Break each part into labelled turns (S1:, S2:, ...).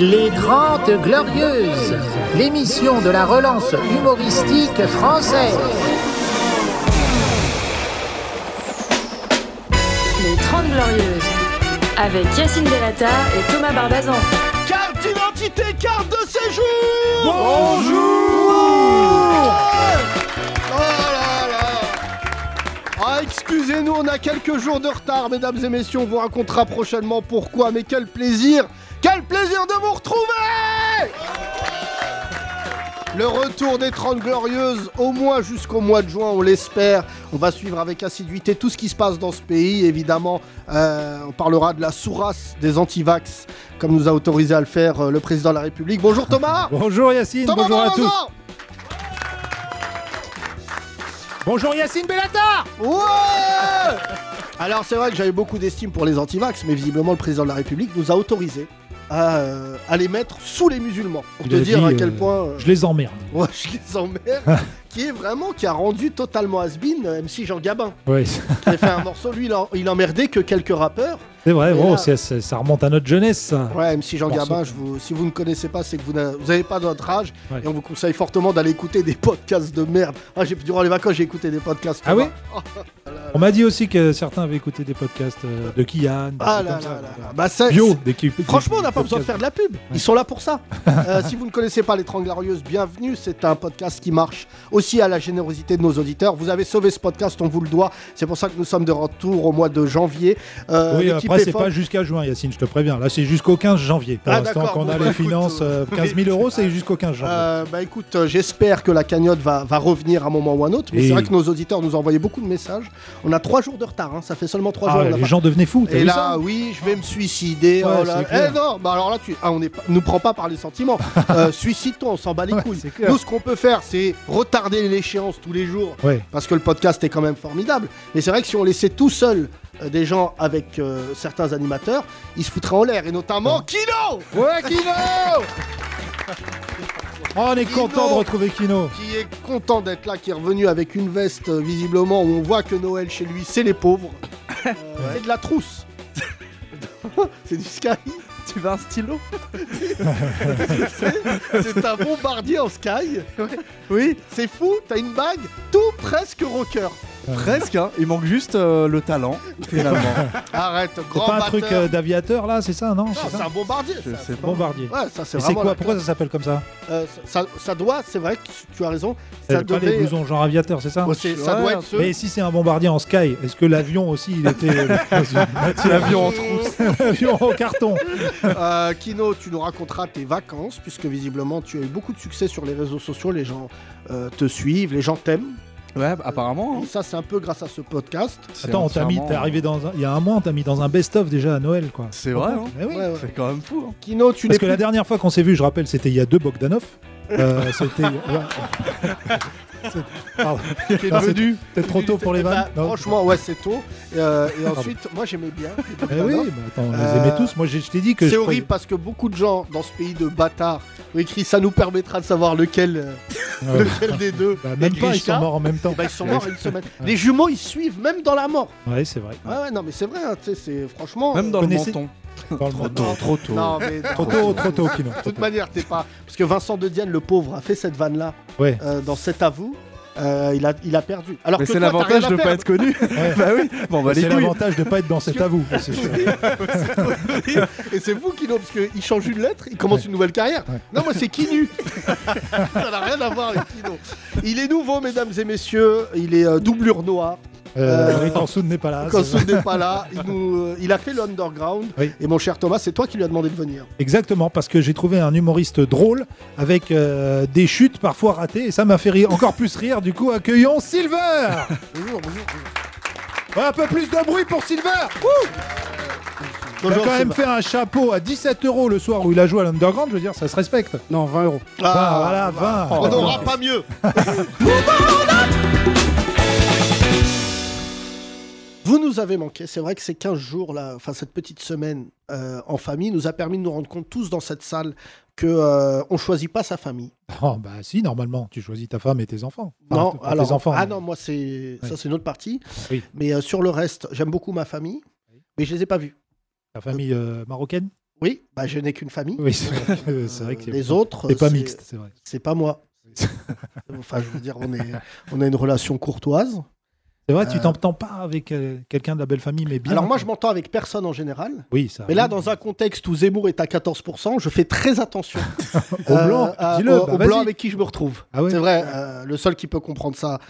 S1: Les Grandes Glorieuses, l'émission de la relance humoristique française.
S2: Les 30 Glorieuses, avec Yacine Delata et Thomas Barbazan.
S3: Carte d'identité, carte de séjour
S4: Bonjour
S3: Oh là là Ah, excusez-nous, on a quelques jours de retard, mesdames et messieurs, on vous racontera prochainement pourquoi, mais quel plaisir Quel plaisir de vous retrouver le retour des 30 Glorieuses, au moins jusqu'au mois de juin, on l'espère. On va suivre avec assiduité tout ce qui se passe dans ce pays. Évidemment, euh, on parlera de la sourasse des antivax, comme nous a autorisé à le faire euh, le président de la République. Bonjour Thomas
S4: Bonjour Yacine,
S3: Thomas
S4: bonjour à tous.
S3: Barbazan
S4: Bonjour Yacine Bellata
S3: Ouais Alors c'est vrai que j'avais beaucoup d'estime pour les antivax, mais visiblement le président de la République nous a autorisé à, euh, à les mettre sous les musulmans. Pour
S4: Il
S3: te
S4: avait
S3: dire
S4: dit,
S3: à quel
S4: euh,
S3: point euh,
S4: Je les emmerde.
S3: moi, je les emmerde, qui est vraiment qui a rendu totalement has-been euh, MC Jean Gabin.
S4: Oui,
S3: Qui a fait un morceau, lui il, en- il emmerdait que quelques rappeurs.
S4: c'est vrai,
S3: Et
S4: bon,
S3: là-
S4: c'est- c'est- ça remonte à notre jeunesse. ça.
S3: Ouais, MC Jean
S4: Ah, Morceau.
S3: Gabin, je vous- si vous ne connaissez pas, c'est que vous n'a- vous n'avez pas notre âge.
S4: Ouais.
S3: Et on vous conseille fortement d'aller écouter des podcasts de merde. Ah, j'ai- durant les vacances, j'ai écouté des podcasts.
S4: Ah
S3: Thomas.
S4: oui On m'a dit aussi que certains avaient écouté des podcasts euh, de Kian, des
S3: Ah
S4: trucs comme
S3: là là
S4: ça.
S3: là là. Bah, ça-
S4: Bio, des qui-
S3: Franchement, on n'a pas
S4: des
S3: besoin de
S4: podcasts.
S3: faire de la pub. Ils sont là pour ça. Euh, si vous ne connaissez pas Les Trente Glorieuses, bienvenue. C'est un podcast qui marche aussi à la générosité de nos auditeurs. Vous avez sauvé ce podcast, on vous le doit. C'est pour ça que nous sommes de retour au mois de janvier. Euh,
S4: Oui,
S3: l'équipe
S4: après,
S3: est
S4: c'est
S3: forte.
S4: pas jusqu'à juin, Yacine, je te préviens. Là, c'est jusqu'au 15 janvier. Pour
S3: Ah,
S4: l'instant,
S3: d'accord,
S4: qu'on
S3: bon,
S4: a
S3: bah,
S4: les
S3: écoute,
S4: finances, euh, 15 000 euros, c'est jusqu'au 15 janvier.
S3: Euh, bah écoute, euh, j'espère que la cagnotte va, va revenir à un moment ou un autre. Mais
S4: Et-
S3: c'est vrai que nos auditeurs nous ont envoyé beaucoup de messages. On a trois jours de retard, hein. ça fait seulement trois
S4: Ah,
S3: jours. on
S4: ouais,
S3: l'a
S4: les
S3: pas-
S4: gens devenaient fous, t'as
S3: Et
S4: vu
S3: là,
S4: ça
S3: oui, je vais me suicider.
S4: Ouais,
S3: oh là-
S4: c'est clair.
S3: Eh non, bah alors là, tu, ah, on est, pas- nous prends pas par les sentiments. Euh, Suicide-toi, on s'en bat les
S4: Ouais,
S3: couilles.
S4: c'est clair.
S3: Nous, ce qu'on peut faire, c'est retarder l'échéance tous les jours,
S4: Ouais.
S3: parce que le podcast est quand même formidable. Mais c'est vrai que si on laissait tout seul euh, des gens avec euh, certains animateurs, ils se foutraient en l'air, et notamment Kino,
S4: Ouais, Kino Oh, on est content de retrouver Kino.
S3: qui est content d'être là, qui est revenu avec une veste euh, visiblement où on voit que Noël chez lui, c'est les pauvres, Euh, c'est de la trousse. c'est du sky.
S5: Tu veux un stylo
S3: C'est un bombardier en sky. Oui, c'est fou, t'as une bague, tout presque rocker.
S5: Presque, hein. il manque juste euh, le talent, finalement.
S3: Arrête,
S4: C'est
S3: grand
S4: pas un
S3: batteur.
S4: truc euh, d'aviateur, là, c'est ça, non,
S3: Non,
S4: C'est
S3: c'est
S4: ça
S3: un bombardier.
S5: Je
S3: ça.
S5: sais pas.
S4: Bombardier.
S3: Ouais, ça c'est
S4: Et c'est
S3: vraiment.
S4: quoi
S3: la
S4: Pourquoi ça s'appelle comme ça
S3: classe. Euh, ça, ça- ça doit, c'est vrai que tu as raison. Ça
S4: C'est Euh, pas les
S3: devait.
S4: blousons genre aviateur, c'est ça
S3: Oh, c'est- ça
S5: Ouais,
S3: doit être ce.
S4: Mais si c'est un bombardier en sky, est-ce que l'avion aussi il était euh,
S5: C'est l'avion en trousse.
S4: l'avion en carton
S3: Euh, Kino, tu nous raconteras tes vacances puisque visiblement tu as eu beaucoup de succès sur les réseaux sociaux. Les gens euh, te suivent, les gens t'aiment.
S5: Ouais, apparemment. hein.
S3: Et Ça, c'est un peu grâce à ce podcast.
S5: C'est
S4: Attends, on t'a mis,
S5: entièrement- hein.
S4: t'es arrivé dans un- il y a un mois, on t'a mis dans un best-of déjà à Noël quoi.
S5: C'est vrai, hein.
S4: Eh oui.
S3: Ouais, ouais.
S5: C'est quand même fou. hein.
S3: Kino, tu n'es
S4: Parce que la
S3: plus-
S4: dernière fois qu'on s'est vu, je rappelle, c'était il y a deux Bogdanov. Euh, c'était. C'est-
S3: Ah,
S4: Pardon. Non, c'est
S5: venu.
S4: peut-être trop tôt pour les
S3: Bah,
S4: vannes. Non.
S3: franchement, ouais, c'est tôt. Euh, et ensuite, moi j'aimais bien.
S4: Eh oui, mais attends, on
S3: Euh,
S4: les aimait tous. Moi, j'ai- je t'ai dit que.
S3: C'est
S4: je
S3: horrible parce que beaucoup de gens dans ce pays de bâtards ont écrit ça nous permettra de savoir lequel, euh,
S4: croyais- Ouais.
S3: lequel des deux.
S4: Bah, même
S3: Et
S4: pas, ils
S3: Grishka,
S4: sont morts en même temps.
S3: bah, ils sont morts une semaine. Les jumeaux, ils suivent même dans la mort.
S4: Ouais, c'est vrai.
S3: Ouais, ouais, non, mais c'est vrai, hein, tu sais, c'est franchement. euh,
S5: Même dans
S4: Connaissez-
S5: le menton.
S4: Dans le monde.
S3: tôt.
S5: trop tôt.
S3: Non, mais.
S4: Trop tôt, trop tôt, Kino.
S3: De toute manière, t'es pas. Parce que Vincent De Dienne, le pauvre, a fait cette vanne-là
S4: Ouais.
S3: euh, dans cet avou. Euh, il, a, il a perdu. Alors
S5: Mais
S3: que
S5: c'est
S3: toi, t'as rien
S5: l'avantage
S3: à
S5: de pas
S3: perdre.
S5: être connu.
S4: Ouais.
S5: bah oui, bon, bah les
S4: C'est
S5: couilles.
S4: l'avantage de pas être dans cet avou. C'est-
S3: Et c'est vous qui parce qu'il change une lettre, il commence
S4: Ouais.
S3: une nouvelle carrière.
S4: Ouais.
S3: Non, moi, c'est Kinu. Ça n'a rien à voir avec Kino. Il est nouveau, mesdames et messieurs. Il est euh, doublure noire.
S4: Euh, Rick Ansoun n'est pas là.
S3: Quand
S4: c'est
S3: ce
S4: vrai.
S3: n'est pas là, il, nous, euh, il a fait le underground.
S4: Oui.
S3: Et mon cher Thomas, c'est toi qui lui as demandé de venir.
S4: Exactement, parce que j'ai trouvé un humoriste drôle avec euh, des chutes parfois ratées et ça m'a fait rire, encore plus rire. Du coup, accueillons Silver
S3: Bonjour, bonjour.
S4: Ouais, Un peu plus de bruit pour Silver Ouh Il a quand même fait un chapeau à 17 euros le soir où il a joué à l'Underground, je veux dire, ça se respecte.
S6: Non, 20 euros.
S4: Ah, voilà,
S3: bah,
S4: 20
S3: on n'aura pas mieux. Vous nous avez manqué. C'est vrai que ces 15 jours, là, enfin cette petite semaine euh, en famille, nous a permis de nous rendre compte tous dans cette salle que euh, on choisit pas sa famille.
S4: Oh, bah si, normalement, tu choisis ta femme et tes enfants. Enfin,
S3: non,
S4: pas
S3: alors
S4: tes enfants.
S3: ah
S4: mais-
S3: non, moi c'est ça
S4: Oui.
S3: c'est une autre partie.
S4: Oui.
S3: Mais euh, sur le reste, j'aime beaucoup ma famille, mais je les ai pas vus.
S4: Ta famille euh, marocaine
S3: Oui, bah, je n'ai qu'une famille. Euh,
S4: Oui, c'est vrai que, c'est vrai que c'est-
S3: Les autres,
S4: c'est pas
S3: c'est-
S4: mixte, c'est vrai.
S3: C'est pas moi. enfin, je veux dire, on, est, on a une relation courtoise.
S4: C'est vrai, tu
S3: Euh,
S4: t'entends pas avec euh, quelqu'un de la belle famille, mais bien.
S3: Alors, moi, je m'entends avec personne en général.
S4: Ah Oui, ça.
S3: Mais là,
S4: arrive.
S3: dans un contexte où Zemmour est à 14%, je fais très attention
S4: Au blanc,
S3: à-
S4: dis-le,
S3: au,
S4: bah,
S3: au
S4: vas-y.
S3: blanc avec qui je me retrouve.
S4: Ah ouais,
S3: C'est vrai, euh, le seul qui peut comprendre ça,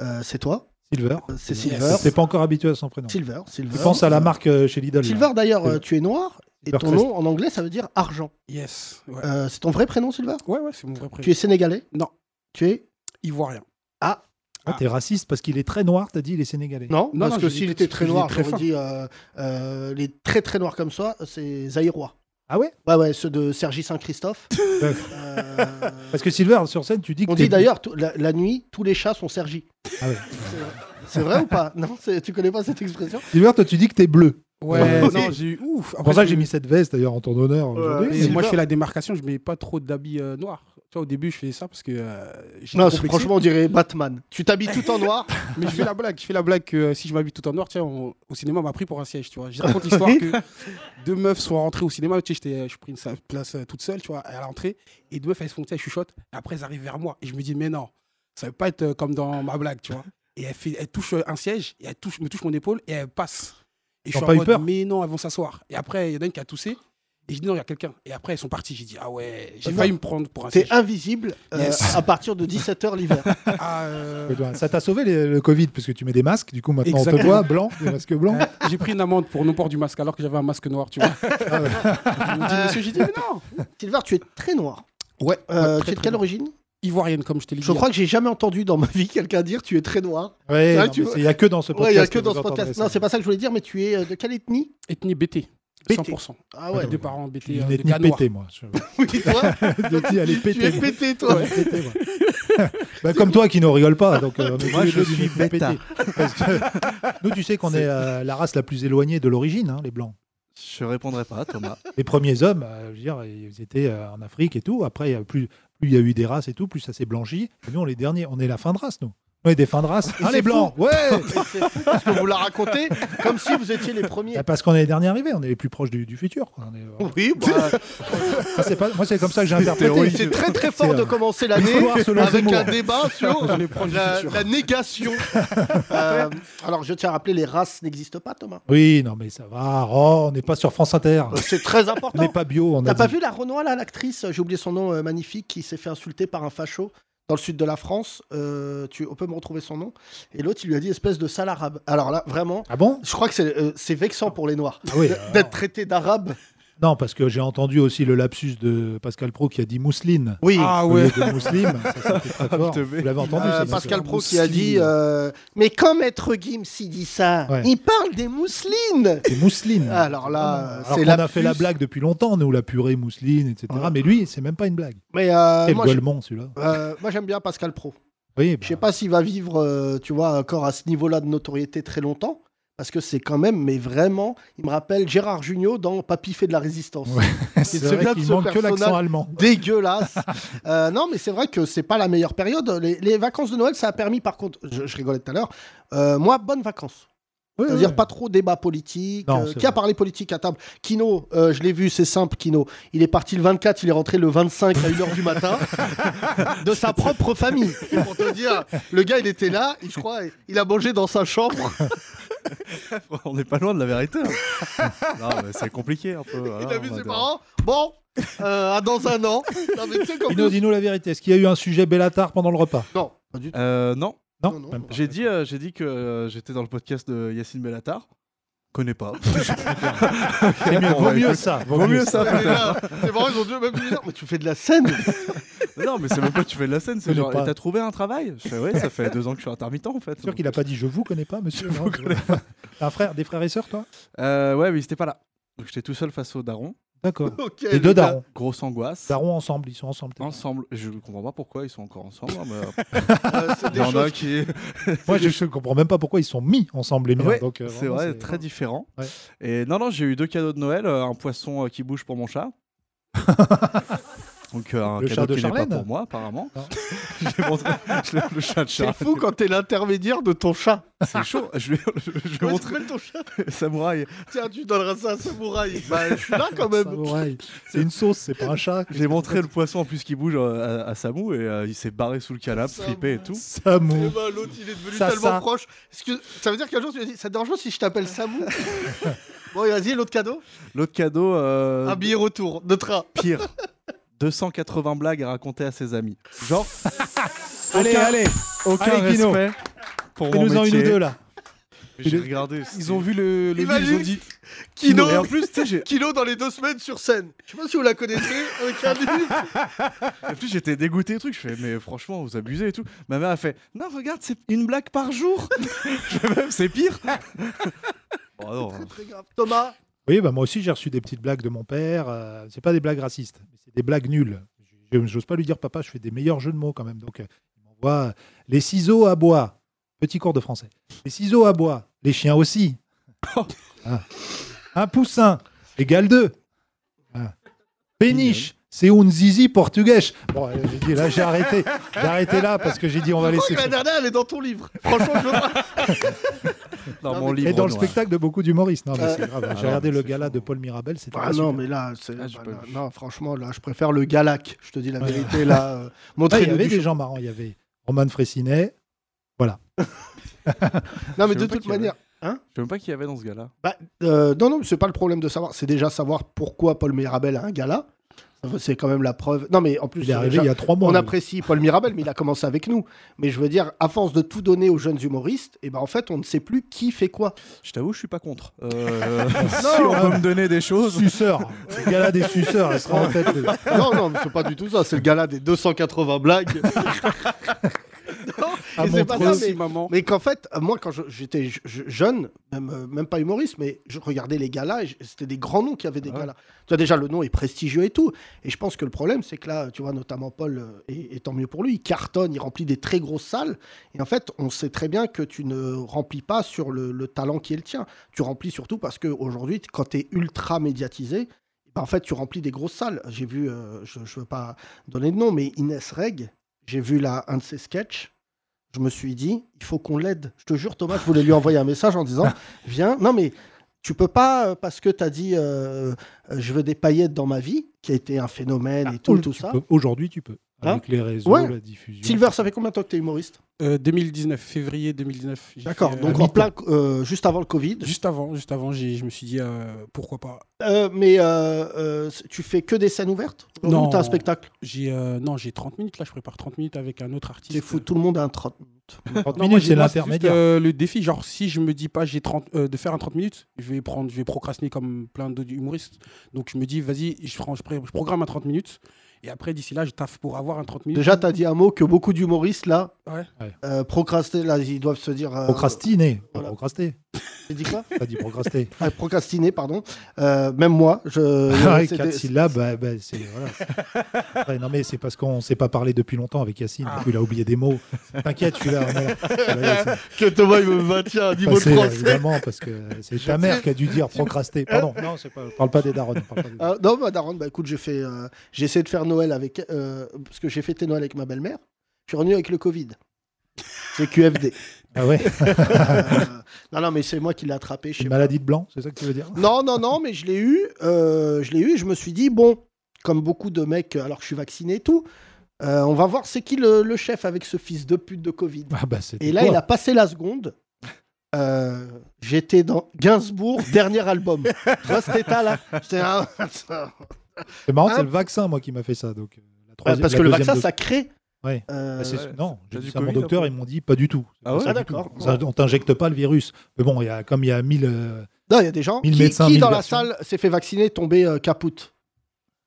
S3: euh, c'est toi.
S4: Silver.
S3: Euh, C'est Silver.
S4: T'es pas encore habitué à son prénom.
S3: Silver, Silver.
S4: Tu penses à la marque euh, chez Lidl. là.
S3: Silver, d'ailleurs, euh, tu es noir et
S4: Silver
S3: ton
S4: Crest.
S3: nom en anglais, ça veut dire argent.
S6: Yes. Ouais,
S3: Euh, c'est ton vrai prénom, Silver
S6: ouais, ouais, c'est mon vrai prénom.
S3: Tu es sénégalais
S6: Non.
S3: Tu es
S6: Ivoirien.
S4: Ah, t'es raciste parce qu'il est très noir, t'as dit, il est sénégalais.
S3: Non,
S6: Non,
S3: parce
S6: non,
S3: que
S6: je dis-
S3: s'il était très
S6: je dis
S3: noir,
S6: très
S3: j'aurais
S6: fin.
S3: dit euh, euh, les très très noirs comme ça, c'est Zaïrois.
S4: Ah ouais
S3: Ouais, ouais, ceux de Sergi Saint-Christophe.
S4: D'accord.
S3: Euh,
S4: Parce que Silver, sur scène, tu dis que
S3: on
S4: t'es-
S3: dit d'ailleurs, tout- la, la nuit, tous les chats sont Sergi.
S4: Ah ouais.
S3: C'est vrai ou pas Non, c'est- tu connais pas cette expression
S4: Silver, toi, tu dis que t'es bleu.
S6: Ouais,
S4: Oui.
S6: non, j'ai eu ouf.
S4: C'est pour ça que
S6: je-
S4: j'ai mis cette veste, d'ailleurs, en ton honneur
S6: Mais
S4: aujourd'hui.
S6: moi, je fais la démarcation, je mets pas trop d'habits euh, noirs. Tu vois, au début, je faisais ça parce que. euh, j'étais
S3: Non, c'est-
S6: complexé.
S3: franchement, on dirait Batman. Tu t'habilles tout en noir.
S6: Mais je fais la blague, je fais la blague que euh, si je m'habille tout en noir, tiens, on- au cinéma, on m'a pris pour un siège, tu vois. Je raconte l'histoire que deux meufs sont rentrées au cinéma, tu sais, j'étais, euh, je pris une sa- place euh, toute seule, tu vois, à l'entrée, et deux meufs, elles se font, tu sais, elles chuchotent, et après, elles arrivent vers moi, et je me dis, mais non, ça veut pas être euh, comme dans ma blague, tu vois. Et elle, fait, elle touche euh, un siège, et elle touche, me touche mon épaule, et elle passe. Et je
S4: T'as
S6: suis en
S4: pas eu
S6: mode,
S4: peur
S6: mais non, elles vont s'asseoir. Et après, il y en a une qui a toussé, et je dis, non, il y a quelqu'un. Et après, elles sont parties, j'ai dit, ah ouais, j'ai
S3: Non.
S6: failli me prendre pour un
S3: T'es
S6: siège.
S3: invisible euh,
S6: Yes.
S3: à partir de 17h l'hiver.
S6: Ah, euh,
S4: Ça t'a sauvé les- le Covid, parce que tu mets des masques, du coup, maintenant, on te
S6: Exactement. Ah,
S4: voit blanc, des masques blancs.
S6: J'ai pris une amende pour non-port du masque alors que j'avais un masque noir, tu vois. Je me dis, monsieur, j'ai dit, mais non
S3: Silver, tu es très noir.
S6: Ouais,
S3: Euh,
S6: très,
S3: tu es de
S6: très
S3: quelle
S6: noir.
S3: origine
S6: Ivoirienne, comme je t'ai dit.
S3: Je crois que j'ai jamais entendu dans ma vie quelqu'un dire tu es très noir.
S4: Ouais,
S3: vrai
S4: non,
S3: que tu
S4: mais
S3: vois-
S4: c'est- il y a que dans ce podcast.
S3: Ouais, il y a que
S4: vous
S3: dans ce
S4: entendrez
S3: podcast.
S4: ça.
S3: Non, c'est pas ça que je voulais dire, mais tu es euh, de quelle ethnie
S6: Ethnie BT.
S3: BT.
S6: 100%.
S3: Ah
S6: Mes
S3: ouais.
S4: Ouais.
S6: deux parents
S4: Je suis
S6: BT. euh,
S4: une
S6: de
S4: ethnie
S6: gars noirs.
S4: pétée, moi. Je-
S3: Oui, toi,
S4: Je dis, allez,
S3: tu es
S4: pétez.
S3: pété, toi.
S4: Ouais, pétez, moi. Bah, comme toi qui ne rigole pas. Donc, euh, on est
S5: Moi,
S4: tous les
S5: je
S4: deux d'une
S5: suis
S4: ethnie
S5: bêta.
S4: pétée. Parce que nous, tu sais qu'on est, euh, la race la plus éloignée de l'origine, hein, les Blancs.
S5: Je répondrai pas, Thomas.
S4: Les premiers hommes, euh, je veux dire, ils étaient euh, en Afrique et tout. Après, il y a plus plus il y a eu des races et tout, plus ça s'est blanchi. Et nous, on est les derniers. On est la fin de race, nous. On est des fins de race. Ah,
S3: c'est
S4: les Blancs Ouais
S3: Et c'est fou parce que vous la racontez comme si vous étiez les premiers.
S4: Bah, Parce qu'on est les derniers arrivés. On est les plus proches du, du futur. quoi. On est- voilà.
S3: Oui, bah,
S4: Moi, c'est pas- moi, c'est comme ça que j'ai interprété. euh,
S3: c'est très très fort de commencer l'année
S4: L'histoire selon
S3: avec
S4: Zemmour.
S3: un débat sur
S6: On est proche du
S3: la,
S6: futur.
S3: la négation. Euh, alors, je tiens à rappeler, les races n'existent pas, Thomas.
S4: Oui, non, mais ça va. Oh, on n'est pas sur France Inter.
S3: Euh, C'est très
S4: On n'est
S3: important.
S4: pas bio. On a
S3: T'as pas
S4: dit.
S3: vu la Renoir, là, l'actrice J'ai oublié son nom euh, magnifique qui s'est fait insulter par un facho dans le sud de la France. Euh, tu, on peut me retrouver son nom. Et l'autre, il lui a dit espèce de sale arabe. Alors là, vraiment,
S4: Ah bon
S3: je crois que c'est euh, c'est vexant pour les Noirs
S4: Ah oui,
S3: d-
S4: alors.
S3: d'être traité d'arabe.
S4: Non, parce que j'ai entendu aussi le lapsus de Pascal Pro qui a dit mousseline.
S3: Oui.
S6: Ah
S4: au lieu
S6: ouais. Ah,
S4: de mousseline. Ça, c'était très fort.
S5: te mets.
S4: Vous l'avez entendu,
S3: Euh,
S4: ça, bien
S3: Pascal
S4: sûr.
S3: Pro qui a dit euh, Mais quand Maître Gims il dit ça,
S4: Ouais.
S3: il parle des mousselines Ah,
S4: C'est mousseline.
S3: Alors là,
S4: Ah, Alors
S3: c'est
S4: qu'on
S3: la.
S4: a fait la
S3: puce.
S4: blague depuis longtemps, nous, la purée, mousseline, etc.
S3: Ouais.
S4: Mais lui, c'est même pas une blague.
S3: Mais euh,
S4: Quel
S3: moi, je-
S4: golemon, celui-là.
S3: euh, moi, j'aime bien Pascal Pro.
S4: Oui, bah,
S3: Je sais pas s'il va vivre, euh, tu vois, encore à ce niveau-là de notoriété très longtemps. Parce que c'est quand même, mais vraiment, il me rappelle Gérard Jugnot dans Papy fait de la résistance.
S4: Ouais.
S3: il
S4: c'est
S3: se
S4: vrai
S3: souvient de
S4: qu'il
S3: ce
S4: manque que l'accent
S3: personnage.
S4: allemand.
S3: Dégueulasse. Euh, non, mais c'est vrai que c'est pas la meilleure période. Les, les vacances de Noël, ça a permis, par contre, je, je rigolais tout à l'heure, euh, moi, bonnes vacances.
S4: Oui,
S3: C'est-à-dire
S4: oui.
S3: pas trop débat politique.
S4: Non,
S3: Euh,
S4: c'est
S3: qui a
S4: vrai.
S3: parlé politique à table Kino, euh, je l'ai vu, c'est simple, Kino. Il est parti le 24, il est rentré le 25 à 1h du matin de sa propre famille. Pour te dire, le gars, il était là, et je crois, il a mangé dans sa chambre.
S5: On n'est pas loin de la vérité. hein. non, mais c'est compliqué un peu. voilà,
S3: il a vu
S5: on
S3: ses
S5: va-
S3: parents. Bon, euh, à dans un an. Non, mais tu sais, comme
S4: Dino, dis-nous la vérité. Est-ce qu'il y a eu un sujet Bellatar pendant le repas
S3: Non, pas du tout.
S5: Euh, non,
S4: Non,
S3: Non, non,
S4: même
S3: non.
S4: pas.
S5: j'ai dit, euh, j'ai dit que euh, j'étais dans le podcast de Yacine Bellatar. Connais pas.
S4: C'est mieux,
S5: On
S4: Eh vaut
S5: va-
S4: mieux ça.
S5: Vaut mieux ça.
S3: Ouais, mais là, C'est marrant, ils ont dû même lui dire, Mais tu fais de la scène
S5: Non, mais c'est même pas que tu fais de la scène. C'est
S4: Connais
S5: genre,
S4: pas.
S5: et t'as trouvé un travail Je fais, ouais, ça fait deux ans que je suis intermittent en fait.
S4: C'est sûr qu'il a pas dit je vous connais pas, monsieur. non, tu vois. T'as un frère, des frères et sœurs, toi
S5: Euh, ouais, mais il était pas là. Donc j'étais tout seul face au daron.
S4: Ah, D'accord.
S3: Ok,
S4: Les
S3: le
S4: deux
S3: gars.
S4: darons.
S5: Grosse angoisse.
S4: Darons ensemble, ils sont ensemble. t'es
S5: Ensemble, je comprends pas pourquoi ils sont encore ensemble. hein, mais
S3: Euh, c'est
S5: il
S3: des
S5: y en a
S3: choses-
S5: qui.
S4: pas- Moi, je, je comprends même pas pourquoi ils sont mis ensemble les miens.
S5: Ouais,
S4: donc, euh,
S5: c'est
S4: vraiment,
S5: vrai, très différent.
S4: Ouais.
S5: Et non, non, j'ai eu deux cadeaux de Noël, euh, un poisson euh, qui bouge pour mon chat. Donc euh, un
S4: Le chat
S5: cadeau
S4: de
S5: qui n'est pas
S4: Charlène
S5: pour moi apparemment.
S4: Non.
S5: J'ai montré je- le chat de
S3: C'est
S5: Charlène.
S3: fou quand t'es l'intermédiaire de ton chat.
S5: C'est chaud. Je vais, je vais
S3: Comment il
S5: montrer
S3: s'appelle ton chat
S5: samouraï.
S3: Tiens, tu donneras ça à Samouraï. Bah, je suis là quand même.
S4: Samouraï. C'est une sauce, c'est pas un chat.
S5: J'ai montré le poisson en plus qui bouge euh, à, à Samu et euh, il s'est barré sous le canapé,
S3: Ça
S5: flippé et tout.
S3: Eh
S4: Samu.
S3: ben, L'autre, il est devenu
S4: Ça,
S3: tellement
S4: ça.
S3: proche. Est-ce que- Ça veut dire qu'un jour, tu lui as dit Ça te dérange pas si je t'appelle Samu Bon, et vas-y, l'autre cadeau
S5: L'autre cadeau, euh,
S3: Un billet retour de train.
S5: pire. 280 blagues à raconter à ses amis. Genre,
S4: Allez, allez.
S5: aucun
S4: Allez, Guino.
S5: respect pour
S4: Et
S5: mon
S4: nous en une
S5: métier.
S4: ou deux là.
S5: J'ai regardé.
S6: Ils ont vu le, le livre, ils ont
S3: Imagine.
S6: dit
S3: Kino,
S5: Et en plus, tu sais, j'ai-
S3: Kino dans les deux semaines sur scène. Je sais pas si vous la connaissez. euh, Avec un livre.
S5: en plus, j'étais dégoûté du truc. Je fais, mais franchement, vous abusez et tout. Ma mère a fait, non, regarde, c'est une blague par jour. Je fais, même, c'est pire. Oh non.
S3: Très grave. Ah, Thomas,
S4: Oui, bah moi aussi j'ai reçu des petites blagues de mon père. euh, c'est pas des blagues racistes, mais c'est des blagues nulles. J- J'ose pas lui dire papa, je fais des meilleurs jeux de mots quand même. Donc euh, il m'envoie euh, les ciseaux à bois. Petit cours de français. Les ciseaux à bois. Les chiens aussi. Ah. Un poussin égale deux. Ah. Péniche. C'est un zizi portugais. Bon, euh, j'ai dit là, j'ai arrêté. J'ai arrêté là parce que j'ai dit on va
S3: je crois
S4: laisser.
S3: que la dernière, elle est dans ton livre. Franchement, je vois.
S5: Dans
S3: Non,
S5: mon
S3: mais-
S5: livre.
S4: Et dans le
S5: noir.
S4: spectacle de beaucoup d'humoristes. Non, mais c'est grave.
S5: Ah
S4: J'ai
S5: non,
S4: regardé
S5: mais
S4: le
S5: c'est
S4: gala
S5: chaud.
S4: de Paul Mirabel. C'était
S3: Ah
S4: pas
S3: non,
S4: super.
S3: mais là, c'est.
S5: Ah, j'ai
S3: bah,
S5: pas
S3: là,
S5: vu.
S3: non, franchement, là, je préfère le Galac. Je te dis la vérité, là. euh,
S4: Ah, il y
S3: Montrez-nous
S4: avait
S3: du
S4: des gens marrants. Il y avait Roman Fressinet.
S3: Non, mais
S5: Je
S3: de
S5: sais pas
S3: toute
S5: qu'il y avait.
S3: manière. hein
S5: Je sais même pas qui y avait dans ce gars-là.
S3: Bah, euh, non, non, mais c'est pas le problème de savoir. C'est déjà savoir pourquoi Paul Mirabel a un gala. Ça veut- C'est quand même la preuve. Non, mais en plus,
S4: Il est arrivé
S3: déjà,
S4: il y a trois mois.
S3: on
S4: oui.
S3: apprécie Paul Mirabel, mais il a commencé avec nous. Mais je veux dire, à force de tout donner aux jeunes humoristes, et ben en fait, on ne sait plus qui fait quoi.
S5: Je t'avoue, je suis pas contre. Euh, si on peut me donner des choses.
S4: Suceur. C'est le gala des suceurs. Elle sera en tête de-
S3: non, non, mais c'est pas du tout ça. C'est le gala des 280 blagues. non,
S4: À
S3: et c'est pas
S4: Montreux.
S3: ça, mais
S6: aussi, maman.
S3: Mais qu'en fait, euh, moi, quand je- j'étais je- je- jeune, même, euh, même pas humoriste, mais je regardais les galas, et je- c'était des grands noms qui avaient des
S5: Ouais.
S3: galas. Tu vois, déjà, le nom est prestigieux et tout. Et je pense que le problème, c'est que là, tu vois, notamment Paul, euh, et, et tant mieux pour lui, il cartonne, il remplit des très grosses salles. Et en fait, on sait très bien que tu ne remplis pas sur le, le talent qui est le tien. Tu remplis surtout parce qu'aujourd'hui, quand tu es ultra médiatisé, bah, en fait, tu remplis des grosses salles. J'ai vu, euh, je ne veux pas donner de nom, mais Inès Reg, j'ai vu là un de ses sketchs. Je me suis dit, il faut qu'on l'aide. Je te jure, Thomas, je voulais lui envoyer un message en disant, viens. Non, mais tu peux pas, euh, parce que tu as dit, euh, euh, je veux des paillettes dans ma vie, qui a été un phénomène et tout,
S4: Ah,
S3: tout
S4: tu
S3: ça.
S4: peux- Aujourd'hui, tu peux.
S3: Hein
S4: Avec les réseaux,
S3: Ouais.
S4: la diffusion.
S3: Silver, ça fait combien de temps que tu es humoriste
S6: Euh, 2019, février 2019. j'ai
S3: D'accord,
S6: fait, euh,
S3: donc en plein, euh, juste avant le Covid.
S6: Juste avant, juste avant, j'ai- je me suis dit euh, pourquoi pas.
S3: Euh, mais euh, euh, tu fais que des scènes ouvertes
S6: Non.
S3: Ou t'as un spectacle
S6: J'ai euh, non, j'ai 30 minutes là, je prépare 30 minutes avec un autre artiste.
S3: C'est fou, tout le monde a un 30 minutes.
S4: 30
S6: Non, moi,
S4: minutes,
S6: j'ai-
S4: c'est
S6: moi, juste,
S4: l'intermédiaire.
S6: euh, le défi, genre si je me dis pas j'ai 30 euh, de faire un 30 minutes, je vais prendre, je vais procrastiner comme plein d'autres humoristes. Donc je me dis vas-y, je, prends- je, pré- je programme un 30 minutes et après d'ici là, je taffe pour avoir un 30 minutes.
S3: Déjà, t'as dit un mot que beaucoup d'humoristes, là,
S6: Ouais.
S4: Ouais.
S3: euh, procrastinent, là, ils doivent se dire... euh,
S4: Procrastiner. Pas
S3: voilà.
S4: procraster.
S3: J'ai dit quoi
S4: T'as dit procraster.
S3: Ah, Procrastiner, pardon. Euh, même moi, je...
S4: Ah,
S3: c'était-
S4: quatre syllabes, bah, bah, c'est. Voilà. Après, non, mais c'est parce qu'on s'est pas parlé depuis longtemps avec Yacine. Du coup, il a oublié des mots. T'inquiète, je suis là. on est là. Voilà, c'est
S3: que Thomas, il me maintient à niveau de
S4: passé,
S3: français.
S4: Ah, évidemment, parce que c'est ta mère qui a dû dire procraster. Pardon, non, c'est pas... parle pas des darons. parle pas des darons.
S3: Euh, non, bah, Daron, bah, écoute, j'ai fait... euh, j'ai essayé de faire Noël avec... euh, parce que j'ai fêté Noël avec ma belle-mère. Je suis revenu avec le Covid. C'est QFD.
S4: Ah ouais
S3: Euh, non, non, mais c'est moi qui l'ai attrapé. je sais
S4: Une
S3: pas.
S4: maladie de blanc, c'est ça que tu veux dire
S3: Non, non, non, mais je l'ai eu. euh, je l'ai eu et je me suis dit, bon, comme beaucoup de mecs, alors que je suis vacciné et tout, euh, on va voir c'est qui le, le chef avec ce fils de pute de Covid.
S4: Ah bah, c'était
S3: Et là,
S4: quoi
S3: il a passé la seconde. Euh, J'étais dans Gainsbourg, dernier album. Tu vois cet état-là J'étais oh. un-
S4: C'est marrant,
S3: Hein
S4: c'est le vaccin, moi, qui m'a fait ça. Donc, euh, la troisième-
S3: Bah, Parce
S4: la
S3: que le
S4: deuxième
S3: vaccin,
S4: dose.
S3: ça crée.
S4: Ouais.
S3: euh,
S4: Bah, c'est-
S5: ouais.
S4: Non, j'ai
S5: T'as
S4: dit
S5: du
S4: ça à mon
S5: Covid,
S4: docteur,
S5: après
S4: ils m'ont dit pas du tout. C'est
S5: Ah
S4: pas
S5: ouais
S4: ça
S3: Ah,
S4: du tout.
S3: d'accord.
S4: Ça, On t'injecte pas le virus. Mais bon, il y a, comme il y a 1000. euh,
S3: Non, il y a des gens
S4: Mille
S3: qui,
S4: médecins,
S3: qui,
S4: mille
S3: dans la
S4: versions.
S3: salle, s'est fait vacciner, tomber euh, caput.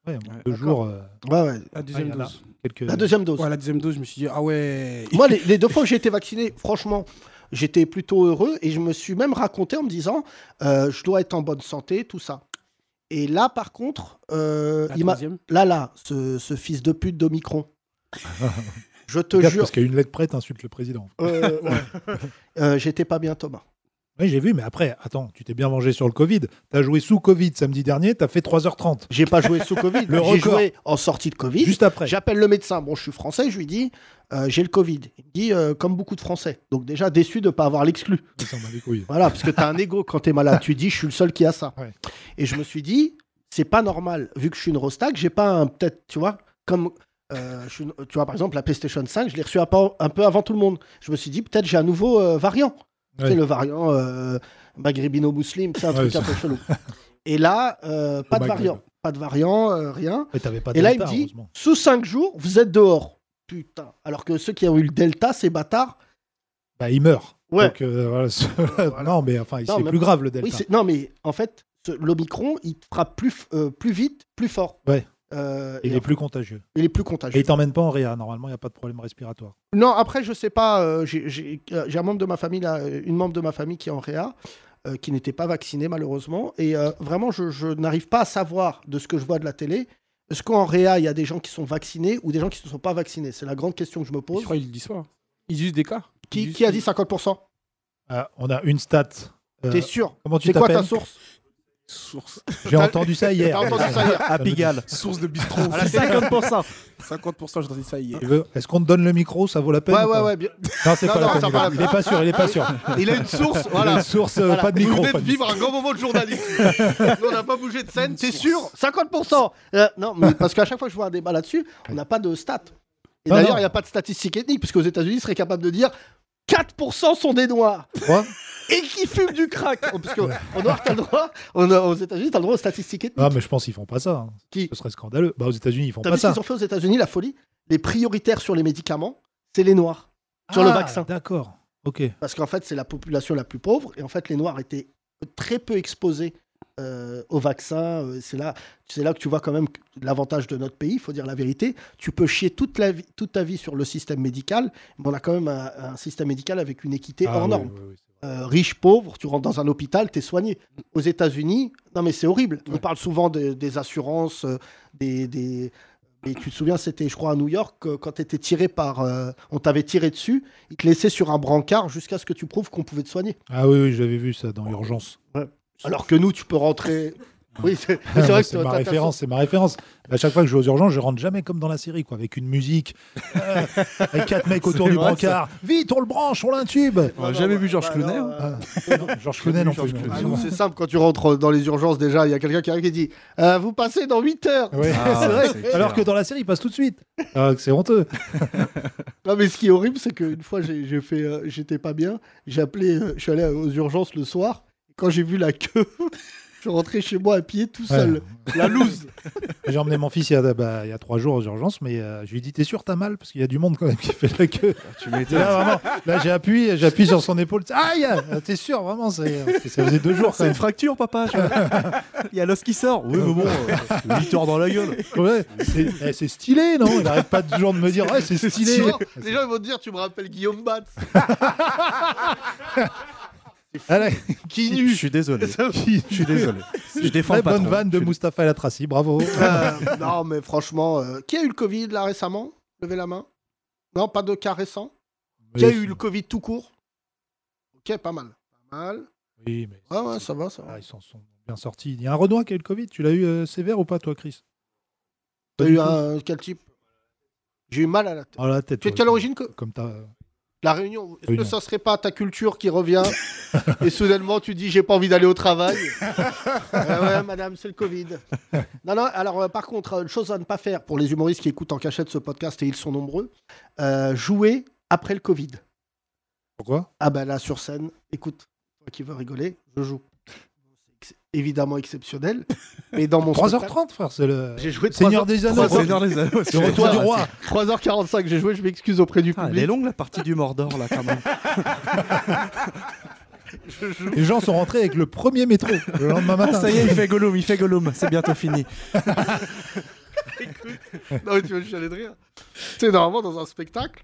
S4: ouais, deux
S6: d'accord.
S4: jours, euh,
S3: Ouais, ouais.
S6: la deuxième
S4: Ah, il y en a.
S6: dose.
S4: quelques.
S3: La deuxième dose.
S6: Ouais, la deuxième dose, je me suis dit ah ouais.
S3: Moi, les, les deux fois que j'ai été vacciné, franchement, j'étais plutôt heureux et je me suis même raconté en me disant euh, je dois être en bonne santé, tout ça. Et là, par contre, euh,
S6: La
S3: il m'a-
S6: troisième.
S3: là, là, ce, ce fils de pute d'Omicron. je te
S4: Gaffe,
S3: jure,
S4: Parce qu'il y a une lettre prête, insulte le président.
S3: euh, ouais. Euh, j'étais pas bien, Thomas.
S4: Oui, j'ai vu, mais après, attends, tu t'es bien vengé sur le Covid. T'as joué sous Covid samedi dernier, t'as fait 3h30.
S3: J'ai pas joué sous Covid.
S4: Le
S3: J'ai
S4: record.
S3: joué en sortie de Covid.
S4: Juste après.
S3: J'appelle le médecin. Bon, je suis français, je lui dis euh, j'ai le Covid. Il me dit euh, comme beaucoup de Français. Donc déjà déçu de ne pas avoir l'exclu.
S4: Il s'en bat les couilles.
S3: Voilà, parce que t'as un ego quand t'es malade. Tu dis, je suis le seul qui a ça.
S4: Ouais.
S3: Et je me suis dit, c'est pas normal. Vu que je suis une Rostac, j'ai pas un peut-être, tu vois, comme. euh, je suis une- tu vois, par exemple, la PlayStation 5, je l'ai reçue un peu, un peu avant tout le monde. Je me suis dit, peut-être j'ai un nouveau euh, variant. Tu sais,
S4: Ouais.
S3: le variant euh, maghrébino-muslim, c'est un
S4: Ouais,
S3: truc un peu chelou. Et là, euh, pas de
S4: Maghreb.
S3: variant. Pas de variant, euh, rien.
S4: Mais t'avais pas
S3: Et là, il me
S4: Delta,
S3: dit,
S4: heureusement.
S3: sous 5 jours, vous êtes dehors. Putain. Alors que ceux qui ont eu le Delta, ces bâtards.
S4: Bah, il meurt.
S3: Ouais.
S4: Donc, euh, voilà, ce- Non, mais enfin,
S3: Non,
S4: c'est
S3: mais-
S4: plus grave le Delta.
S3: Oui, c'est- non, mais en fait, ce- l'Omicron, il te frappe plus, f- euh, plus vite, plus fort.
S4: Ouais.
S3: Euh,
S4: il
S3: et
S4: est plus contagieux.
S3: il est plus
S4: Et
S3: contagieux.
S4: il t'emmène pas en réa. Normalement, il n'y a pas de problème respiratoire.
S3: Non, après, je sais pas. euh, j'ai- J'ai euh, j'ai un membre de ma famille, là, euh, une membre de ma famille qui est en réa, euh, qui n'était pas vaccinée malheureusement. Et euh, vraiment, je, je n'arrive pas à savoir de ce que je vois de la télé. Est-ce qu'en réa, il y a des gens qui sont vaccinés ou des gens qui ne sont pas vaccinés C'est la grande question que je me
S6: Je
S3: pose.
S6: crois qu'ils le disent pas. hein. Ils disent des cas. Ils
S3: Qui,
S6: disent-
S3: qui a dit 50%
S4: Ah, on a une stat. Euh,
S3: T'es sûr
S4: comment tu
S3: C'est quoi ta
S4: t'appelles
S3: source
S6: Source,
S4: J'ai entendu ça hier.
S3: T'as entendu ça hier
S4: À Pigalle.
S6: source de bistrot.
S5: 50%.
S6: 50%, j'entendais ça hier.
S4: Tu veux- Est-ce qu'on te donne le micro Ça vaut la peine
S3: Ouais,
S4: ou
S3: ouais,
S4: pas
S3: ouais. bien-
S4: Non, c'est
S3: Non,
S4: pas
S3: non,
S4: la peine.
S3: ça
S4: il
S3: va.
S4: est- Il est pas sûr, il est pas sûr.
S3: Il a une source,
S4: Il
S3: voilà.
S4: a Source, euh,
S3: Voilà.
S4: pas de
S3: Vous
S4: micro.
S3: venez
S4: pas de-
S3: un grand moment de journaliste. Nous, on n'a pas bougé de scène, t'es sûr 50% Euh, Non, mais parce qu'à chaque fois que je vois un débat là-dessus, on n'a pas de stats. Et
S4: Non,
S3: d'ailleurs,
S4: non.
S3: il n'y a pas de statistiques ethniques, puisque aux États-Unis, ils seraient capables de dire 4% sont des Noirs
S4: Trois
S3: et qui fument du crack. Oh, Parce qu'aux Noirs, t'as le droit, on a- aux États-Unis, t'as le droit aux statistiques ethniques.
S4: Non, mais je pense qu'ils font pas ça. hein.
S3: Qui
S4: Ce serait scandaleux. Bah, aux États-Unis, ils font
S3: T'as
S4: Bah, pas
S3: vu ce
S4: ça.
S3: qu'ils ont fait aux États-Unis, la folie Les prioritaires sur les médicaments, c'est les Noirs. sur le
S4: Ah,
S3: vaccin.
S4: D'accord. Ok.
S3: Parce qu'en fait, c'est la population la plus pauvre. Et en fait, les Noirs étaient très peu exposés euh, au vaccin. Euh, C'est là, c'est là que tu vois quand même que- l'avantage de notre pays, il faut dire la vérité. Tu peux chier toute, la vie, toute ta vie sur le système médical, mais on a quand même un, un système médical avec une équité
S4: Ah,
S3: hors
S4: oui,
S3: norme.
S4: oui, oui, c'est vrai.
S3: Euh, riche, pauvre, tu rentres dans un hôpital, t'es soigné. Aux États-Unis, non mais c'est horrible. On parle souvent de- des assurances, euh, des, des- Mais tu te souviens, c'était, je crois, à New York, euh, quand t'étais tiré par. euh, on t'avait tiré dessus, ils te laissaient sur un brancard jusqu'à ce que tu prouves qu'on pouvait te soigner.
S4: Ah oui, oui, j'avais vu ça dans Urgence.
S3: Alors que nous, tu peux rentrer. Oui, c'est c'est
S4: Moi,
S3: vrai que
S4: c'est
S3: t'as-
S4: ma
S3: t'as-
S4: référence, c'est ma référence. À chaque fois que je vais aux urgences, je rentre jamais comme dans la série, quoi, avec une musique, euh, avec quatre mecs autour
S5: C'est
S4: du
S5: vrai,
S4: brancard. Vite, on le branche, on l'intube. Ah.
S5: On a jamais vu Georges
S3: Bah
S5: Clooney.
S3: alors,
S5: hein.
S3: euh,
S4: Georges Clooney, non plus.
S5: Georges
S4: non.
S3: ah non, c'est simple, quand tu rentres dans les urgences, déjà, il y a quelqu'un qui arrive qui dit Euh, Vous passez dans 8 heures
S4: Ouais.
S5: Ah,
S3: vrai.
S5: c'est clair.
S4: Alors que dans la série, il passe tout de suite. Ah, c'est honteux.
S3: Non, mais ce qui est horrible, c'est qu'une fois, j'ai j'ai fait, euh, j'étais pas bien. J'ai appelé, euh, je suis allé aux urgences le soir. Quand j'ai vu la queue, je suis rentré chez moi à pied tout seul. La loose.
S4: J'ai emmené mon fils il y, a, bah, il y a trois jours aux urgences, mais euh, je lui ai dit T'es sûr, t'as mal Parce qu'il y a du monde quand même qui fait la queue.
S5: Ah, Tu
S4: Et
S5: m'étais.
S4: là, vraiment, là j'ai appuyé, j'appuie sur son épaule. Aïe ah, T'es sûr, vraiment c'est- parce que Ça faisait deux jours quand
S5: C'est une
S4: même.
S5: fracture, papa. je- Il y a l'os qui sort. Oui, mais bon, 8 heures dans la gueule.
S4: Ouais, c'est eh, c'est stylé, non Il n'arrête pas toujours de me dire Ouais, c'est stylé.
S3: Souvent, les gens ils vont te dire Tu me rappelles Guillaume Batz.
S4: Ah, là,
S3: Qui
S5: Je
S3: nu.
S5: suis désolé.
S4: qui-
S5: Je suis désolé. Je défends
S4: Très
S5: le
S4: bonne
S5: patron.
S4: vanne de
S5: Je-
S4: Mustapha El Atrassi, bravo. Ah.
S3: Euh, non, mais franchement, euh, qui a eu le Covid là récemment Levez la main. Non, pas de cas récent. Qui a eu le Covid tout court Ok, pas mal. Pas mal.
S4: Oui, mais
S3: Ouais, ouais, ça va, ça va.
S4: ah, ils s'en sont bien sortis. Il y a un Renoir qui a eu le Covid. Tu l'as eu euh, sévère ou pas, toi, Chris
S3: T'as
S4: Pas du
S3: eu
S4: tout.
S3: un. Quel type J'ai eu mal à la tête.
S4: Ah, la tête,
S3: Tu es de
S4: ouais,
S3: quelle
S4: comme-
S3: origine que-
S4: Comme t'as.
S3: La réunion, est-ce que
S4: Réunion.
S3: ça serait pas ta culture qui revient et soudainement tu dis j'ai pas envie d'aller au travail Euh, Ouais, madame, c'est le Covid. Non, non, alors euh, par contre, euh, une chose à ne pas faire pour les humoristes qui écoutent en cachette ce podcast et ils sont nombreux, euh, jouer après le Covid.
S4: Pourquoi
S3: Ah ben là, sur scène, écoute, toi qui veux rigoler, je joue. C'est ex- évidemment exceptionnel, mais dans mon
S4: 3h30, frère, c'est le.
S3: spectacle, j'ai joué
S4: euh, Seigneur des Anneaux.
S5: Oh,
S3: trois heures-
S5: Seigneur des Anneaux, c'est-
S4: Le retour du roi.
S3: 3h45, j'ai joué, je m'excuse auprès du
S5: Ah, elle est
S3: public.
S5: longue la partie du Mordor là quand même.
S4: Les gens sont rentrés avec le premier métro le lendemain matin.
S5: ça y est, il fait Gollum, il fait Gollum, c'est bientôt fini.
S3: Non, mais tu veux que je chiale de rire Tu sais, normalement, dans un spectacle,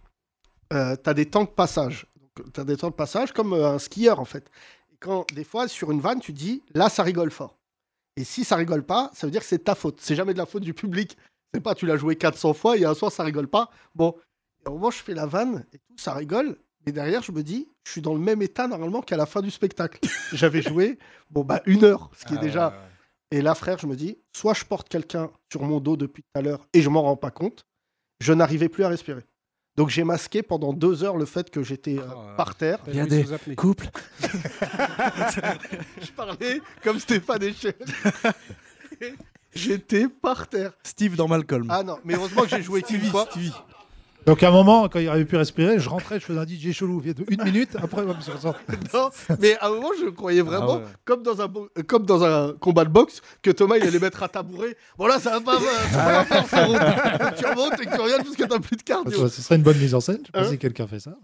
S3: euh, t'as des temps de passage. Donc, t'as des temps de passage comme euh, un skieur, en fait. Et quand, des fois, sur une vanne, tu dis, là, ça rigole fort. Et si ça rigole pas, ça veut dire que c'est ta faute. C'est jamais de la faute du public. C'est pas, tu l'as joué 400 fois et un soir, ça rigole pas. Bon, et au moment, je fais la vanne et tout, ça rigole. Et derrière, je me dis, je suis dans le même état normalement qu'à la fin du spectacle. J'avais joué, bon, bah, une heure, ce qui est déjà. Et là, frère, je me dis, soit je porte quelqu'un sur mon dos depuis tout à l'heure et je m'en rends pas compte, je n'arrivais plus à respirer. Donc j'ai masqué pendant deux heures le fait que j'étais euh,
S6: Oh,
S3: par terre.
S6: T'as
S5: Il y a
S6: jamais
S5: des-
S6: sous apnée.
S5: Couple.
S3: Je parlais comme Stéphane Echel. j'étais par terre.
S5: Steve dans Malcolm.
S3: Ah non, mais heureusement que j'ai joué qu'une fois.
S4: Donc à un moment, quand il n'arrivait plus à respirer, je rentrais, je faisais un DJ chelou. de Une minute, après, hop, je ressortais.
S3: Non, mais à un moment, je croyais vraiment,
S5: Ah ouais.
S3: comme, dans un, bo- euh, comme dans un combat de boxe, que Thomas, il allait mettre un tabouret. Bon, là, ça va pas, euh, ça va pas faire, ça roule. Tu remontes et que tu reviennes parce que t'as plus de
S4: Enfin,
S3: cardio.
S4: tu vois, Ce serait une bonne mise en scène. Je sais pas
S3: Hein
S4: si quelqu'un fait ça.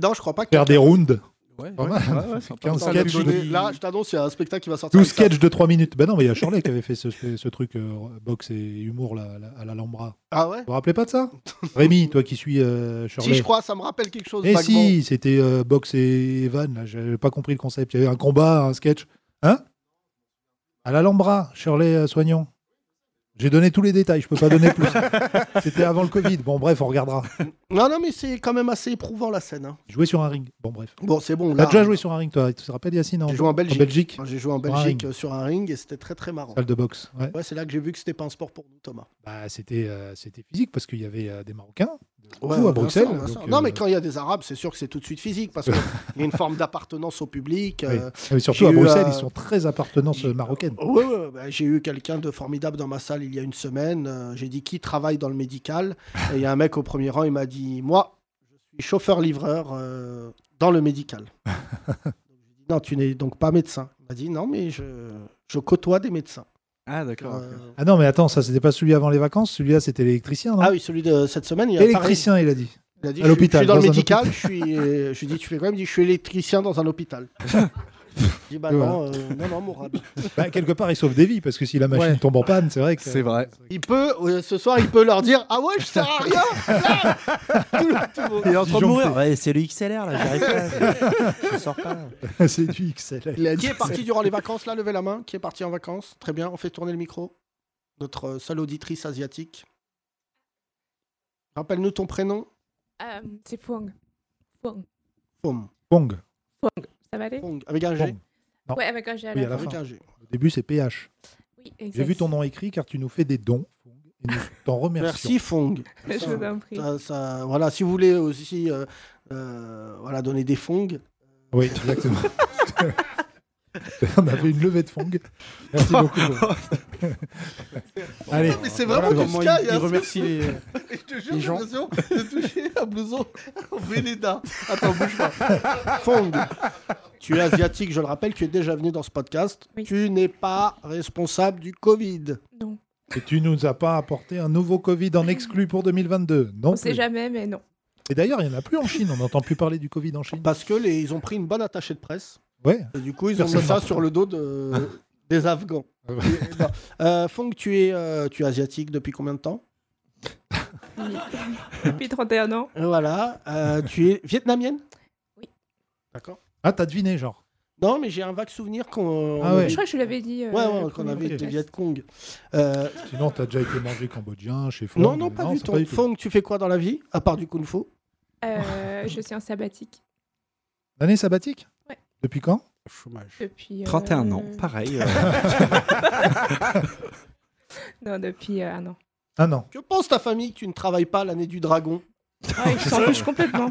S3: Non, je crois pas que.
S4: Faire des rounds.
S6: Ouais.
S4: Pas mal.
S3: Attends,
S4: 15
S3: on a
S4: sketchs.
S3: donné-
S4: de-
S3: Là, je t'annonce, il y a un spectacle qui va sortir.
S4: 12
S3: avec ça.
S4: sketchs de 3 minutes. Ben non, mais il y a Shirley qui avait fait ce, ce truc euh, boxe et humour là, là, à l'Alhambra.
S3: Ah ouais
S4: Vous vous rappelez pas de ça Rémi, toi qui suis euh, Shirley.
S3: Si, je crois, ça me rappelle quelque chose.
S4: Et
S3: vaguement.
S4: si, c'était euh, boxe et Evan. là, J'avais pas compris le concept. Il y avait un combat, un sketch. Hein À l'Alhambra, Shirley euh, Soignon. J'ai donné tous les détails, je peux pas donner plus. c'était avant le Covid. Bon, bref, on regardera.
S3: Non, non, mais c'est quand même assez éprouvant la scène. hein.
S4: Jouer sur un ring. Bon, bref.
S3: Bon, c'est bon.
S4: T'as
S3: là,
S4: déjà joué sur un ring, toi Tu te rappelles, Yacine en,
S3: J'ai joué en Belgique.
S4: Belgique
S3: J'ai joué en
S4: un
S3: Belgique
S4: ring.
S3: euh, sur un ring et c'était très très marrant.
S4: Salle de boxe. Ouais.
S3: Ouais, c'est là que j'ai vu que c'était pas un sport pour nous, Thomas.
S4: Bah, c'était euh, c'était physique parce qu'il y avait euh, des Marocains. Ou à
S3: Ouais, bien
S4: Bruxelles,
S3: sûr, bien sûr.
S4: donc,
S3: Non,
S4: euh,
S3: mais quand il y a des Arabes, c'est sûr que c'est tout de suite physique parce qu'il y a une forme d'appartenance au public.
S4: Oui.
S3: euh,
S4: Ah, mais surtout
S3: j'ai
S4: à
S3: eu,
S4: Bruxelles,
S3: euh,
S4: ils sont très appartenances euh, marocaines.
S3: Ouais, ouais, bah, j'ai eu quelqu'un de formidable dans ma salle il y a une semaine. euh, j'ai dit qui travaille dans le médical. Et il y a un mec au premier rang, il m'a dit Moi, je suis chauffeur-livreur euh, dans le médical. Donc, j'ai dit, non, tu n'es donc pas médecin. Il m'a dit Non, mais je, je côtoie des médecins.
S5: Ah, d'accord. ok.
S3: Euh,
S4: Ah non, mais attends, ça c'était pas celui avant les vacances, celui-là c'était l'électricien, non
S3: ah oui, celui de cette semaine, il a
S4: Électricien, il a dit.
S3: Il a dit,
S4: À
S3: je, suis- je
S4: l'hôpital,
S3: suis dans, le
S4: dans un
S3: médical, je suis, euh, je lui dis, tu fais quoi Il me dit, je suis électricien dans un hôpital. je dis, bah
S4: Et
S3: non, euh, non, non, Mourad.
S4: Bah, quelque part, il sauve des vies parce que si la machine tombe en panne, c'est vrai que.
S5: C'est vrai.
S3: Il peut, euh, ce soir, il peut leur dire, ah ouais, je sers à rien Tout le- tout le monde.
S5: Il est en train de mourir.
S7: Ouais, c'est le XLR là, j'arrive pas. Je sors pas.
S4: c'est du XL.
S3: Il a dit, Qui est parti durant les vacances, là Levez la main. Qui est parti en vacances Très bien, on fait tourner le micro. Notre euh, seule auditrice asiatique. Rappelle-nous ton prénom.
S8: Euh, c'est Fong. Fong.
S3: Pom.
S4: Pong.
S8: Ça va aller
S3: Pong, Avec un G.
S4: Pong. Non.
S8: Ouais, avec un G à
S4: Oui,
S8: la
S4: à la
S8: fin.
S3: Avec
S4: fin.
S3: un G.
S4: Au début, c'est PH.
S8: Oui, exact.
S4: J'ai vu ton nom écrit car tu nous fais des dons. Et nous t'en remercions.
S3: Merci, Fong.
S8: Je vous en prie.
S3: Ça- ça- voilà, si vous voulez aussi euh, euh, voilà, donner des fongs,
S4: Oui, exactement. On a fait une levée de Fong. Merci beaucoup. Allez,
S3: Mais c'est
S6: Voilà
S3: vraiment hein,
S6: comment
S3: comme ça,
S6: il, il remercie les.
S3: Je te jure,
S6: les
S3: j'ai
S6: gens.
S3: l'impression de toucher un blouson en Vénéda. Attends, bouge pas. Fong, tu es asiatique, je le rappelle, tu es déjà venu dans ce podcast.
S8: Oui.
S3: Tu n'es pas responsable du Covid.
S8: Non,
S4: Et tu nous as pas apporté un nouveau Covid en exclu pour 2022. Non.
S8: on sait
S4: plus.
S8: jamais, mais non.
S4: Et d'ailleurs, il n'y en a plus en Chine. On n'entend plus parler du Covid en Chine.
S3: Parce que les, ils ont pris une bonne attachée de presse.
S4: Ouais.
S3: Et du coup, ils ont
S4: Personne
S3: mis ça
S4: n'en
S3: sur le dos de- des Afghans.
S4: Ah ouais.
S3: Et- non. Euh, Fong, tu es, euh, tu es asiatique depuis combien de temps
S8: Ah Depuis 31 ans.
S3: Et Voilà. Euh, tu es vietnamienne
S8: Oui.
S3: D'accord.
S4: Ah, t'as deviné, genre.
S3: Non, mais j'ai un vague souvenir qu'on.
S4: Ah ouais.
S8: Je crois que je l'avais dit. euh,
S3: Ouais,
S8: au
S3: ouais, qu'on
S8: premier
S3: avait été
S8: podcast.
S3: Viet Cong. Euh,
S4: Sinon, t'as déjà été mangé cambodgien, chez Fong.
S3: non, non, pas du,
S4: c'est
S3: tout. Fong, tu fais quoi dans la vie, à part du Kung Fu
S8: Euh, je suis en sabbatique
S4: L'année sabbatique
S8: Ouais.
S4: Depuis quand
S6: Chômage.
S8: depuis. euh,
S7: 31 ans, pareil. euh,
S8: Non, depuis euh, un an.
S4: Un an.
S3: Que pense ta famille que tu ne travailles pas l'année du dragon
S8: Ah, ils s'en fichent complètement.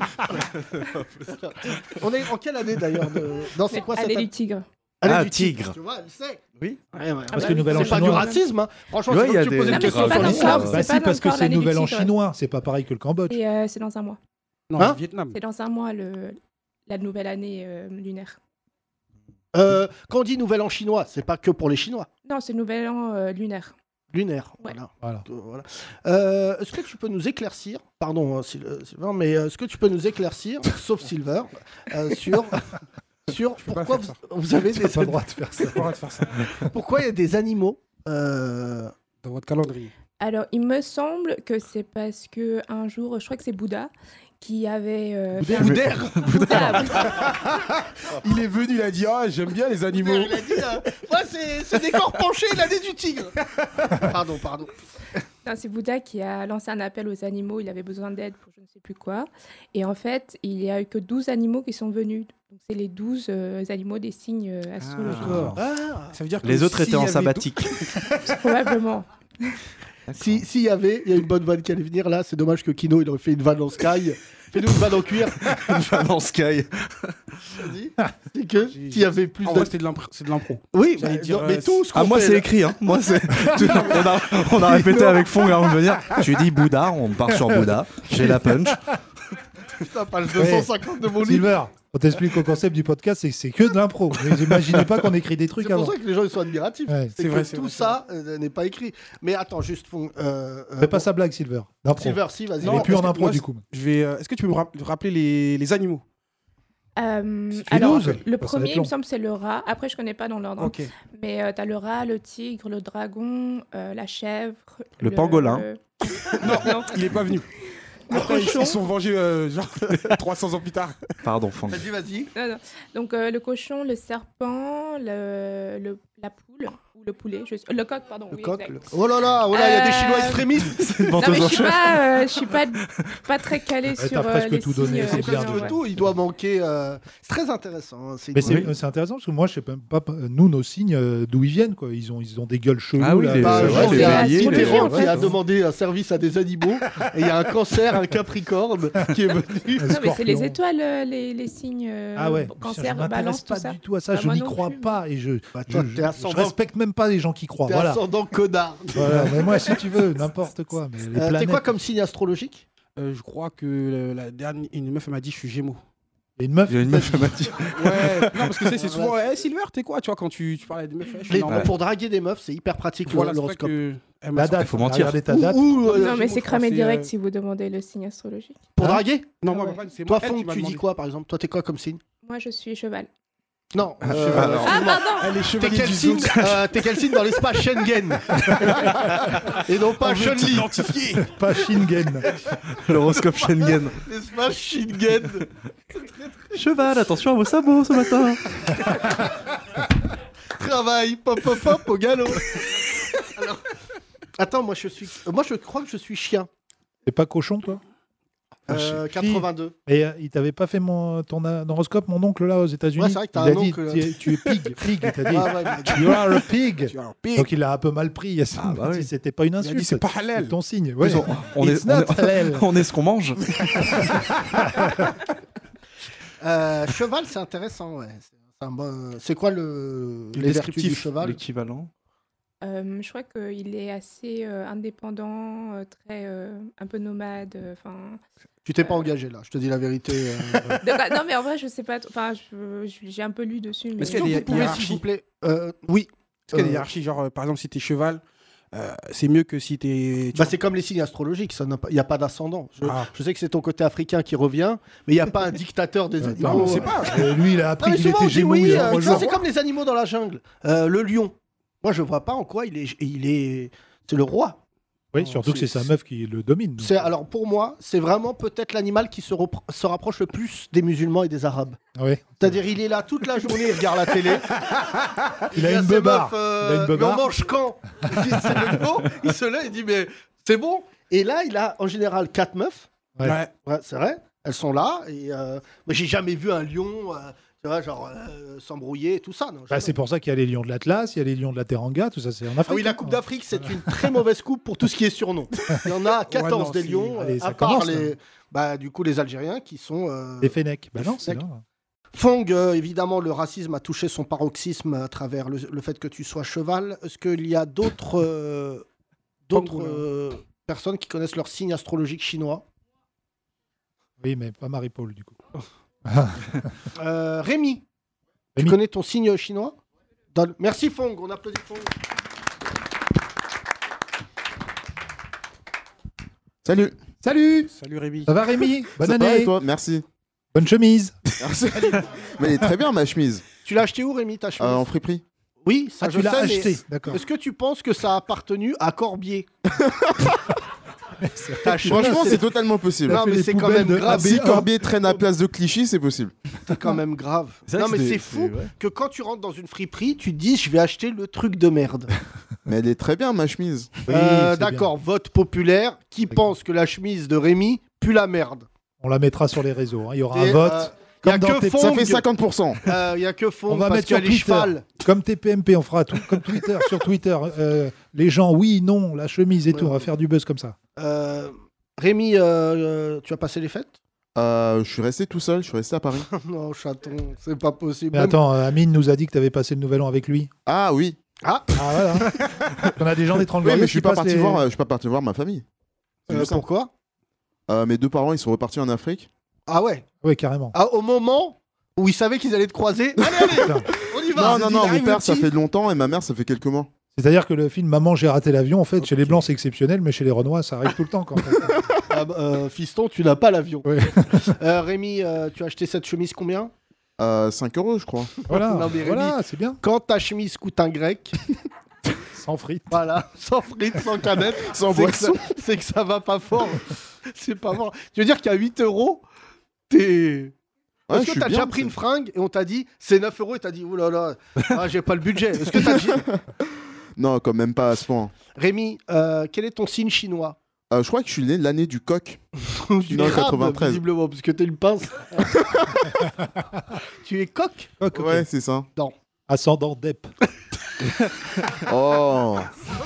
S3: On est en quelle année d'ailleurs de... Non, c'est quoi cette
S8: Allez, du
S3: année
S8: tigre. Ah, bah.
S7: Ah,
S3: du
S7: tigre.
S3: Tu vois, elle sait.
S5: Oui.
S3: Ouais, ouais.
S8: Parce
S4: que Nouvel An
S3: Ah bah C'est pas du
S4: chinois. Ah,
S3: racisme, hein. franchement,
S5: Ouais,
S3: c'est
S5: il y
S3: comme
S5: a
S3: tu
S5: des-
S3: posais
S5: Non,
S3: une
S5: mais
S3: question
S5: c'est
S3: sur
S5: pas
S3: l'islam.
S8: C'est
S4: Bah
S8: pas
S4: si, parce que
S8: encore
S4: c'est
S8: l'année du
S4: Nouvel An
S8: tigre.
S4: chinois, c'est pas pareil que le Cambodge.
S8: Et euh, c'est dans un mois.
S6: Non,
S3: Hein
S6: le Vietnam.
S8: C'est dans un mois le... la nouvelle année euh, lunaire.
S3: Euh, quand on dit nouvel an chinois, c'est pas que pour les Chinois.
S8: Non, c'est le nouvel an euh, lunaire.
S3: Lunaire.
S8: Ouais.
S3: Voilà.
S4: Voilà.
S3: Euh, voilà. Euh, est-ce que tu peux nous éclaircir, pardon hein, Syl- euh, Sylvain, mais euh, est-ce que tu peux nous éclaircir, sauf Silver, euh, sur, sur
S6: pas
S3: pourquoi vous,
S6: faire
S3: vous avez
S4: T'as
S3: des
S4: pas le droit de faire ça.
S6: C'est pas vrai de faire ça
S3: Pourquoi il y a des animaux euh,
S6: dans votre calendrier.
S8: Alors, il me semble que c'est parce que un jour, je crois que c'est Bouddha qui avait. euh, fait- Bouddha,
S6: Il est venu, il a dit Ah, j'aime bien les animaux.
S3: Il a dit, euh, ouais, c'est, c'est des corps penchés, l'année du tigre. Pardon, pardon.
S8: Non, C'est Bouddha qui a lancé un appel aux animaux. Il avait besoin d'aide pour je ne sais plus quoi. Et en fait, il n'y a eu que 12 animaux qui sont venus. Donc, c'est les 12 euh, animaux des signes euh, astrologiques,
S6: D'accord.
S3: ah.
S6: Ça veut dire que
S7: Les autres
S6: s'il
S7: étaient
S6: y
S7: en
S6: avait
S7: sabbatique.
S8: probablement.
S3: Si- S'il y avait, il y a une bonne vanne qui allait venir là, c'est dommage que Kino il aurait fait une vanne en sky. Fais-nous une vanne en cuir.
S5: Une femme en sky.
S3: Vas-y. C'est que
S6: J'ai-
S3: s'il y avait plus
S6: En vrai,
S3: de.
S6: c'était de l'impro- Ah c'est de l'impro.
S3: Oui,
S6: j'allais
S3: bah,
S6: dire,
S3: non,
S6: euh,
S3: mais tout ce qu'on
S5: Ah, moi,
S3: fait,
S5: c'est
S3: là- Euh,
S5: écrit. Hein. Moi, c'est... tout- on, a, on a répété avec fond. Là, on veut dire tu dis Bouddha, on part sur Bouddha. Ah, J'ai la punch.
S3: Putain, page 250 de mon livre.
S4: Silver, on t'explique le concept du podcast, c'est- c'est que de l'impro. Vous imaginez pas qu'on écrit des
S3: C'est
S4: trucs
S3: pour
S4: avant.
S3: ça que les gens ils sont admiratifs.
S4: Ouais.
S3: C'est
S6: C'est
S3: vrai,
S6: vrai, c'est
S3: tout
S6: vrai, c'est
S3: ça euh, n'est pas écrit. Mais attends, juste. fon- Euh, euh,
S4: Fais pas sa blague, Silver. D'impro.
S3: Silver, si, vas-y.
S4: Et
S6: Non,
S4: puis
S6: parce
S4: en
S6: que
S4: impro,
S6: moi,
S4: du coup.
S6: Je vais. euh, Est-ce que tu peux me rap- rappeler les, les animaux
S8: Euh,
S4: Si tu
S8: alors,
S4: l'oses, ça va
S8: le
S4: être
S8: premier, il
S4: long.
S8: me semble, c'est le rat. Après, je connais pas dans l'ordre. hein.
S6: Ok.
S8: Mais tu as le rat, le tigre, le dragon, euh, la chèvre.
S7: Le pangolin.
S8: non, non.
S6: Il est pas venu. Après, ils, ils sont vengés euh, genre 300 ans plus tard.
S7: Pardon, Fang.
S3: Vas-y, vas-y.
S8: non, non. Donc, euh, le cochon, le serpent, le, le- la poule ou le poulet. je sais- Le coq, pardon.
S3: Le
S8: oui,
S3: coq.
S8: exact.
S3: le- Oh là là, oh là, il y a des
S8: Euh,
S3: Chinois extrémistes.
S8: Non, mais je suis pas, euh, je suis pas, pas très calée
S4: t'as
S8: sur euh,
S4: presque
S8: les
S4: tout
S8: signes,
S4: donné,
S8: euh,
S4: c'est
S8: les
S4: bien
S8: signes,
S4: déjà.
S8: ouais.
S3: Tout, il doit manquer. euh, C'est très intéressant. hein, c'est
S4: Mais c'est
S3: une-
S4: c'est intéressant parce que moi, je sais même pas, nous, nos signes, euh, d'où ils viennent. Quoi. Ils, ont, ils ont des gueules cheloues.
S5: Ah oui,
S4: là.
S5: les-
S3: Bah,
S5: Euh,
S3: genre,
S5: ouais,
S3: il y a
S8: les-
S3: Simon
S8: les-
S3: Perron
S8: les-
S3: qui a
S8: les-
S3: demandé un service à des animaux et il y a un cancer, un capricorne qui est venu.
S4: Un
S8: Non, mais c'est les
S4: scorpion.
S8: étoiles, euh, les, les signes euh,
S4: Ah ouais, Putain,
S8: cancer,
S4: je m'intéresse
S8: balance, tout
S4: pas
S8: ça.
S4: du tout à ça,
S8: Bah,
S4: je
S8: moi
S4: n'y
S8: non
S4: crois
S8: plus. Bah,
S4: pas et je,
S3: toi,
S4: je,
S3: t'es
S4: je-
S3: ascendant.
S4: je respecte même pas les gens qui croient.
S3: T'es
S4: Voilà.
S3: ascendant connard.
S4: Voilà, mais moi, si tu veux, n'importe quoi. Mais les
S3: Euh, T'es
S4: planètes,
S3: quoi comme signe astrologique
S6: Euh, je crois que le- la dernière, une meuf elle m'a dit je suis Gémeaux.
S4: et une meuf,
S5: Il y a une meuf qui m'a dit.
S6: Ouais. non parce que tu sais, c'est souvent eh Silver t'es quoi tu vois quand tu, tu parles à des meufs. eh, je suis
S3: Les-
S6: normal.
S3: Pour draguer des meufs, c'est hyper pratique
S6: Voilà c'est pour ça
S3: l'horoscope.
S6: que. elle m'a
S4: la
S6: sorti-
S4: date,
S7: faut mentir.
S4: Regardez ta
S3: Ou-
S4: date.
S3: ou, euh,
S8: non, mais c'est
S6: je crois que
S8: cramé
S6: c'est,
S8: direct
S6: euh,
S8: si vous demandez le signe astrologique.
S3: pour
S4: Hein
S3: draguer
S6: Non moi
S8: Ah ouais.
S6: papa, c'est
S3: Toi,
S6: moi. elle
S3: Fong,
S6: qui m'a
S3: tu dis
S6: demandé.
S3: quoi par exemple Toi, t'es quoi comme signe
S8: Moi, je suis cheval.
S3: Non. euh,
S5: cheval, alors.
S8: Ah,
S3: excuse-moi.
S8: pardon
S6: Elle est
S3: T'es
S6: chevalier
S3: quel
S6: du
S3: signe
S6: Zouk.
S3: Euh, T'es quel signe dans l'espace Schengen Et non pas Chun-Li.
S4: Pas Shingen.
S5: L'horoscope Schengen.
S3: L'espace Schengen.
S7: Cheval, attention à vos sabots ce matin.
S3: Travail, pop pop pop au galop. Alors, attends, moi je suis, euh, moi je crois que je suis chien.
S4: T'es pas cochon, toi
S3: Euh, 82.
S4: Et euh, il t'avait pas fait mon, ton euh, horoscope, mon oncle, là, aux États-Unis
S3: Ouais, c'est vrai que t'as
S4: Il
S3: un
S4: a dit,
S3: oncle, là.
S4: tu es- tu es pig, pig, il t'a dit.
S3: Ah ouais, bah,
S4: You are a pig.
S6: Tu as un pig.
S4: Donc il a un peu mal pris. Yassine.
S5: Ah, bah oui.
S4: C'était pas une
S6: Il a dit
S4: insulte.
S6: c'est pas halal.
S4: C'est ton signe. Ouais.
S5: On, on
S4: It's
S5: est, on,
S4: not
S5: est,
S4: halal.
S5: on est ce qu'on mange.
S3: euh, cheval, c'est intéressant. Ouais. C'est un bon- euh, C'est quoi le,
S6: Le
S3: les vertus du
S6: descriptif,
S3: cheval
S5: L'équivalent.
S8: Euh, Je crois qu'il est assez euh, indépendant, euh, très euh, un peu nomade. euh, Enfin,
S3: Tu t'es pas
S6: Euh,
S3: engagé là, je te dis la vérité. euh,
S8: Donc, ah, non mais en vrai, je sais pas. trop- Enfin, je- je- j'ai un peu lu dessus. Mais
S6: Est-ce qu'il y a
S3: donc,
S6: des-
S3: vous pouvez, s'il
S6: hiérarchies
S3: vous plaît. euh, oui.
S6: Est-ce qu'il y a
S3: Euh,
S6: des hiérarchies genre euh, par exemple si t'es cheval euh, c'est mieux que si t'es. tu
S3: Bah, c'est comme les signes astrologiques, ça n'a pas- il n'y a pas d'ascendant. Je,
S6: Ah.
S3: je sais que c'est ton côté africain qui revient, mais il n'y a pas un dictateur des
S6: vois. Euh, Non,
S3: animaux. euh.
S6: mais c'est pas.
S4: Et Euh, lui, il a
S3: Non,
S4: appris
S3: mais
S4: qu'il
S3: souvent on
S4: était
S3: dit
S4: gémeaux.
S3: oui,
S4: il
S3: euh,
S4: a
S3: tu vois,
S4: rejoint.
S3: c'est comme les animaux dans la jungle. Euh, le lion, moi je vois pas en quoi il est, il est, c'est le roi.
S4: Oui, surtout que c'est sa meuf qui le domine. donc. euh.
S3: C'est alors pour moi, c'est vraiment peut-être l'animal qui se, repro- se rapproche le plus des musulmans et des arabes.
S4: Ouais.
S3: C'est-à-dire il est là toute la journée, il regarde la télé.
S4: Il a
S3: y
S4: une
S3: ses
S4: beubare.
S3: meufs, euh,
S4: Il a une
S3: mais on
S4: beubare.
S3: mange quand Il dit, C'est le lion. Il se lève, il dit mais c'est bon. Et là, il a en général quatre meufs.
S4: Ouais.
S6: Ouais.
S3: Ouais, c'est vrai. Elles sont là. Et euh, mais j'ai jamais vu un lion, euh, tu vois, genre euh, s'embrouiller et tout ça. non,
S4: Bah,
S3: jamais.
S4: c'est pour ça qu'il y a les lions de l'Atlas, il y a les lions de la Teranga, tout ça, c'est en Afrique.
S3: Ah oui, la Coupe d'Afrique, c'est une très mauvaise coupe pour tout ce qui est surnom. Il y en a 14
S6: non,
S3: des
S6: si.
S3: Lions,
S4: Allez,
S3: euh,
S4: ça
S3: à part
S4: commence,
S3: les,
S4: là.
S3: bah, du coup, les Algériens qui sont. euh,
S4: Les Fennecs. Bah non, c'est
S3: Fennecs.
S4: là.
S3: Fong, euh, évidemment, le racisme a touché son paroxysme à travers le, le fait que tu sois cheval. Est-ce qu'il y a d'autres euh, d'autres
S6: Pangolin.
S3: euh, personnes qui connaissent leur signe astrologique chinois
S4: Oui, mais pas Marie-Paul, du coup.
S3: Euh, Rémi, tu
S4: Rémi.
S3: connais ton signe chinois Dans- Merci Fong, on applaudit Fong.
S9: Salut.
S4: Salut
S6: Salut Rémi.
S4: Ça va, Rémi Bonne
S9: Ça va et
S4: année
S9: toi Merci.
S4: Bonne chemise
S9: Merci. mais elle est très bien ma chemise.
S3: Tu l'as acheté où, Rémi, ta chemise
S9: Euh, en friperie.
S3: Oui, ça
S4: Ah,
S3: je
S4: tu l'as
S3: sais, mais
S4: acheté, d'accord.
S3: Est-ce que tu penses que ça a appartenu à Corbier Ta chemise,
S9: Franchement,
S3: c'est-
S9: c'est totalement possible.
S3: Non,
S4: fait
S3: mais
S4: les
S3: c'est quand
S4: poubelles
S3: même
S4: de-
S3: grave.
S9: Si Corbier traîne à place de Clichy, c'est possible.
S3: C'est quand même grave.
S5: C'est vrai
S3: Non,
S5: que
S3: mais
S5: des-
S3: c'est fou
S5: ouais.
S3: que quand tu rentres dans une friperie, tu te dis je vais acheter le truc de merde.
S9: Mais elle est très bien, ma chemise.
S4: Oui,
S3: Euh,
S4: c'est bien.
S3: D'accord, vote populaire. Qui pense que la chemise de Rémi pue la merde
S4: On la mettra sur les réseaux. hein. Il y aura
S3: Et,
S4: un vote.
S3: euh,
S4: Comme
S3: y a
S4: dans
S3: que
S4: tes-
S3: Fong,
S9: Ça fait 50%.
S3: euh, y a que Fong,
S4: On va
S3: parce
S4: mettre
S3: qu'il y a
S4: sur
S3: les
S4: Twitter.
S3: chevals.
S4: Comme TPMP, on fera tout comme Twitter. sur Twitter, euh, les gens, oui, non, la chemise et
S3: Ouais,
S4: tout. On va
S3: ouais.
S4: faire du buzz comme ça.
S3: Euh, Rémi, euh, euh, tu as passé les fêtes
S9: Euh, je suis resté tout seul, je suis resté à Paris.
S3: Non, chaton, c'est pas possible.
S4: Mais attends, euh, Amine nous a dit que tu avais passé le nouvel an avec lui.
S9: Ah oui.
S4: Ah voilà. on a des gens des 30
S9: Oui, mais
S4: Glorieuses
S9: je
S4: qui
S9: suis pas
S4: passent
S9: parti
S4: les-
S9: voir, euh, je suis pas parti voir ma famille. C'est
S3: Euh,
S9: juste simple.
S3: pourquoi
S9: Euh, mes deux parents, ils sont repartis en Afrique.
S3: Ah ouais
S4: Ouais, carrément.
S3: Ah, Au moment où ils savaient qu'ils allaient te croiser. Allez, allez,
S4: Putain.
S3: on y va
S9: Non, non, non, mon père, ça fait longtemps et ma mère, ça fait quelques mois.
S4: C'est-à-dire que le film Maman, j'ai raté l'avion, en fait, chez les Blancs, c'est exceptionnel, mais chez les Renois, ça arrive tout le temps. Quand
S3: Ah, bah, euh, fiston, tu n'as pas l'avion.
S4: Ouais.
S3: Euh, Rémi, euh, tu as acheté cette chemise combien
S9: Euh, 5 euros, je crois.
S4: Voilà,
S3: Non, mais
S4: voilà c'est bien.
S3: Quand ta chemise coûte un grec,
S4: Sans frites.
S3: voilà, sans frites, sans canettes,
S9: Sans
S3: c'est que ça- c'est que ça va pas fort. C'est pas fort. Tu veux dire qu'à 8 euros, t'es.
S9: Ouais, je
S3: Est-ce que
S9: suis
S3: t'as
S9: bien,
S3: déjà pris une
S9: c'est-
S3: fringue et on t'a dit c'est 9 euros et t'as dit oh là là, ah, j'ai pas le budget. Est-ce que t'as dit
S9: Non, quand même pas à ce point.
S3: Rémi, euh, quel est ton signe chinois
S9: Euh, je crois que je suis né l'année du coq.
S3: Tu
S9: Non,
S3: es rabe,
S9: 93.
S3: visiblement, parce que t'es une pince. tu es coq
S4: Coq, ok.
S9: Ouais, c'est ça.
S4: Ascendant Dep.
S9: Oh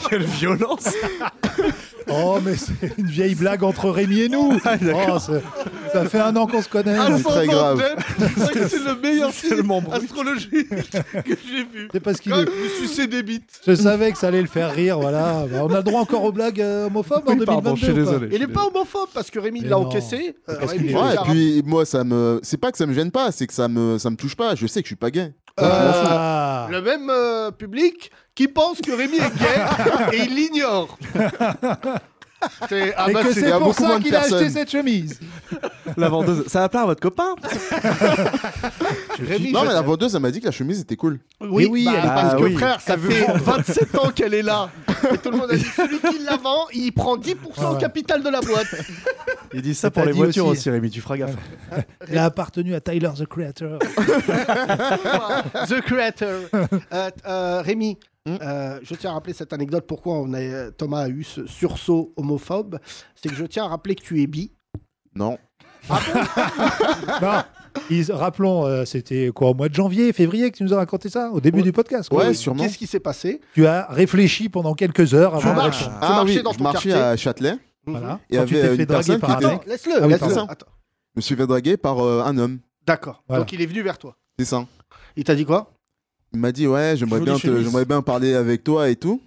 S5: Quelle violence
S4: Oh, mais c'est une vieille blague entre Rémi et nous. Oh, c'est- ça fait un an qu'on se connaît.
S9: Ah, c'est très grave.
S3: c'est le meilleur signe
S5: Tellement brut.
S3: astrologique que j'ai vu.
S4: C'est parce qu'il
S3: Coq,
S4: est.
S3: vous sucez des bites.
S4: Je savais que ça allait le faire rire, voilà. Bah, on a le droit encore aux blagues euh, homophobes en
S5: Oui,
S4: 2022.
S5: pardon, je suis
S4: ou pas
S5: désolé. je suis
S3: Il est pas
S5: désolé.
S3: homophobe parce que Rémi
S4: Mais
S3: l'a
S4: non.
S3: encaissé. Euh,
S4: Parce qu'il
S3: Rémi,
S4: est-
S3: il
S9: Ouais, et
S3: a-
S9: puis moi, ça me. C'est pas que ça me gêne pas, c'est que ça me... ça me touche pas. Je sais que je suis pas gay.
S3: Euh,
S4: Ah.
S3: Le même euh, public qui pense que Rémi est gay et il l'ignore. C'est- ah
S4: Et
S3: bah,
S4: que
S3: c'est-
S9: il y
S4: c'est
S9: a
S4: pour
S9: beaucoup
S4: ça
S9: moins de
S4: qu'il a acheté
S9: personnes.
S4: cette chemise.
S5: La vendeuse, ça va plaire à votre copain
S3: Rémi,
S9: Non,
S3: je-
S9: mais la vendeuse, elle m'a dit que la chemise était cool.
S3: Oui,
S4: Eh oui,
S3: bah,
S4: elle-
S3: parce
S5: Ah
S3: que
S5: oui.
S3: frère, ça fait 27 ans qu'elle est là. Et tout le monde a dit celui qui la vend, il prend 10%
S4: Ah
S3: au
S4: ouais.
S3: capital de la boîte.
S5: Ils disent ça
S4: Et t'as
S5: pour les
S4: dit
S5: voitures
S4: aussi.
S5: aussi, Rémi, tu feras gaffe.
S4: Il a appartenu à Tyler the Creator.
S3: The Creator. Euh, euh, Rémi,
S9: Hmm.
S3: euh, je tiens à rappeler cette anecdote. Pourquoi on a, Thomas a eu ce sursaut homophobe C'est que je tiens à rappeler que tu es bi.
S9: Non.
S4: Ah Non. Ils- rappelons, euh, c'était quoi au mois de janvier, février que tu nous as raconté ça au début
S3: Ouais.
S4: du podcast. quoi.
S9: Ouais, sûrement.
S3: Qu'est-ce qui s'est passé
S4: Tu as réfléchi pendant quelques heures
S3: Tu
S4: avant. de
S3: marches.
S4: répondre.
S3: tu
S9: Ah
S3: marchais
S9: oui,
S3: dans
S9: je
S3: ton
S9: marchais
S3: quartier.
S9: à Châtelet.
S4: Voilà.
S9: Et
S4: Hein Quand tu
S9: avait
S4: t'es
S9: une
S4: fait draguer
S9: personne
S4: par
S9: qui
S4: un
S9: était-
S4: mec.
S3: Non, laisse-le.
S4: Ah oui,
S3: laisse-le.
S9: pardon.
S3: Attends.
S9: Je me suis fait draguer par euh, un homme.
S3: D'accord.
S4: Voilà.
S3: Donc il est venu vers toi.
S9: C'est ça.
S3: Il t'a dit quoi
S9: Il m'a dit ouais, j'aimerais
S5: Jolie
S9: bien, te-
S5: chemise.
S9: j'aimerais bien parler avec toi et tout.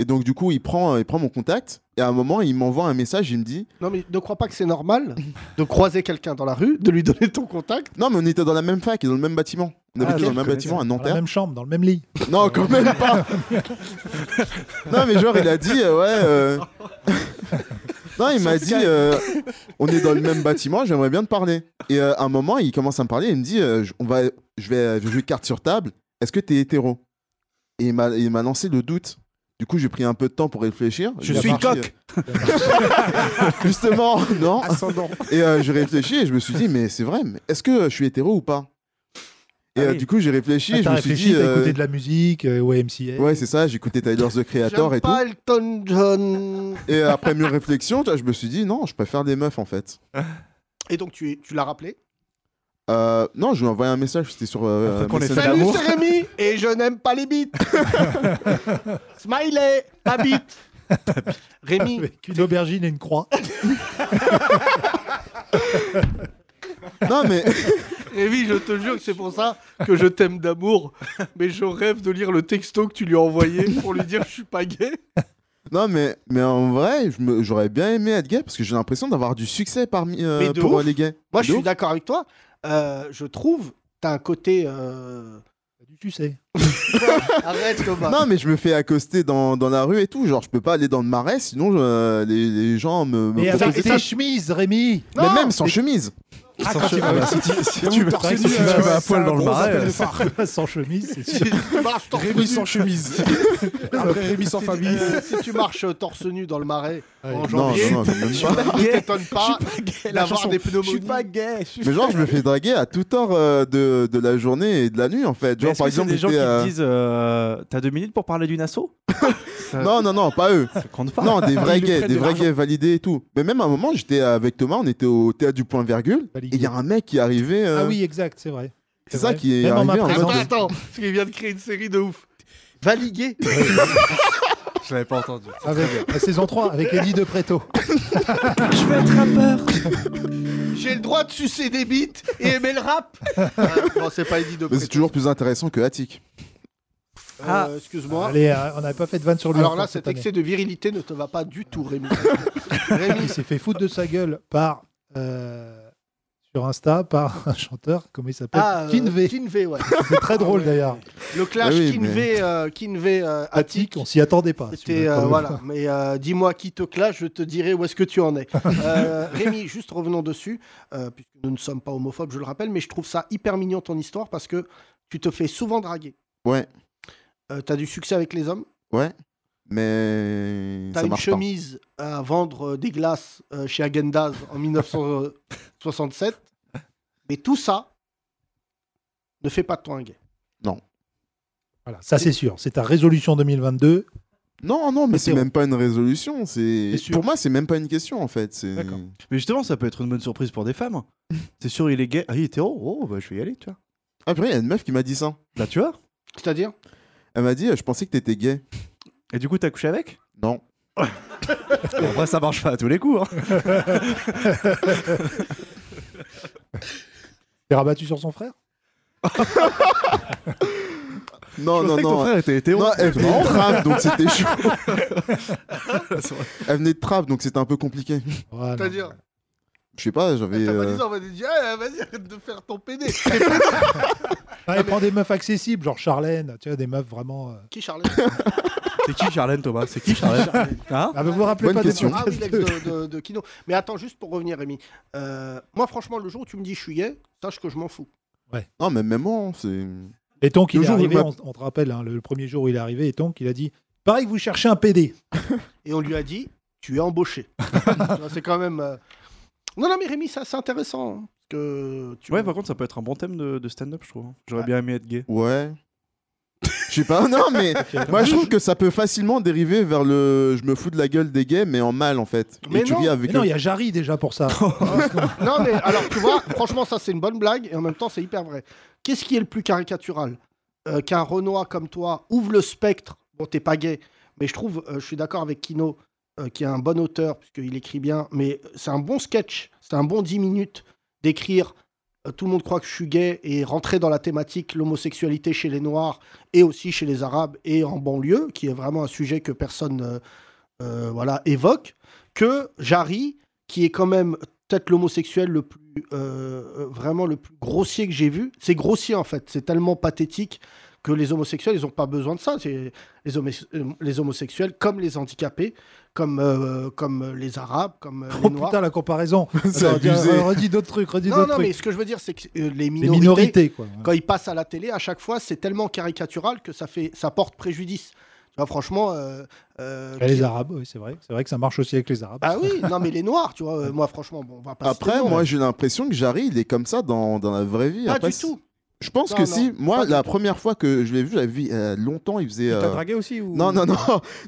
S9: Et donc du coup, il prend, il prend mon contact. Et à un moment, il m'envoie un message. Il me dit
S3: Non, mais ne crois pas que c'est normal de croiser quelqu'un dans la rue, de lui donner ton contact.
S9: non, mais on était dans la même fac et dans le même bâtiment. On
S4: Ah,
S9: habitait
S4: je
S9: dans le même
S5: connais
S9: bâtiment
S5: ça.
S9: à
S4: Dans la
S9: Nanterre.
S4: même chambre, dans le même lit.
S9: Non, quand même pas. non, mais genre il a dit euh, ouais. euh, non, il m'a dit euh, on est dans le même bâtiment. J'aimerais bien te parler. Et euh, à un moment, il commence à me parler. Il me dit euh, je- on va, je vais, je vais jouer carte sur table. Est-ce que t'es hétéro Et il m'a, il m'a lancé le doute. Du coup, j'ai pris un peu de temps pour réfléchir.
S5: Je
S9: Il a
S5: suis
S9: marché,
S5: coq.
S9: Justement, non.
S6: Ascendant.
S9: Et euh, j'ai réfléchi et je me suis dit, mais c'est vrai, mais est-ce que euh, je suis hétéro ou pas Et
S5: Ah
S9: euh,
S5: oui.
S9: du coup, j'ai réfléchi
S4: Ah,
S9: et je
S4: t'as
S9: me suis
S4: réfléchi,
S9: dit.
S4: t'as
S9: euh,
S4: écouté de la musique, euh, YMCA.
S9: Ouais, c'est ça, j'écoutais Tyler the Creator
S3: J'aime
S9: et tout.
S3: pas Elton John.
S9: Et après mûre réflexion, tu vois, je me suis dit, non, je préfère des meufs en fait.
S3: Et donc tu, es- tu l'as rappelé.
S9: Euh, non, je lui ai envoyé un message, c'était sur. euh,
S5: Après qu'on ait fait
S9: Messenger.
S5: la-
S3: Salut,
S5: l'amour.
S3: c'est Rémi et je n'aime pas les bites. Smiley, la bite. Rémi,
S4: Avec une aubergine et une croix.
S9: Non, mais
S3: Rémi, Eh je te jure que c'est pour ça que je t'aime d'amour, mais je rêve de lire le texto que tu lui as envoyé pour lui dire je suis pas gay.
S9: Non, mais, mais en vrai, je me- j'aurais bien aimé être gay parce que j'ai l'impression d'avoir du succès parmi, euh,
S3: Mais de
S9: pour
S3: ouf.
S9: euh, les gays.
S3: Moi, je
S9: De
S3: suis
S9: ouf.
S3: d'accord avec toi. Euh, je trouve, t'as un côté. euh,
S4: Tu sais.
S3: Arrête, Thomas.
S9: Non, mais je me fais accoster dans, dans la rue et tout. Genre, je peux pas aller dans le marais, sinon euh, les, les gens me. me
S4: Et
S9: proposent-
S4: avec
S3: et
S4: tes
S3: ça-
S4: chemises, Rémi.
S9: mais
S3: Non,
S9: même sans
S4: mais-
S9: chemise.
S6: Ah,
S7: Sans
S6: quand tu
S7: chemise.
S6: vas-
S7: si tu, si
S4: Ah,
S6: Ou
S7: tu vas,
S6: torse
S7: si
S6: nu,
S7: tu
S6: euh,
S7: vas à
S6: c'est
S7: poil
S6: un
S7: dans le
S6: gros appel
S7: marais,
S6: de phare.
S4: sans chemise, c'est sûr.
S3: tu marches torse
S6: Rémi
S3: nu.
S6: sans chemise. Après Rémi sans famille.
S3: Euh, si tu marches torse nu dans le marais en
S4: Ouais.
S9: Non,
S3: janvier,
S9: non, non, même pas.
S3: ne t'étonne pas
S6: gay.
S3: d'avoir des pneumonies.
S6: gay. je suis-
S9: Mais genre, je me fais draguer à toute heure euh, de, de la journée et de la nuit, en fait.
S7: Mais
S9: Genre,
S7: est-ce
S9: par
S7: que c'est
S9: exemple,
S7: des gens qui
S9: j'étais,
S7: te
S9: euh,
S7: disent euh, T'as deux minutes pour parler d'une asso Ça-
S9: Non, non, non, pas eux.
S7: Ça compte pas.
S9: Non, des vrais
S6: Ils lui
S9: gays,
S6: prennent
S9: des
S6: de
S9: vrais
S6: l'argent.
S9: gays validés et tout. Mais même à un moment, j'étais avec Thomas, on était au théâtre du point virgule, et il y a un mec qui est arrivé. euh,
S4: Ah oui, exact, c'est vrai.
S9: C'est ça
S4: vrai.
S9: qui est
S4: Même en
S9: arrivé en
S4: m'apprenant-
S9: mode.
S3: Attends, attends, parce qu'il vient de créer une série de ouf. Valigué.
S5: Je l'avais pas entendu.
S4: Avec la Ah, saison 3, avec Eddie de Preto.
S7: je veux être rappeur.
S3: J'ai le droit de sucer des bites et aimer le rap. Ah, non, c'est pas Eddie de
S9: Mais c'est
S3: Préto.
S9: toujours plus intéressant que Attic.
S3: Euh,
S7: Ah.
S3: Excuse-moi.
S4: Allez, euh, on n'avait pas fait de vanne sur lui.
S3: Alors
S4: encore
S3: là, cet
S4: cette année.
S3: excès de virilité ne te va pas du tout, Rémi. Rémi,
S4: Il s'est fait foutre de sa gueule par. euh, sur Insta, par un chanteur, comment il s'appelle
S3: ah, euh,
S4: Kinvey.
S3: Kinvey, ouais.
S4: C'est très drôle d'ailleurs.
S3: Le clash
S9: Ah oui, mais-
S3: Kinvey, euh, Kinvey, euh,
S4: Attic,
S3: Attic.
S4: on s'y attendait pas.
S3: C'était, euh, voilà, mais euh, dis-moi qui te clash, je te dirai où est-ce que tu en es. Euh, Rémi, juste revenons dessus, euh, puisque nous ne sommes pas homophobes, je le rappelle, mais je trouve ça hyper mignon ton histoire parce que tu te fais souvent draguer.
S9: Ouais,
S3: Euh, t'as du succès avec les hommes,
S9: ouais. Mais
S3: t'as
S9: ça
S3: une
S9: marche pas.
S3: chemise à vendre euh, des glaces euh, chez Agendaz en 1967, mais tout ça ne fait pas de toi un gay.
S4: Voilà, ça c'est sûr. C'est ta résolution 2022.
S9: Non, non, mais c'est
S4: Hétéro.
S9: même pas une résolution. C'est
S4: T'es sûr
S9: pour moi, c'est même pas une question en fait. C'est
S7: D'accord. Mais justement, ça peut être une bonne surprise pour des femmes. C'est sûr, il est gay. Ah, il est hétéro. Oh, bah, je vais y aller, tu vois.
S9: après Ah, il y a une meuf qui m'a dit ça.
S7: Là, tu vois.
S3: C'est-à-dire
S9: Elle m'a dit, euh, je pensais que t'étais gay.
S7: Et du coup, t'as couché avec
S9: Non.
S7: Bon, Après, ça marche pas à tous les coups. hein.
S3: hein.
S4: T'es rabattu sur son frère
S9: Non,
S7: je pensais que
S9: non,
S7: ton
S9: non.
S7: frère était hétéro.
S9: Non, elle venait de Trappes, donc c'était chaud. elle venait de Trappes, donc c'était un peu compliqué.
S4: Voilà.
S3: C'est-à-dire
S6: Ah
S9: Je sais pas, j'avais.
S3: T'as pas
S9: euh,
S3: dit ça, on va te dire, Ah, vas-y, arrête de faire ton PD.
S4: Ah, il prend des meufs accessibles, genre Charlène, tu vois, des meufs vraiment. euh,
S3: qui, Charles
S7: C'est qui Charlène, Thomas C'est qui Charlène Hein
S4: Ah, mais vous vous rappelez
S9: Bonne
S4: pas
S9: question.
S4: des
S3: Ah oui,
S4: podcasts
S3: l'ex
S4: de-
S3: de, de- de Kino. Mais attends, juste pour revenir, Rémi. Euh, moi, franchement, le jour où tu me dis je suis gay, sache que je m'en fous.
S9: euh, Non, mais même moi, hein, c'est.
S4: Et donc, il
S9: Le
S4: est
S9: jour où
S4: arrivé,
S9: il m'a-
S4: on, on te rappelle, hein, le, le premier jour où il est arrivé, et donc, il a dit Pareil que vous cherchez un PD.
S3: Et on lui a dit, tu es embauché. c'est quand même. euh, Non, non, mais Rémi, ça, c'est intéressant. hein, parce Que tu
S7: Ouais, par contre, ça peut être un bon thème de, de stand-up, je trouve. hein. J'aurais bien aimé être gay.
S9: Ouais. Je sais pas, non, mais moi je trouve que ça peut facilement dériver vers le je me fous de la gueule des gays, mais en mal en fait.
S3: Mais
S9: et tu
S3: non,
S9: vis
S4: Mais
S9: avec
S4: non,
S9: eux.
S4: il y a Jarry déjà pour ça.
S3: Non, mais alors, tu vois, franchement, ça, c'est une bonne blague et en même temps, c'est hyper vrai. Qu'est-ce qui est le plus caricatural Euh, Qu'un Renoir comme toi ouvre le spectre. Bon, t'es pas gay, mais je trouve, euh, je suis d'accord avec Kino, euh, qui est un bon auteur, puisqu'il écrit bien, mais c'est un bon sketch, c'est un bon 10 minutes d'écrire euh, Tout le monde croit que je suis gay et rentrer dans la thématique l'homosexualité chez les Noirs et aussi chez les Arabes et en banlieue, qui est vraiment un sujet que personne euh, euh, voilà, évoque, que Jarry, qui est quand même peut-être l'homosexuel le plus euh, euh, vraiment le plus grossier que j'ai vu. C'est grossier en fait, c'est tellement pathétique que les homosexuels, ils n'ont pas besoin de ça. C'est les, homo- euh, les homosexuels, comme les handicapés, comme, euh, comme les arabes, comme euh,
S4: Oh
S3: les noirs.
S4: putain, la comparaison.
S9: C'est
S4: Attends,
S9: abusé.
S4: tiens, redis d'autres trucs, redis
S3: non,
S4: d'autres
S3: non, mais
S4: trucs.
S3: ce que je veux dire, c'est que euh, les
S4: Les
S3: minorités,
S4: minorités, quoi.
S3: quand ils passent à la télé, à chaque fois, c'est tellement caricatural que ça, fait, ça porte préjudice. Tu vois, franchement... euh, euh,
S4: Et les
S3: qui-
S4: Arabes, oui, c'est vrai. C'est vrai que ça marche aussi avec les Arabes.
S3: Bah oui, non, mais les noirs, tu vois, euh, moi, franchement, bon, on va pas... citer
S9: Après,
S3: de nom,
S9: moi j'ai l'impression que Jarry il est comme ça dans, dans la vraie vie.
S3: mais pas
S9: Après,
S3: du tout.
S9: Je pense
S3: Non,
S9: que
S3: non,
S9: si, moi
S3: pas du
S9: la première fois que je l'ai vu, j'avais vu euh, longtemps, il faisait.
S6: Tu
S9: euh,
S6: T'as dragué aussi ou
S9: Non, non, non.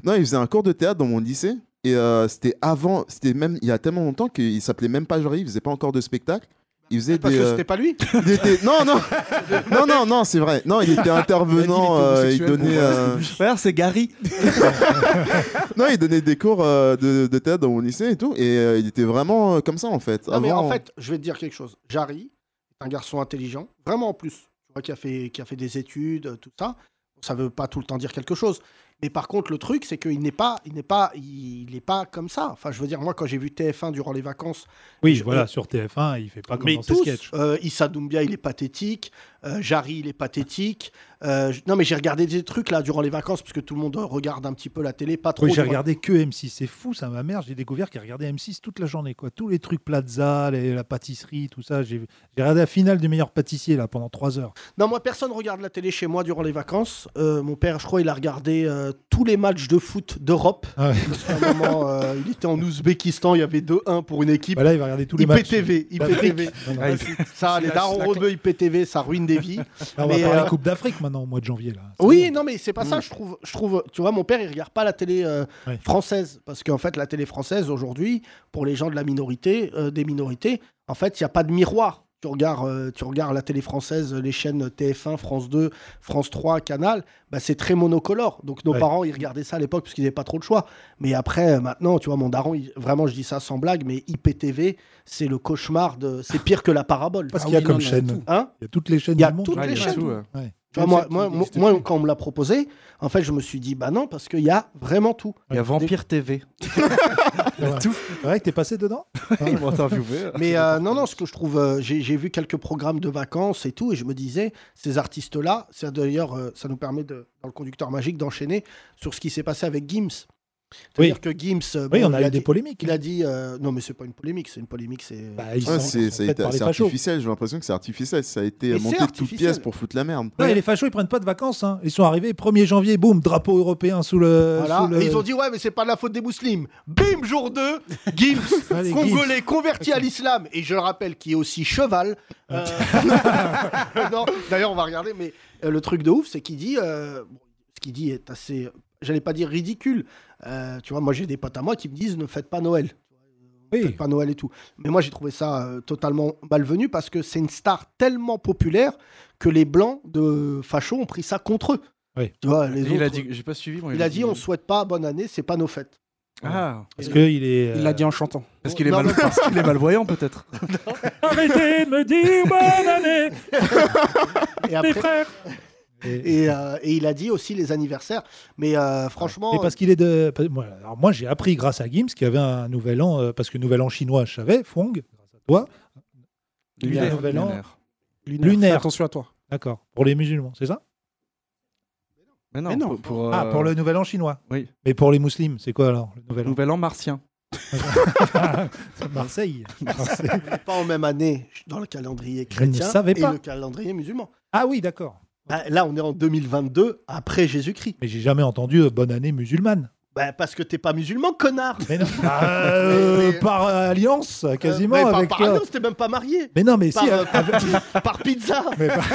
S9: Non, il faisait un cours de théâtre dans mon lycée. Et euh, c'était avant, c'était même il y a tellement longtemps qu'il s'appelait même pas Jarry, il faisait pas encore de spectacle. Il faisait
S3: Parce
S9: des.
S3: que
S9: euh,
S3: c'était pas lui.
S9: il était- Non, non, non, non, non, c'est vrai. Non, il était intervenant, euh, il,
S6: homosexuel, bon,
S9: donnait.
S6: voilà,
S9: euh,
S7: Regarde, c'est Gary.
S9: Non, il donnait des cours euh, de, de théâtre dans mon lycée et tout, et euh, il était vraiment euh, comme ça en fait.
S3: Non, mais
S9: Avant,
S3: en fait, je vais te dire quelque chose. Jarry est un garçon intelligent, vraiment en plus, tu vois, qui, a fait, qui a fait des études, euh, tout ça. Ça veut pas tout le temps dire quelque chose. Mais par contre, le truc, c'est qu'il n'est pas, il n'est pas, il n'est pas comme ça. Enfin, je veux dire, moi, quand j'ai vu TF1 durant les vacances,
S4: Oui,
S3: je-
S4: voilà, sur TF1, il fait pas comme
S3: mais
S4: dans ses
S3: tous,
S4: sketchs.
S3: euh, Issa Doumbia, il est pathétique. euh, Jarry, il est pathétique. Euh, j- non, mais j'ai regardé des trucs là durant les vacances, parce que tout le monde euh, regarde un petit peu la télé, pas trop. hein.
S4: Oui, j'ai
S3: durant-
S4: regardé que M6. C'est fou, ça, ma mère. J'ai découvert qu'elle regardait M6 toute la journée. quoi. Tous les trucs Plaza, les- la pâtisserie, tout ça. J'ai j'ai regardé la finale du meilleur pâtissier là, pendant trois heures.
S3: Non, moi, personne regarde la télé chez moi durant les vacances. Euh, mon père, je crois, il a regardé euh, tous les matchs de foot d'Europe.
S4: Ah ouais.
S3: Parce qu'à un moment, euh, il était en Ouzbékistan, il y avait 2-1 pour une équipe.
S4: Bah là, il va regarder tous les matchs.
S3: IPTV, IPTV.
S4: Ah, il-
S3: Ça, les darons rebeux IPTV, ça ruine des vies.
S4: Là, Ah, on va
S3: Mais,
S4: parler
S3: euh,
S4: Coupe d'Afrique maintenant au mois de janvier. Là.
S3: Oui, non, mais c'est pas
S4: Mm.
S3: ça, je trouve, je trouve. Tu vois, mon père, il regarde pas la télé euh,
S4: Ouais.
S3: française. Parce qu'en fait, la télé française, aujourd'hui, pour les gens de la minorité, euh, des minorités, en fait, il n'y a pas de miroir. Tu regardes, euh, tu regardes la télé française, les chaînes TF1, France 2, France 3, Canal, bah, c'est très monocolore. Donc nos
S4: Ouais.
S3: parents, ils regardaient ça à l'époque parce qu'ils n'avaient pas trop de choix. Mais après, euh, maintenant, tu vois, mon daron, il- vraiment, je dis ça sans blague, mais IPTV, c'est le cauchemar de. C'est pire que la parabole.
S4: Parce
S6: Ah
S4: qu'il y a
S6: oui,
S4: comme
S6: non, non,
S4: chaîne.
S6: tout.
S3: Hein
S4: Il y a toutes les chaînes
S3: Il y a
S4: du monde.
S3: toutes
S5: Ouais,
S3: les
S5: il y a
S3: chaînes.
S5: tout, ouais.
S4: Ouais.
S3: Tu vois, moi,
S6: Concept qui
S3: moi,
S6: n'existe
S3: moi,
S6: plus.
S3: quand on me l'a proposé, en fait, je me suis dit, bah non, parce qu'il y a vraiment tout.
S5: Il y a Vampire TV.
S4: Ah, bah, C'est vrai que t'es passé dedans
S5: Ils m'ont interviewé.
S3: Mais euh, non, non, ce que je trouve, euh, j'ai j'ai vu quelques programmes de vacances et tout, et je me disais, ces artistes-là, ça d'ailleurs, euh, ça nous permet, de, dans le conducteur magique, d'enchaîner sur ce qui s'est passé avec Gims. C'est-à-dire
S4: Oui.
S3: que Gims, euh,
S4: Oui,
S3: bon,
S4: on a
S3: il,
S4: eu
S3: a
S4: des
S3: dit,
S4: polémiques.
S3: il a dit, euh, non, mais c'est pas une polémique, c'est une polémique, c'est.
S4: Bah, ils
S9: Ouais,
S4: sont-
S9: Ah, c'est
S4: ils sont
S9: ça a
S4: faits
S9: été-
S4: par les
S9: c'est
S4: fachos.
S9: artificiel, j'ai l'impression que c'est artificiel. Ça a été
S3: Mais
S9: monté
S3: c'est
S9: de toutes pièces
S3: artificiel.
S9: pour foutre la merde.
S4: Non, et les fachos, ils prennent pas de vacances. hein. Ils sont arrivés 1er janvier, boum, drapeau européen sous le.
S3: Voilà.
S4: euh, sous le-
S3: Et ils ont dit, ouais, mais c'est pas de la faute des musulmans. Bim, jour 2, Gims,
S4: Allez,
S3: congolais converti à l'islam, et je le rappelle, qui est aussi cheval. Euh, non, d'ailleurs, on va regarder, mais euh, le truc de ouf, c'est qu'il dit, euh, bon, ce qu'il dit est assez, j'allais pas dire ridicule. Euh, tu vois, moi, j'ai des potes à moi qui me disent, ne faites pas Noël.
S4: Oui.
S3: Faites pas Noël et tout. Mais moi, j'ai trouvé ça euh, totalement malvenu parce que c'est une star tellement populaire que les blancs de fachos ont pris ça contre eux.
S4: Oui.
S3: Tu vois, les autres,
S5: Il a dit, j'ai pas suivi. moi,
S3: il a dit on souhaite pas bonne année, c'est pas nos fêtes.
S5: Ah,
S4: Parce qu'il est.
S6: Il
S4: euh,
S6: l'a dit en chantant.
S5: parce qu'il est,
S3: Non,
S5: mal...
S3: mais-
S5: parce qu'il est malvoyant peut-être.
S2: Arrêtez de me dire bonne année,
S3: Et, après-
S2: frères
S4: et-
S3: et, euh, et il a dit aussi les anniversaires. Mais euh, franchement,
S4: Et parce qu'il est de. pa- Moi, alors moi, j'ai appris grâce à Gims qu'il y avait un nouvel an, euh, parce que nouvel an chinois, je savais, Fong, grâce à toi.
S5: Lunaire,
S4: nouvel an.
S5: lunaire.
S6: Lunaire.
S4: Lunaire.
S6: Fais Attention à toi.
S4: D'accord. Pour les musulmans, c'est ça
S5: Mais non,
S6: Mais non.
S5: Pour, pour,
S4: Ah,
S5: euh,
S4: pour le nouvel an chinois.
S5: oui.
S4: Mais pour les musulmans, c'est quoi alors le nouvel an
S5: Nouvel an martien.
S4: C'est Marseille. Marseille.
S3: on n'est pas en même année dans le calendrier
S4: Je ne
S3: chrétien
S4: savais pas.
S3: et le calendrier musulman.
S4: Ah oui, d'accord.
S3: Bah, là, on est en 2022 après Jésus-Christ.
S4: Mais j'ai jamais entendu euh, bonne année musulmane.
S3: Bah, parce que t'es pas musulman, connard.
S4: Mais non. Bah, euh,
S3: Ah, Mais- mais-
S4: Par euh, alliance, quasiment
S3: Euh, mais par-
S4: avec
S3: par,
S4: toi.
S3: alliance, t'es même pas marié.
S4: Mais non, mais
S3: Par,
S4: si.
S3: euh,
S4: euh,
S3: par- par pizza.
S4: mais par...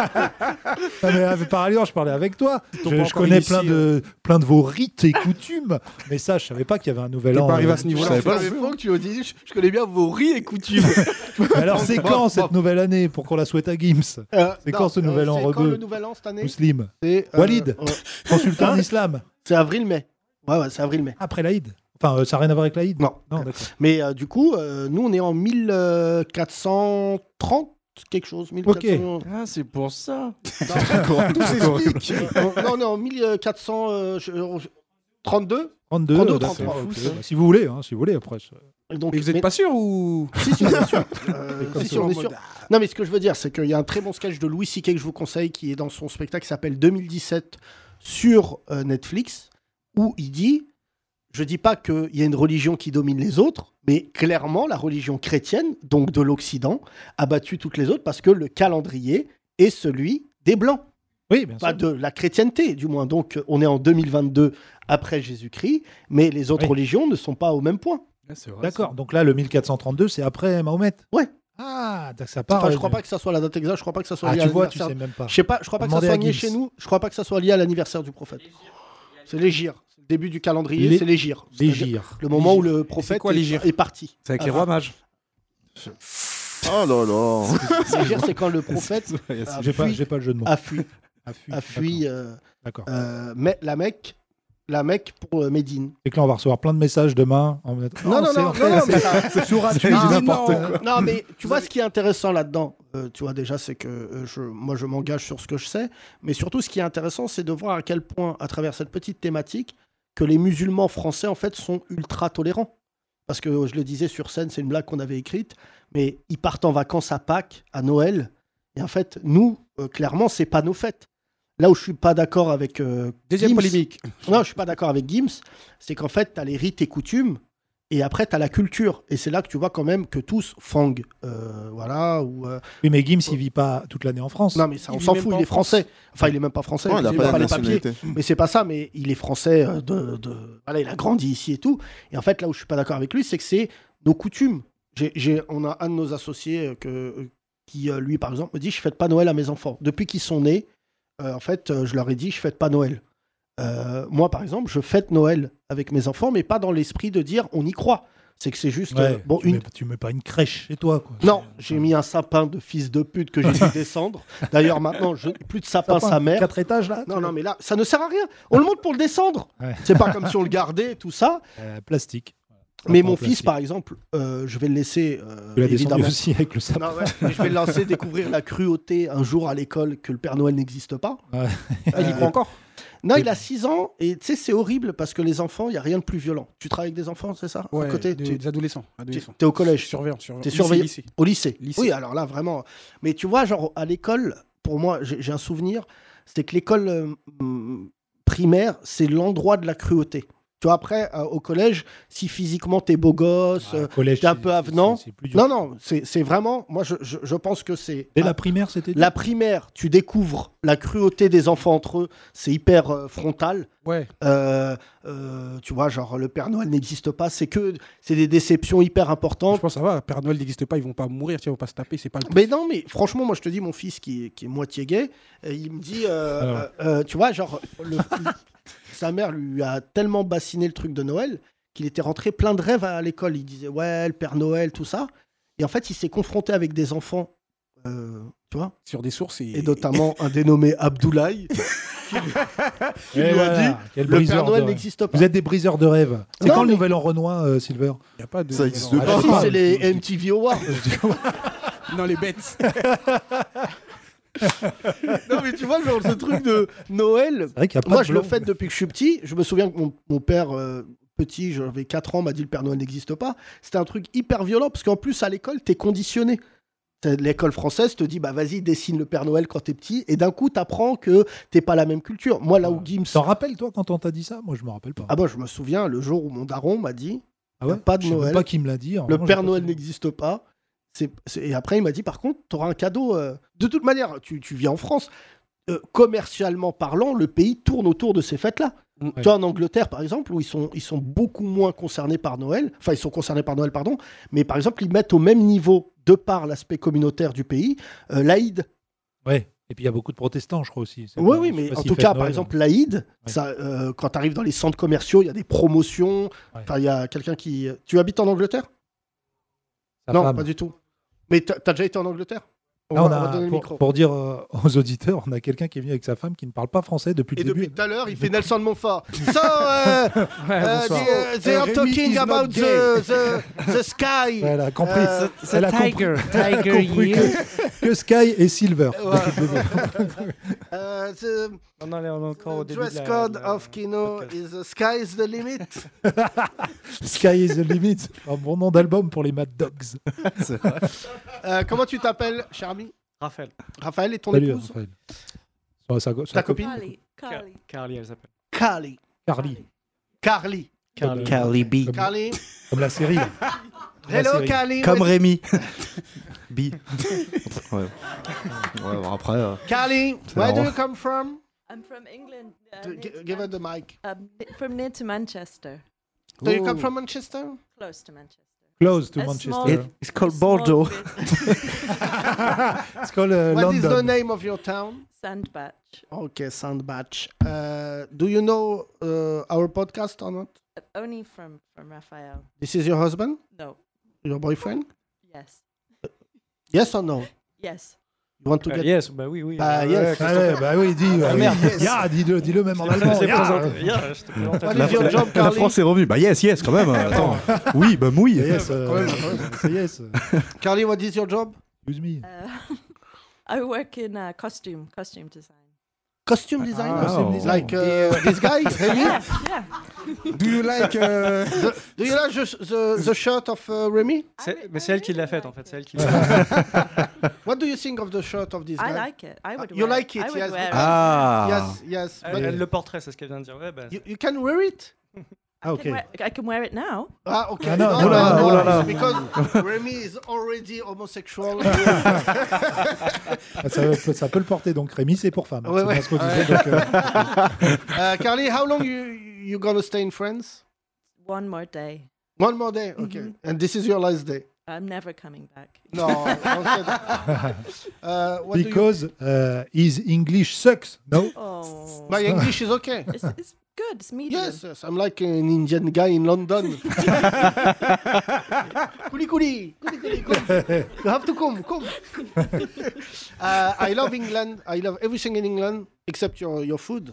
S4: Non, mais, euh, par alliance, je parlais avec toi. Je,
S6: pas
S4: je
S6: encore
S4: connais
S6: initié,
S4: plein de,
S3: hein.
S4: plein de vos rites et coutumes, mais ça, je savais pas qu'il y avait un nouvel
S6: T'es
S4: an.
S6: pas arrivé
S4: euh,
S6: à ce niveau-là.
S9: savais
S6: en fait.
S9: pas.
S3: Mais faut que tu dis, je, je connais bien vos riz et coutumes.
S4: Mais alors, c'est
S3: Bon,
S4: quand
S3: bon.
S4: cette nouvelle année pour qu'on la souhaite à Gims
S3: Euh,
S4: C'est
S3: non,
S4: quand ce nouvel
S3: euh,
S4: an
S3: C'est quand
S4: rebeu
S3: le nouvel an cette année
S4: Muslim,
S3: C'est,
S4: Walid.
S3: euh,
S4: consultant
S3: Hein
S4: en islam,
S3: c'est avril-mai. Ouais, ouais, c'est avril-mai.
S4: après l'Aïd. Enfin, euh, ça n'a rien à voir avec l'Aïd
S3: Non.
S4: Non, d'accord.
S3: Mais euh, du coup, euh, nous, on est en 1430 quelque chose. 1400...
S5: Ah, c'est pour ça.
S3: Tout s'explique. Euh, non, non, euh, 1432.
S4: 32,
S3: 32,
S4: euh,
S3: 33,
S4: c'est-
S3: ok.
S4: c'est- si vous voulez, hein, si vous voulez, après. ça-
S3: Donc,
S6: Mais vous êtes
S3: mais-
S6: pas sûr ou
S3: Si, si, on est sûr. Euh,
S6: Mais comme
S3: si, si,
S6: ça,
S3: on
S6: en
S3: est
S6: mode,
S3: sûr. Non, mais ce que je veux dire, c'est qu'il y a un très bon sketch de Louis C.K. que je vous conseille qui est dans son spectacle qui s'appelle 2017 sur euh, Netflix où il dit Je dis pas qu'il y a une religion qui domine les autres, mais clairement, la religion chrétienne, donc de l'Occident, a battu toutes les autres parce que le calendrier est celui des Blancs,
S4: Oui, bien
S3: pas
S4: sûr.
S3: de la chrétienté, du moins. Donc, on est en 2022 après Jésus-Christ, mais les autres
S4: Oui.
S3: religions ne sont pas au même point.
S6: Ah,
S4: D'accord. Donc là, le 1432, c'est après Mahomet
S3: Ouais.
S4: Ah, donc ça part.
S3: Enfin, je
S4: euh,
S3: crois pas que ça soit la date exacte, je crois pas que ça soit
S4: Ah,
S3: lié à
S4: tu vois, tu
S3: l'anniversaire
S4: sais même pas.
S3: Je sais pas, je crois pas que ça
S4: Demandez
S3: soit
S4: à
S3: lié
S4: Gims.
S3: chez nous. Je crois pas que ça soit lié à l'anniversaire du prophète. C'est l'égir. C'est le début du calendrier,
S4: Les-
S3: c'est l'égir.
S4: Les
S3: C'est-à-dire
S4: gires.
S3: Le moment où le prophète
S6: quoi, l'hégire
S3: est, est parti. Ah.
S5: C'est avec les rois mages.
S9: Oh là là
S3: L'égir, c'est quand le prophète a
S4: J'ai pas,
S3: fui,
S4: j'ai pas le jeu de mots.
S3: a fui,
S4: A fui.
S3: a fui euh,
S4: D'accord. D'accord.
S3: euh, Me- la Mecque. La Mecque pour euh, Médine.
S4: Et que là, on va recevoir plein de messages demain. en mode-
S3: Non, non,
S4: oh, c'est-
S3: non,
S4: c'est-
S3: non, non,
S4: c'est-
S3: mais euh, ça-
S4: c'est sourate, tu
S6: mais
S4: dis
S6: non.
S4: n'importe quoi.
S3: Ah, Non, mais tu vois ce qui est intéressant là-dedans. euh, tu vois déjà, c'est que euh, je, moi je m'engage sur ce que je sais, mais surtout ce qui est intéressant, c'est de voir à quel point, à travers cette petite thématique, que les musulmans français en fait sont ultra tolérants. Parce que euh, je le disais sur scène, c'est une blague qu'on avait écrite, mais ils partent en vacances à Pâques, à Noël, Et en fait, nous, euh, clairement, c'est pas nos fêtes. Là où je suis pas d'accord avec. euh,
S6: Deuxième
S3: Gims-
S6: polémique.
S3: Non, je suis pas d'accord avec Gims. C'est qu'en fait, tu as les rites et coutumes. Et après, tu as la culture. Et c'est là que tu vois quand même que tous, Fang, euh, voilà, ou. euh,
S4: Oui, mais Gims, il vit pas toute l'année en France.
S3: Non, mais ça, on
S6: Il vit
S3: s'en
S6: même
S3: fout,
S6: pas
S3: il est
S6: en France.
S3: français. Enfin, il est même pas français,
S9: Ouais, il a
S3: il
S9: pas la
S3: n'a pas les papiers.
S9: nationalité.
S3: Mais c'est pas ça, mais il est français euh, de, de- Voilà, il a grandi ici et tout. Et en fait, là où je suis pas d'accord avec lui, c'est que c'est nos coutumes. J'ai- j'ai- on a un de nos associés euh, que, euh, qui, euh, lui, par exemple, me dit Je fête pas Noël à mes enfants. Depuis qu'ils sont nés, euh, en fait, euh, je leur ai dit Je fête pas Noël. Euh, moi, par exemple, je fête Noël avec mes enfants, mais pas dans l'esprit de dire On y croit. C'est que c'est juste.
S4: Ouais,
S3: euh, bon,
S4: tu,
S3: une,
S4: mets, tu mets pas une crèche chez toi. Quoi.
S3: non, j'ai mis un sapin de fils de pute que j'ai dû descendre. D'ailleurs, maintenant, je plus de sapin,
S4: Sapin,
S3: sa mère.
S4: Quatre étages là
S3: Non, non, mais là, ça ne sert à rien. On le monte pour le descendre.
S4: Ouais.
S3: C'est pas comme si on le gardait, tout ça.
S4: Euh, plastique.
S3: Mais
S4: Sapin
S3: mon
S4: plastique.
S3: fils, par exemple, euh, je vais le laisser. euh,
S4: Tu l'as descendu
S3: évidemment.
S4: aussi avec le sapin.
S3: Non, ouais, mais je vais le lancer découvrir la cruauté un jour à l'école que le Père Noël n'existe pas. Euh,
S4: Ouais.
S6: Ah, il y croit encore.
S3: Non,
S4: Et-
S3: il a 6 ans et tu sais, c'est horrible parce que les enfants, il n'y a rien de plus violent. Tu travailles avec des enfants, c'est ça À
S6: Ouais,
S3: côté,
S6: des,
S3: tu
S6: des adolescents.
S3: tu-
S6: adolescents.
S3: t'es au collège.
S6: Surveillant, surveillant.
S3: T'es
S6: Lycée,
S3: surveillant.
S6: lycée.
S3: Au lycée.
S6: Lycée.
S3: Oui, alors là, vraiment. Mais tu vois, genre, à l'école, pour moi, j'ai j'ai un souvenir, c'était que l'école euh, mm, primaire, c'est l'endroit de la cruauté. Tu vois, après, euh, au collège, si physiquement t'es beau gosse.
S4: Ah,
S3: euh,
S4: collège,
S3: t'es un
S4: c'est-
S3: peu
S4: c'est-
S3: avenant.
S4: c'est- c'est plus dur.
S3: non, non, c'est c'est vraiment. Moi, je, je- je pense que c'est.
S4: Dès
S3: Ah,
S4: la primaire, c'était dur.
S3: la primaire, tu découvres la cruauté des enfants entre eux, c'est hyper euh, frontal.
S6: Ouais.
S3: Euh, euh, tu vois, genre, le Père Noël n'existe pas, c'est que. C'est des déceptions hyper
S6: Je
S3: importantes.
S6: pense que ça va. Père Noël n'existe pas. Ils vont pas mourir. Tiens, ils vont pas se taper. C'est pas le.
S3: Mais non, mais franchement, moi je te dis, mon fils qui est, qui est moitié gay, euh, il me dit, euh,
S4: Alors.
S3: euh, euh, tu vois, genre, le- sa mère lui a tellement bassiné le truc de Noël qu'il était rentré plein de rêves à l'école. Il disait, ouais, le Père Noël, tout ça. Et en fait, il s'est confronté avec des enfants, euh, tu vois,
S6: Sur des sources et.
S3: et notamment un dénommé Abdoulaye.
S4: Eh
S3: lui a
S4: voilà, quel
S3: Le
S4: briseur
S3: Père
S4: de
S3: Noël
S4: rêve.
S3: n'existe pas.
S4: Vous êtes des briseurs de rêve. C'est
S3: Non,
S4: quand le
S3: mais-
S4: nouvel an renois, euh, Silver
S6: y a pas de.
S9: Ça existe
S6: Non,
S9: pas.
S3: Ah, si,
S4: Ah,
S3: c'est
S4: je-
S3: les MTV Awards.
S6: Non, les bêtes.
S3: non, mais tu vois, genre, ce truc de Noël,
S4: C'est vrai qu'il y a pas
S3: Moi,
S4: de
S3: je le
S4: blanc.
S3: fête depuis que je suis petit. Je me souviens que mon, mon père, euh, petit, j'avais 4 ans, m'a dit le Père Noël n'existe pas. C'était un truc hyper violent parce qu'en plus, à l'école, t'es conditionné. T'as- L'école française te dit, bah vas-y, dessine le Père Noël quand t'es petit. Et d'un coup, t'apprends que t'es pas la même culture. Moi, là où Gims.
S4: T'en rappelles, toi, quand on t'a dit ça Moi, je me rappelle pas.
S3: Ah, moi, je me souviens le jour où mon daron m'a dit,
S4: Ah ouais
S3: pas de
S4: Je sais même
S3: Noël.
S4: pas qui me l'a dit. en
S3: le
S4: revanche,
S3: Père
S4: j'ai pas
S3: Noël
S4: fait-
S3: n'existe pas. C'est- c'est- Et après, il m'a dit, par contre, t'auras un cadeau. euh, De toute manière, tu, tu vis en France. Euh, commercialement parlant, le pays tourne autour de ces fêtes-là.
S4: Ouais.
S3: Tu vois, en Angleterre, par exemple, où ils sont, ils sont beaucoup moins concernés par Noël, enfin, ils sont concernés par Noël, pardon, mais par exemple, ils mettent au même niveau, de par l'aspect communautaire du pays, euh, l'Aïd.
S4: Ouais. Et puis, il y a beaucoup de protestants, je crois aussi. C'est
S3: Oui,
S4: pas-
S3: oui,
S4: je sais
S3: mais
S4: pas
S3: en
S4: s'ils
S3: tout
S4: fêtent
S3: cas, par
S4: Noël. hein.
S3: exemple, l'Aïd,
S4: Ouais.
S3: ça, euh, quand tu arrives dans les centres commerciaux, il y a des promotions. Enfin, il y a quelqu'un qui. Tu habites en Angleterre
S4: Sa
S3: Non,
S4: femme.
S3: pas du tout. Mais t'as t'as déjà été en Angleterre
S4: Là, on
S3: va-
S4: a-
S3: on va donner le micro.
S4: pour, pour dire euh, aux auditeurs, on a quelqu'un qui est venu avec sa femme qui ne parle pas français depuis
S3: Et
S4: le
S3: depuis
S4: début.
S3: tout à l'heure, il fait Nelson de Montfort. So, euh, euh, the- they are
S6: Rémi
S3: talking
S6: is not
S3: about the, the, the sky.
S4: Elle a compris.
S3: Euh,
S4: Elle a compris, elle a compris que, que Sky et Silver.
S3: Voilà. Euh, the-
S10: On en est encore au
S3: The
S10: début.
S3: dress
S10: de la-
S3: code
S10: de la-
S3: of Kino
S10: podcast.
S3: is the sky is the limit.
S4: Sky is the limit. Un bon nom d'album pour les Mad Dogs.
S3: Euh, comment tu t'appelles, Charmy
S10: Raphaël.
S3: Raphaël et ton
S4: Salut,
S3: épouse
S4: Raphaël. Bah, Sa- sa- sa
S3: Ta
S4: copine,
S3: copine
S10: Carly, elle s'appelle.
S3: Carly.
S4: Carly.
S3: Carly.
S10: Carly.
S7: B.
S4: Comme,
S3: Carly.
S4: comme la série. là. La
S3: Hello,
S4: série.
S3: Carly.
S7: Comme
S3: What-
S7: Rémi. B. ouais. Ouais, bon, après. euh,
S3: Carly,
S7: C'est
S3: where do
S7: marrant.
S3: you come from
S11: I'm from England. Uh,
S3: G-
S11: near to
S3: Give her
S11: Man-
S3: the mic.
S11: um, ni- from near to Manchester,
S3: Do you come from Manchester
S11: close to Manchester.
S4: Close to
S11: A
S4: Manchester.
S11: small-
S7: It's
S11: a
S7: called
S11: small
S7: Bordeaux.
S11: bit-
S4: It's called euh,
S3: What is the
S4: London.
S3: name of your town
S11: Sandbach.
S3: Okay, Sandbatch. Uh, do you know uh, our podcast or not
S11: Uh, Only from from Raphael.
S3: This is your husband?
S11: No.
S3: Your boyfriend?
S11: Yes.
S3: Yes or no
S11: Yes.
S3: You want to
S10: Euh,
S3: get...
S10: yes, bah oui, oui.
S3: Bah, yes.
S4: Ah ouais, bah oui, dis. bah oui.
S3: merde, yes.
S4: Yeah, dis-le, dis-le même en
S10: Je
S4: allemand. Ah,
S10: l'ai
S4: yeah.
S10: présenté. Yeah, je te présente.
S3: What is your job,
S7: La
S3: Carly
S7: France est revenue. Bah yes, yes, quand même. euh, attends. oui, bah mouille.
S4: Yes, euh, c'est yes.
S3: Carly, what is your job
S4: Excuse me.
S11: Uh, I work in uh, costume costume design.
S3: costume designer.
S6: Costume designer.
S3: Like uh, this guy,
S6: Yeah,
S3: Remy.
S6: Do you like, uh,
S3: the, do you like the, the, the shirt of uh, Remy?
S11: Ah,
S10: C'est- Mais c'est elle qui l'a faite en fait, c'est elle qui l'a
S3: What do you think of the shirt of this
S10: I
S3: guy? Uh,
S10: like it. I would
S3: you
S10: wear
S3: like
S10: it.
S3: it?
S10: I would
S3: yes.
S10: wear it.
S7: Ah.
S3: Yes, yes.
S10: Elle-
S3: but-
S10: elle le portrait, c'est ce qu'elle vient de dire. Ouais, bah,
S3: You, you can wear it.
S4: Ah, ok.
S11: Can wear- I can wear it now.
S3: Ah, okay.
S4: Ah, non, oh là là, oh là là.
S3: it's Because Remy is already homosexual.
S4: Ah, ça, peut, ça peut le porter, donc Rémi, c'est pour femme.
S3: Ouais,
S4: C'est
S3: ouais.
S4: bien ce qu'on disait, donc, euh,
S3: uh, Carly, how long you you gonna stay in France?
S11: One more day.
S3: One more day, okay.
S11: Mhm.
S10: Mm-hmm.
S3: And this is your last day.
S11: I'm never coming back.
S3: No. don't say that. uh, what do you-
S4: because uh, his English sucks, no?
S11: Oh.
S3: My English is okay.
S11: It's, it's good. It's medium.
S3: Yes, yes, I'm like an Indian guy in London. Kuli kuli, kuli kuli, kuli. You have to come, come. uh, I love England. I love everything in England except your, your food.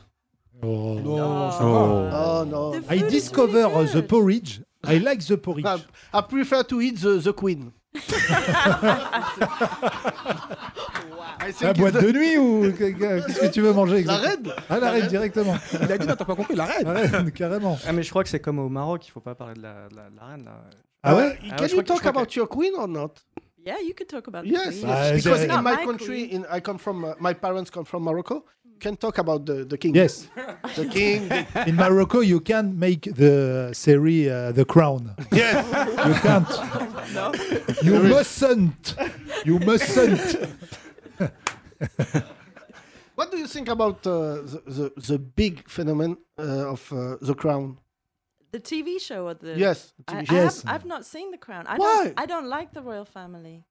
S4: Oh.
S3: No,
S4: Oh.
S3: Oh, no.
S4: I discover uh, the porridge. I like the porridge.
S3: I prefer to eat the, the queen. I think
S4: La
S3: it's
S4: boîte
S3: the-
S4: de nuit ou qu'est-ce que tu veux manger exactement
S3: La reine.
S4: Ah, la
S10: La
S4: reine
S10: reine.
S4: directement.
S6: Il a dit, non, t'as pas compris, la reine.
S4: La reine, carrément.
S10: Ah, mais je crois que c'est comme au Maroc, il faut pas parler de la, de la, de la reine. Là.
S4: Ah ouais
S10: je
S3: Uh, Can
S10: crois que-
S3: you
S10: je crois
S3: talk
S10: que-
S3: about your queen or not?
S11: Yeah, you could talk about the
S3: Yes,
S11: queen.
S4: Ah,
S3: because
S4: the-
S3: in
S11: Not
S3: my,
S11: my
S3: country,
S11: queen.
S3: in, I come from. Uh, my parents come from Morocco. You can talk about the, the king.
S4: Yes.
S3: the king. the-
S4: In Morocco, you can make the series uh, The Crown.
S3: Yes.
S4: You can't. You mustn't. You mustn't.
S3: What do you think about uh, the, the the big phenomenon uh, of uh, the crown?
S11: The TV show or the
S3: Yes,
S11: I, I
S3: TV
S11: have-
S3: Yes.
S11: I've not seen The Crown. I
S3: Why?
S11: Don't, I don't like the royal family.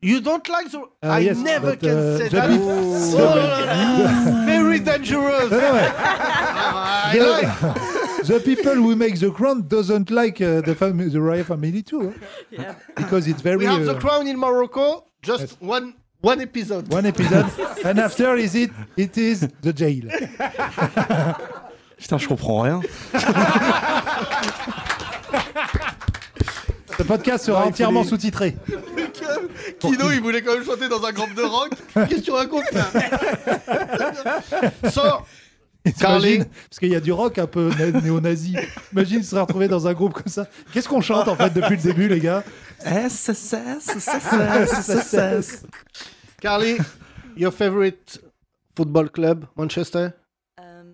S3: You don't like the?
S4: Uh,
S3: I
S4: yes,
S3: never
S4: but,
S3: can
S4: uh,
S3: say
S4: the
S3: that.
S4: big-
S3: Oh,
S4: the big-
S3: là là. Very dangerous. Ah, I like.
S4: The, the people who make The Crown doesn't like uh, the, fam- the royal family too. hein. huh?
S11: Yeah.
S4: Because it's very.
S3: We have the
S4: uh,
S3: crown in Morocco. Just one one episode.
S4: One episode, and after is it it is the jail.
S5: Putain, je comprends rien.
S4: Le podcast sera
S5: Non, il faut
S4: entièrement
S5: les-
S4: sous-titré.
S3: euh, Kino, il voulait quand même chanter dans un groupe de rock. Qu'est-ce que tu racontes là Sors. Carly.
S4: T'imagines Parce qu'il y a du rock un peu né- néo-nazi. Imagine, il serait retrouvé dans un groupe comme ça. Qu'est-ce qu'on chante en fait depuis le début, les gars
S5: SSS.
S3: Carly, your favorite football club, Manchester?
S11: Um,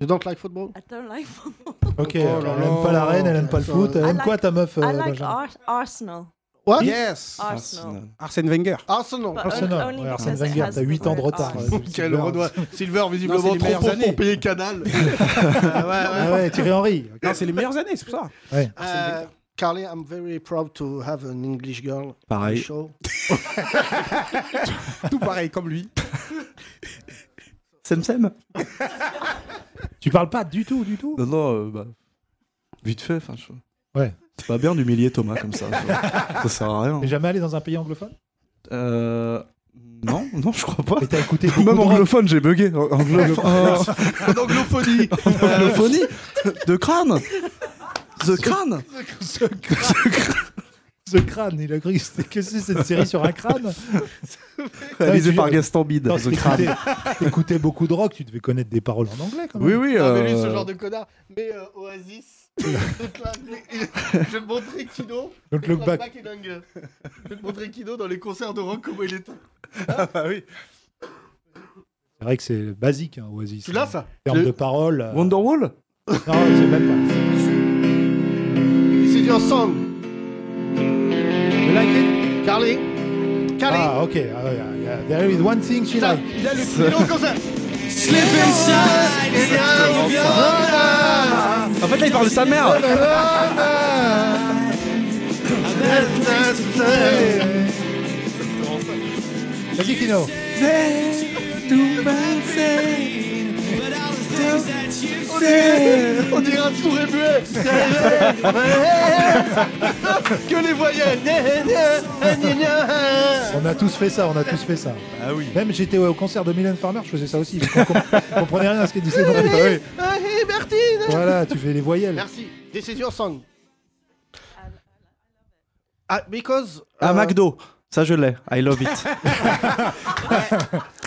S3: You don't like football?
S11: I don't like football.
S4: Ok,
S3: Oh là
S4: elle
S3: là.
S4: aime pas la reine, elle aime pas le foot. Elle
S11: I
S4: aime quoi
S11: like-
S4: ta meuf, euh,
S11: I like
S4: Benjamin
S11: Ar- Arsenal.
S3: What?
S6: Yes.
S11: Arsenal.
S6: Arsène Wenger.
S5: Ah.
S3: Arsenal.
S11: But
S4: Arsenal.
S11: only
S4: Ouais,
S11: because
S4: Arsène
S11: it
S4: Wenger,
S11: has
S4: t'as
S11: the
S4: 8 ans de
S11: word
S4: retard.
S11: Arsenal.
S4: euh,
S3: Quel
S4: Silver.
S3: Renoir. Silver,
S6: Non, c'est
S3: visiblement
S6: les
S3: trop
S6: meilleures
S3: pauvre pour
S6: années.
S3: payer Canal.
S4: Ah ouais, Thierry Henry. ok.
S6: Non, c'est les meilleures années, c'est pour ça.
S4: Ouais.
S3: Uh, Carly, I'm very proud to have an English girl on the
S5: Pareil.
S3: show.
S6: Tout pareil, comme lui.
S5: Sem Sem
S4: Tu parles pas du tout, du tout.
S5: Non, non, euh, bah, vite fait, enfin, je...
S4: Ouais.
S5: C'est pas bien d'humilier Thomas comme ça. ça, ça sert à rien.
S4: T'es jamais allé dans un pays anglophone
S5: Euh... Non, non, je crois pas.
S4: Mais t'as écouté beaucoup
S5: Même
S4: de rock.
S5: anglophone, j'ai bugué. En- Anglophone.
S3: En anglophonie.
S5: En anglophonie De crâne The crâne
S4: Ce crâne. Ce crâne, il a cru que c'était que c'est cette série sur un crâne.
S5: Réalisé
S4: tu-
S5: par Gaston Bide.
S4: Non,
S5: The
S4: t'écoutais-
S5: crâne.
S4: T'écoutais beaucoup de rock, tu devais connaître des paroles en anglais quand même.
S5: Oui, oui.
S3: Ah, mais lui,
S5: euh,
S3: ce genre de connard. Mais euh, Oasis. toute la- Je vais te montrer Kino.
S4: Don't look
S3: Toute la
S4: back.
S3: plaque est dingue. Je vais te montrer Kino dans les concerts de rock comment il était.
S4: Ah bah C'est vrai que c'est basique, hein, Oasis.
S3: Tu l'as ça
S4: En termes
S5: Je-
S4: de paroles. euh,
S5: Wonderwall
S4: Non, c'est même pas.
S3: This is your song.
S4: You like it
S3: Carly. Carly.
S4: Ah, ok. Ah, ouais, yeah, yeah. There is one thing she
S3: Ça,
S4: likes.
S3: il a le Kino comme ça.
S5: En fait, là, il parle de sa
S4: Oh
S5: mère
S4: Vas-y, Kino.
S3: On dirait un sourd et muet. Que les voyelles.
S4: On a tous fait ça, on a tous fait ça.
S5: Ah oui.
S4: Même j'étais au concert de Mylène Farmer, je faisais ça aussi. Je comprenais rien à ce qu'elle disait. Non, mais-
S3: Ah, eh, Bertine.
S4: Voilà, tu fais les voyelles.
S3: Merci. This is your song. Ah, because.
S5: À
S4: Euh,
S3: uh,
S5: McDo Ça, je l'ai. I love it.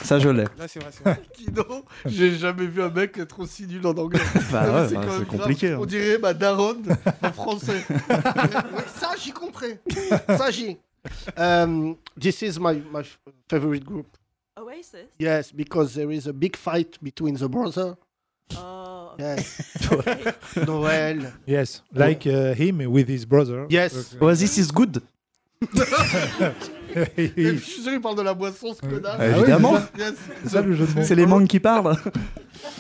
S5: Ça, je l'ai.
S6: Là, c'est vrai, c'est
S3: vrai. Guido, j'ai jamais vu un mec être aussi nul en anglais.
S5: Bah
S3: Non, mais
S5: ouais, bah,
S3: quand
S5: c'est
S3: même grave.
S5: compliqué, hein.
S3: On dirait ma daronne en français. Oui, ça, j'y compris. Ça, j'y. Um, this is my, my favorite group.
S10: Oasis.
S3: Yes, because there is a big fight between the brother.
S10: Oh.
S3: Yes. Noël.
S4: Yes, like uh, him with his brother.
S3: Yes.
S4: Oasis is good.
S3: Mais je suis sûr qu'il parle de la boisson, ce connard.
S4: Ah oui, évidemment.
S3: Yes.
S4: C'est ça, le jeu de mots.
S5: C'est les manques qui parlent.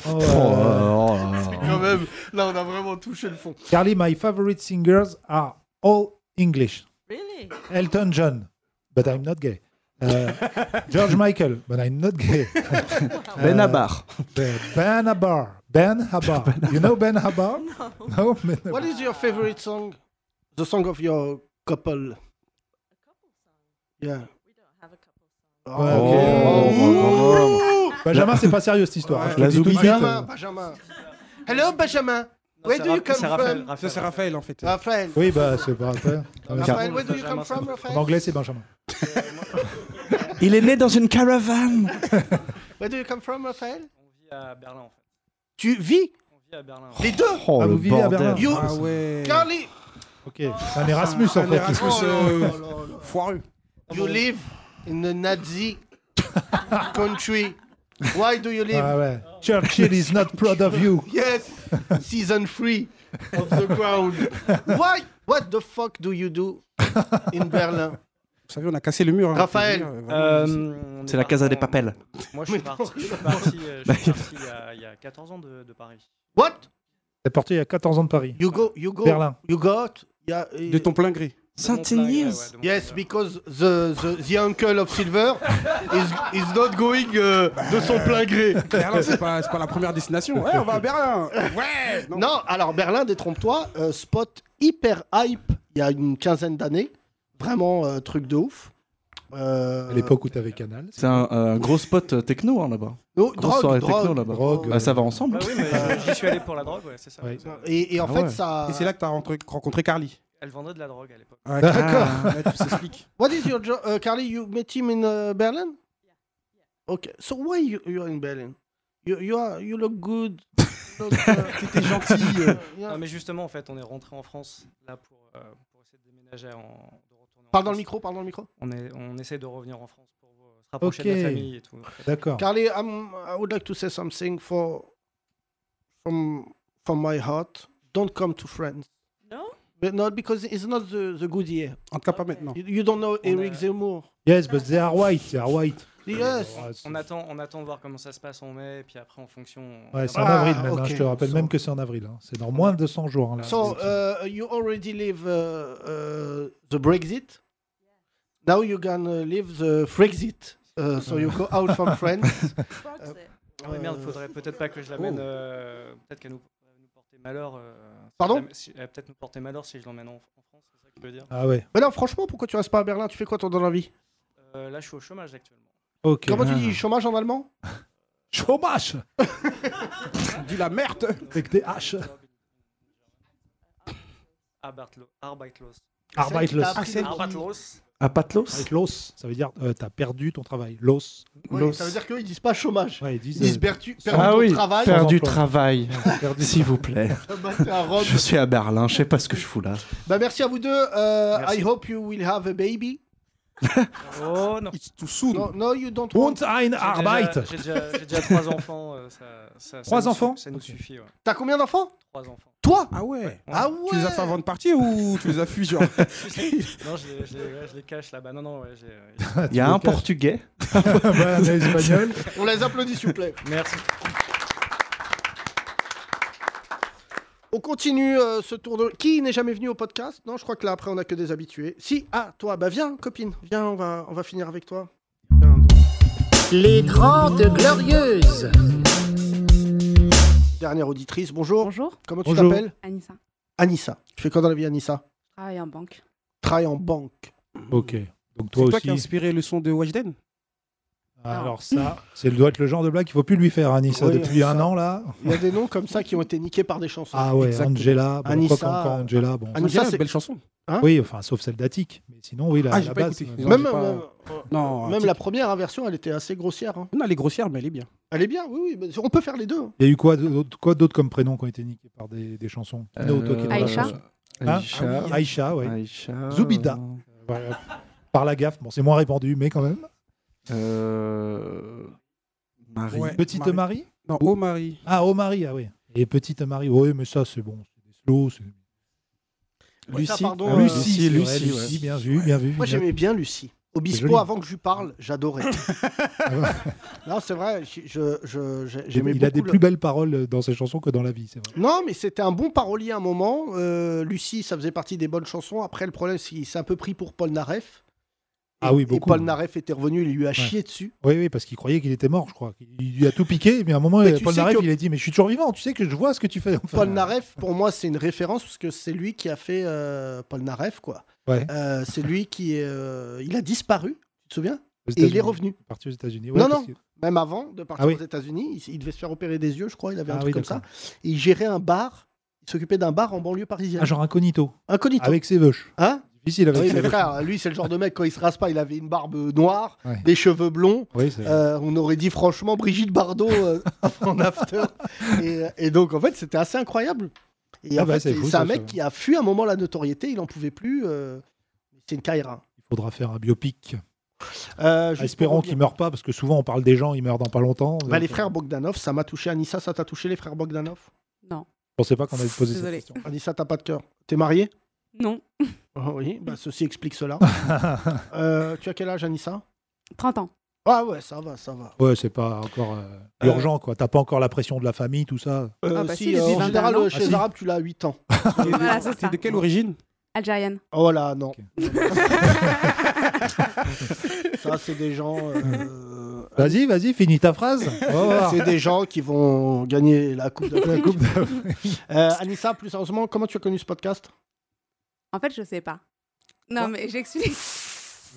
S4: Oh,
S3: Quand même, là, on a vraiment touché le fond.
S4: Charlie, my favorite singers are all English.
S10: Really?
S4: Elton John, but I'm not gay. Uh, George Michael, but I'm not gay.
S12: Ben
S4: Uh,
S12: Abar.
S4: Ben Ben Abar. Ben Abar. You know Ben Abar? No. Ben Abar.
S3: What is your favorite song? The song of your couple. Yeah.
S12: oh,
S4: Oh. Benjamin, c'est pas sérieux cette histoire. Je te le dis tout de suite. euh,
S3: Benjamin, Benjamin. Hello, Benjamin. Where
S6: c'est
S3: do you
S6: Raph-
S3: come
S6: c'est Raphaël,
S3: from?
S6: Raphaël. Ça, c'est Raphaël, en fait.
S3: Raphaël.
S4: Oui, bah, c'est pas. après.
S12: Ah,
S3: Raphaël, where do you come from, Raphaël?
S4: En anglais, c'est Benjamin.
S12: Il est né dans une caravane.
S3: Where do you come from, Raphaël?
S5: À Berlin, en fait.
S3: Tu vis?
S5: On vit à Berlin.
S3: Les deux?
S4: Oh, Ah, vous le vivez à bordel. Berlin.
S3: You...
S4: Ah ouais.
S3: Carly, Ah,
S4: Ok, c'est un Erasmus en fait.
S6: Un Erasmus euh, foireux.
S3: you live in the Nazi country. Why do you live?
S4: Ah ouais. Churchill is not proud of you.
S3: Yes, season three of the ground. Why? What the fuck do you do in Berlin?
S6: Vous savez, on a cassé le mur. hein.
S3: Raphaël.
S6: Euh, voilà,
S5: Ah on est
S12: C'est la Casa des Papels.
S5: Moi, je suis
S3: Mais non.
S5: parti, je suis parti, euh, je suis parti il, y a, il y a 14 ans de, de Paris.
S3: What?
S4: C'est porté il y a 14 ans de Paris.
S3: You go, Oh, you go,
S4: Berlin.
S3: you got. Yeah, eh,
S6: De ton plein gré.
S5: years.
S3: Yes, because the, the, the uncle of Silver is, is not going euh, de son plein gré.
S6: Berlin, c'est pas, c'est pas la première destination. Ouais, on va à Berlin. Ouais.
S3: Non, alors Berlin, détrompe-toi, euh, spot hyper hype il y a une quinzaine d'années. Vraiment euh, truc de ouf. Euh,
S4: À l'époque où t'avais Canal.
S12: C'est un, un gros spot euh, techno hein, là-bas.
S3: Oh,
S12: Grosse
S3: drogue,
S12: soirée
S3: drogue,
S12: techno là-bas.
S4: drogue,
S12: Bah, ça va ensemble.
S5: Bah oui, mais je- j'y suis allé pour la drogue, ouais, c'est ça.
S4: Ouais.
S3: euh, Et, et en
S12: Ah
S3: fait,
S12: ouais.
S3: ça.
S6: Et c'est là que t'as rencontré- rencontré Carly.
S5: Elle vendait de la drogue à l'époque.
S6: Ah,
S4: D'accord.
S6: Carly, là, tout s'explique.
S3: What is your job? Carly, you met him in uh, Berlin? Okay, so why you, you are in Berlin? You, you, are, you look good. You look, uh,
S6: T'étais gentil. euh.
S3: yeah.
S5: Non, mais justement, en fait, on est rentré en France là pour, euh, pour essayer de déménager en. De retourner en
S3: Parle dans le
S5: France.
S3: micro, parle dans le micro.
S5: On, est, on essaie de revenir en France pour euh, se rapprocher
S4: Ok.
S5: de la famille et tout. en fait.
S4: D'accord.
S3: Carly, I'm, I would like to say something for from from my heart. Don't come to France,
S10: No?
S3: but not because it's not the, the good year.
S6: En tout cas, pas maintenant.
S3: You, you don't know Eric
S5: a-
S3: Zemmour.
S4: Yes, but they are white. They are white.
S3: Yes.
S4: Ah,
S5: On attend, on attend de voir comment ça se passe en mai, puis après en fonction. on
S4: Ouais, c'est en
S5: verra.
S3: Ah,
S4: avril maintenant.
S3: ok.
S4: Je te rappelle
S3: So-
S4: même que c'est en avril. hein. C'est dans moins de 200 jours. hein, là.
S3: So uh, you already live uh, uh, the Brexit. Now you can uh, live the Frexit. Uh, so you go out from France. Oh.
S10: Brexit.
S5: Ah ouais, merde, faudrait peut-être pas que je l'amène. euh, peut-être qu'elle nous, elle va nous porter malheur. euh, si
S3: Pardon
S5: je l'amène- si- Elle va peut-être nous porter malheur si je l'emmène en, en France, c'est ça que je veux dire.
S4: Ah ouais.
S3: Mais non, franchement, pourquoi tu restes pas à Berlin Tu fais quoi toi dans la vie
S5: Euh, là, je suis au chômage actuellement.
S4: Ok. Ah.
S3: Comment tu dis chômage en allemand
S4: Chômage
S6: Dis la merde.
S4: Avec des haches.
S5: Arbeitlo- Arbeitlos.
S4: Arbeitlos.
S5: Arbeitlos.
S12: À Patlos
S4: Arbeitlos, ça veut dire euh, t'as perdu ton travail. Los.
S3: Oui,
S12: Los.
S3: Ça veut dire qu'eux ils disent pas chômage.
S4: Ouais, ils
S3: Ils
S4: disent.
S3: disent
S4: euh,
S3: perdu,
S4: sans-
S3: perdu
S4: Ah
S3: ton
S4: oui,
S3: travail.
S4: faire-
S12: Faire du
S4: emploi.
S12: travail.
S4: perdu-
S12: S'il vous plaît.
S3: Bah, t'es à Rome.
S12: Je suis à Berlin, je sais pas ce que je fous là.
S3: Bah, merci à vous deux. Euh,
S5: Merci.
S3: I hope you will have a baby.
S5: Oh non.
S6: It's too soon.
S3: No, no you don't want.
S4: Und ein
S5: J'ai
S4: Arbeit.
S5: déjà- J'ai déjà, j'ai déjà trois enfants. euh, ça, ça- ça
S4: Trois
S5: nous
S4: enfants
S5: suffit- Ça nous
S4: Ok.
S5: suffit, ouais.
S3: T'as combien d'enfants
S5: Trois enfants.
S3: Toi
S6: Ah ouais.
S3: Ah ouais
S6: Tu les as fait avant de partir ou tu les as fui genre
S5: non, je les, je les- ouais, je les cache là-bas. Non, non, ouais, j'ai. euh,
S12: Il y a un
S4: Ok.
S12: portugais.
S4: Bah, un espagnol.
S3: On les applaudit, s'il vous plaît.
S5: Merci.
S3: On continue euh, ce tour de. Qui n'est jamais venu au podcast Non, je crois que là, après, on a que des habitués. Si, ah, toi, bah viens, copine. Viens, on va, on va finir avec toi.
S13: Les Grandes Glorieuses.
S3: Dernière auditrice, bonjour.
S14: Bonjour,
S3: Comment tu
S4: Bonjour.
S3: t'appelles
S14: Anissa.
S3: Anissa. Tu fais quoi dans la vie, Anissa
S14: Je travaille en banque.
S3: Travaille en banque.
S4: Ok. Donc
S6: C'est
S4: toi
S6: toi qui as
S4: aussi.
S6: inspiré le son de Wajden
S4: Alors
S6: Ah.
S4: ça, c'est doit être le genre de blague qu'il faut plus lui faire, Anissa,
S3: Oui,
S4: depuis un
S3: Anissa.
S4: an là.
S3: Il y a des noms comme ça qui ont été niqués par des chansons.
S4: Ah ouais,
S3: Exactement.
S4: Angela, bon,
S3: Anissa,
S4: quoi qu'encore Angela, bon.
S3: Anissa, c'est belle
S6: chanson.
S4: oui, enfin, sauf celle d'Attic. Mais sinon, oui, la,
S6: Hein? Ah, j'ai
S4: la
S6: pas
S4: base.
S6: écouté.
S4: euh,
S3: Même,
S4: j'ai pas-
S3: euh,
S6: Non,
S3: même
S6: Attic.
S3: la première version, elle était assez grossière. hein.
S6: Non, elle est grossière, mais elle est bien.
S3: Elle est bien, oui, oui. mais On peut faire les deux. hein.
S4: Il y a eu quoi d'autre quoi d'autre comme prénom qui ont été niqués par des, des chansons Kino, toi qui-
S3: Aïcha.
S4: Hein Ah oui,
S3: Aïcha.
S4: Aïcha. ouais. Zoubida. Voilà. Par la gaffe, bon, c'est moins répandu, mais quand même.
S3: Euh,
S5: Marie.
S6: Ouais,
S4: Petite Marie.
S6: Non, Oh Marie.
S4: Ah, oh Marie, ah oui. Et Petite Marie, oui, mais ça, c'est bon. C'est des slow, c'est-
S3: Ouais, ça, pardon,
S4: Ah,
S3: euh,
S4: Lucie,
S3: Lucie,
S4: Lucie,
S3: ouais,
S4: Lucie,
S3: Lucie.
S4: bien vu, bien vu. bien
S3: Moi,
S4: vu.
S3: j'aimais bien Lucie.
S4: C'est
S3: Obispo,
S4: joli.
S3: avant que je lui parle, j'adorais. non, c'est vrai, je- je- je- j'ai- j'aimais
S4: Il a des
S3: beaucoup le-
S4: plus belles paroles euh, dans ses chansons que dans la vie, c'est vrai.
S3: Non, mais c'était un bon parolier à un moment. Euh, Lucie, ça faisait partie des bonnes chansons. Après, le problème, c'est qu'il s'est un peu pris pour Paul Naref.
S4: Ah oui,
S3: Et
S4: beaucoup.
S3: Paul Naref était revenu, il lui a chié dessus.
S4: Oui, oui, parce qu'il croyait qu'il était mort, je crois. Il lui a tout piqué, mais à un moment,
S3: Mais
S4: euh,
S3: tu
S4: Paul
S3: sais
S4: Naref,
S3: que-
S4: il a dit Mais je suis toujours vivant, tu sais que je vois ce que tu fais. Enfin,
S3: Paul Naref, pour moi, c'est une référence parce que c'est lui qui a fait euh, Paul Naref, quoi.
S4: Ouais.
S3: Euh, c'est lui qui, euh, il a disparu, tu te souviens
S4: aux
S3: Et il est
S4: États-Unis.
S3: revenu.
S4: Il est Parti aux États-Unis.
S3: non,
S4: Ouais,
S3: non,
S4: parce que-
S3: même avant de partir
S4: Ah oui.
S3: aux États-Unis, il, il devait se faire opérer des yeux, je crois, il avait
S4: Ah
S3: un
S4: oui,
S3: truc comme ça.
S4: d'accord.
S3: Et il gérait un bar, il s'occupait d'un bar en banlieue parisienne.
S4: Ah, genre incognito.
S3: Incognito.
S4: Avec ses veuches.
S3: Hein
S4: Difficile avec
S3: Oui,
S4: ses
S3: mais
S4: veuches.
S3: frère, lui, c'est le genre de mec, quand il se rase pas, il avait une barbe euh, noire,
S4: Ouais.
S3: des cheveux blonds.
S4: Oui, c'est vrai.
S3: Euh, on aurait dit franchement Brigitte Bardot euh, en after. Et, euh, et donc, en fait, c'était assez incroyable. Et
S4: Ah
S3: en
S4: bah,
S3: fait,
S4: c'est
S3: c'est
S4: fou,
S3: c'est
S4: ça,
S3: un
S4: ça.
S3: mec qui a fui un moment la notoriété, il en pouvait plus. euh, c'est une carrière. hein.
S4: Il faudra faire un biopic.
S3: Euh, juste
S4: Ah, Espérons
S3: pour
S4: qu'il meure pas, parce que souvent on parle des gens, ils meurent dans pas longtemps.
S3: Bah, les frères Bogdanov, ça m'a touché. Anissa, ça t'a touché les frères Bogdanov
S14: Non.
S4: Je pensais pas qu'on allait te poser cette
S14: Désolée.
S4: question.
S3: Anissa, t'as pas de cœur. T'es mariée
S14: Non.
S3: Ah Oui, bah, ceci explique cela. Euh, tu as quel âge, Anissa
S14: 30 ans.
S3: Ah ouais, ça va, ça va.
S4: Ouais, c'est pas encore euh, urgent, quoi. T'as pas encore la pression de la famille, tout ça.
S3: Euh,
S14: bah
S3: si,
S14: si, les
S3: euh, en
S14: 21
S3: général,
S14: ans.
S3: euh, chez
S14: Ah,
S3: les
S14: si.
S3: Arabes, tu l'as à 8 ans.
S14: Voilà, c'est ça.
S6: quelle origine
S14: Algérienne.
S3: Oh là, non. ça, c'est des gens. euh,
S4: Vas-y, vas-y, finis ta phrase. On va voir.
S3: c'est des gens qui vont gagner la Coupe d'Afrique. Euh, Anissa, plus sérieusement, comment tu as connu ce podcast
S14: En fait, je sais pas. Non, mais j'explique.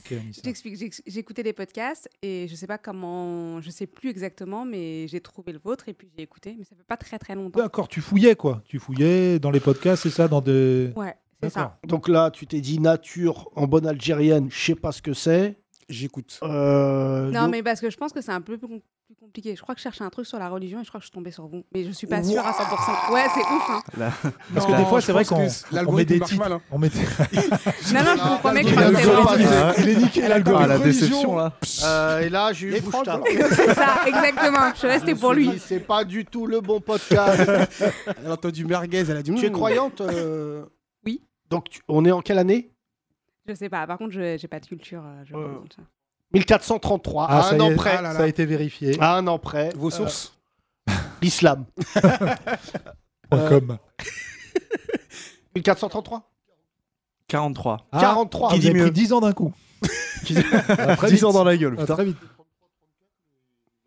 S4: Ok, Anissa.
S14: J'explique, j'ex- j'écoutais les podcasts et je sais pas comment, je sais plus exactement, mais j'ai trouvé le vôtre et puis j'ai écouté, mais ça fait pas très très longtemps.
S4: D'accord, tu fouillais, quoi. Tu fouillais dans les podcasts, c'est ça, dans des.
S14: Ouais, c'est ça.
S3: Donc là, tu t'es dit nature en bonne algérienne, je sais pas ce que c'est. Euh,
S6: J'écoute.
S14: non, mais parce que je pense que c'est un peu plus, com- plus compliqué. Je crois que je cherchais un truc sur la religion et je crois que je suis tombée sur vous, mais je suis pas sûre à 100%. Ouais, c'est ouf. hein.
S4: Parce que des fois, c'est vrai qu'on on met des titres. On met des-
S14: Non, non, je comprenais que je
S4: Il
S14: pensais
S4: a
S14: vraiment-
S4: pas- Il est niqué l'algorithme.
S3: Euh, et là, j'ai eu Bouchta.
S14: C'est ça, exactement. Je suis restée pour lui.
S3: C'est pas du tout le bon podcast.
S6: Elle a entendu merguez, elle a dit.
S3: tu es
S6: Mmh.
S3: croyante euh,
S14: Oui.
S3: Donc, tu- on est en quelle année
S14: Je sais pas. Par contre, je j'ai pas de culture. euh, je-
S3: 1433,
S4: Ah,
S3: à
S4: ça
S3: un
S4: y
S3: an
S4: est,
S3: près.
S4: ça a été vérifié.
S3: À un an près. Euh,
S6: Vos sources
S3: L'islam.
S4: Point
S3: euh,
S4: com.
S3: 1433
S5: 43.
S4: Ah,
S3: 43.
S4: Qui
S3: Qui
S4: dit
S3: dit mieux
S4: 10 ans d'un coup. Ah, très
S5: 10
S4: vite.
S5: ans dans la gueule,
S4: Ah,
S5: putain.
S4: très vite.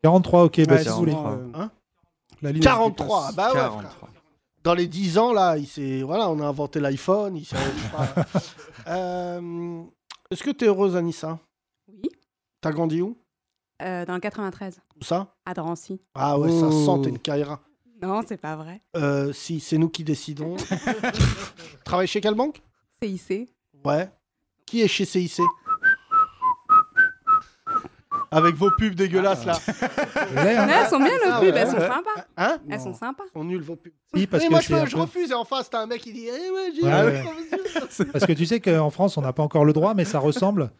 S4: 43, ok, bah,
S5: Ouais,
S4: si vous
S5: c'est
S4: voulez.
S5: vraiment,
S3: Hein
S6: La
S3: 43, bah ouais. frère.
S5: 43.
S3: Dans les 10 ans, là, il s'est... Voilà, on a inventé l'iPhone. il s'est- je sais pas. Euh, Est-ce que t'es heureuse, Anissa
S14: Oui.
S3: T'as grandi où
S14: euh, dans le 93,
S3: Où ça
S14: à Drancy.
S3: Ah ouais, ça sent, t'es une carrière.
S14: Non, c'est pas vrai.
S3: Euh, si, c'est nous qui décidons. Travaille chez quelle banque
S14: CIC.
S3: Ouais. Qui est chez CIC Avec vos pubs
S4: Ah.
S3: dégueulasses là.
S4: hein.
S14: Non, elles sont bien nos
S3: Ah,
S14: pubs,
S3: ouais,
S14: elles sont
S3: ouais.
S14: sympas.
S3: Hein
S14: Elles sont sympas.
S3: Ils sont nuls vos pubs.
S4: Si, parce
S3: Mais
S4: que
S3: moi
S4: c'est
S3: je,
S4: un
S3: je
S4: peu-
S3: refuse et en face t'as un mec qui dit Eh ouais, j'ai-
S4: Ouais, ouais. Parce que tu sais qu'en France, on n'a pas encore le droit, mais ça ressemble.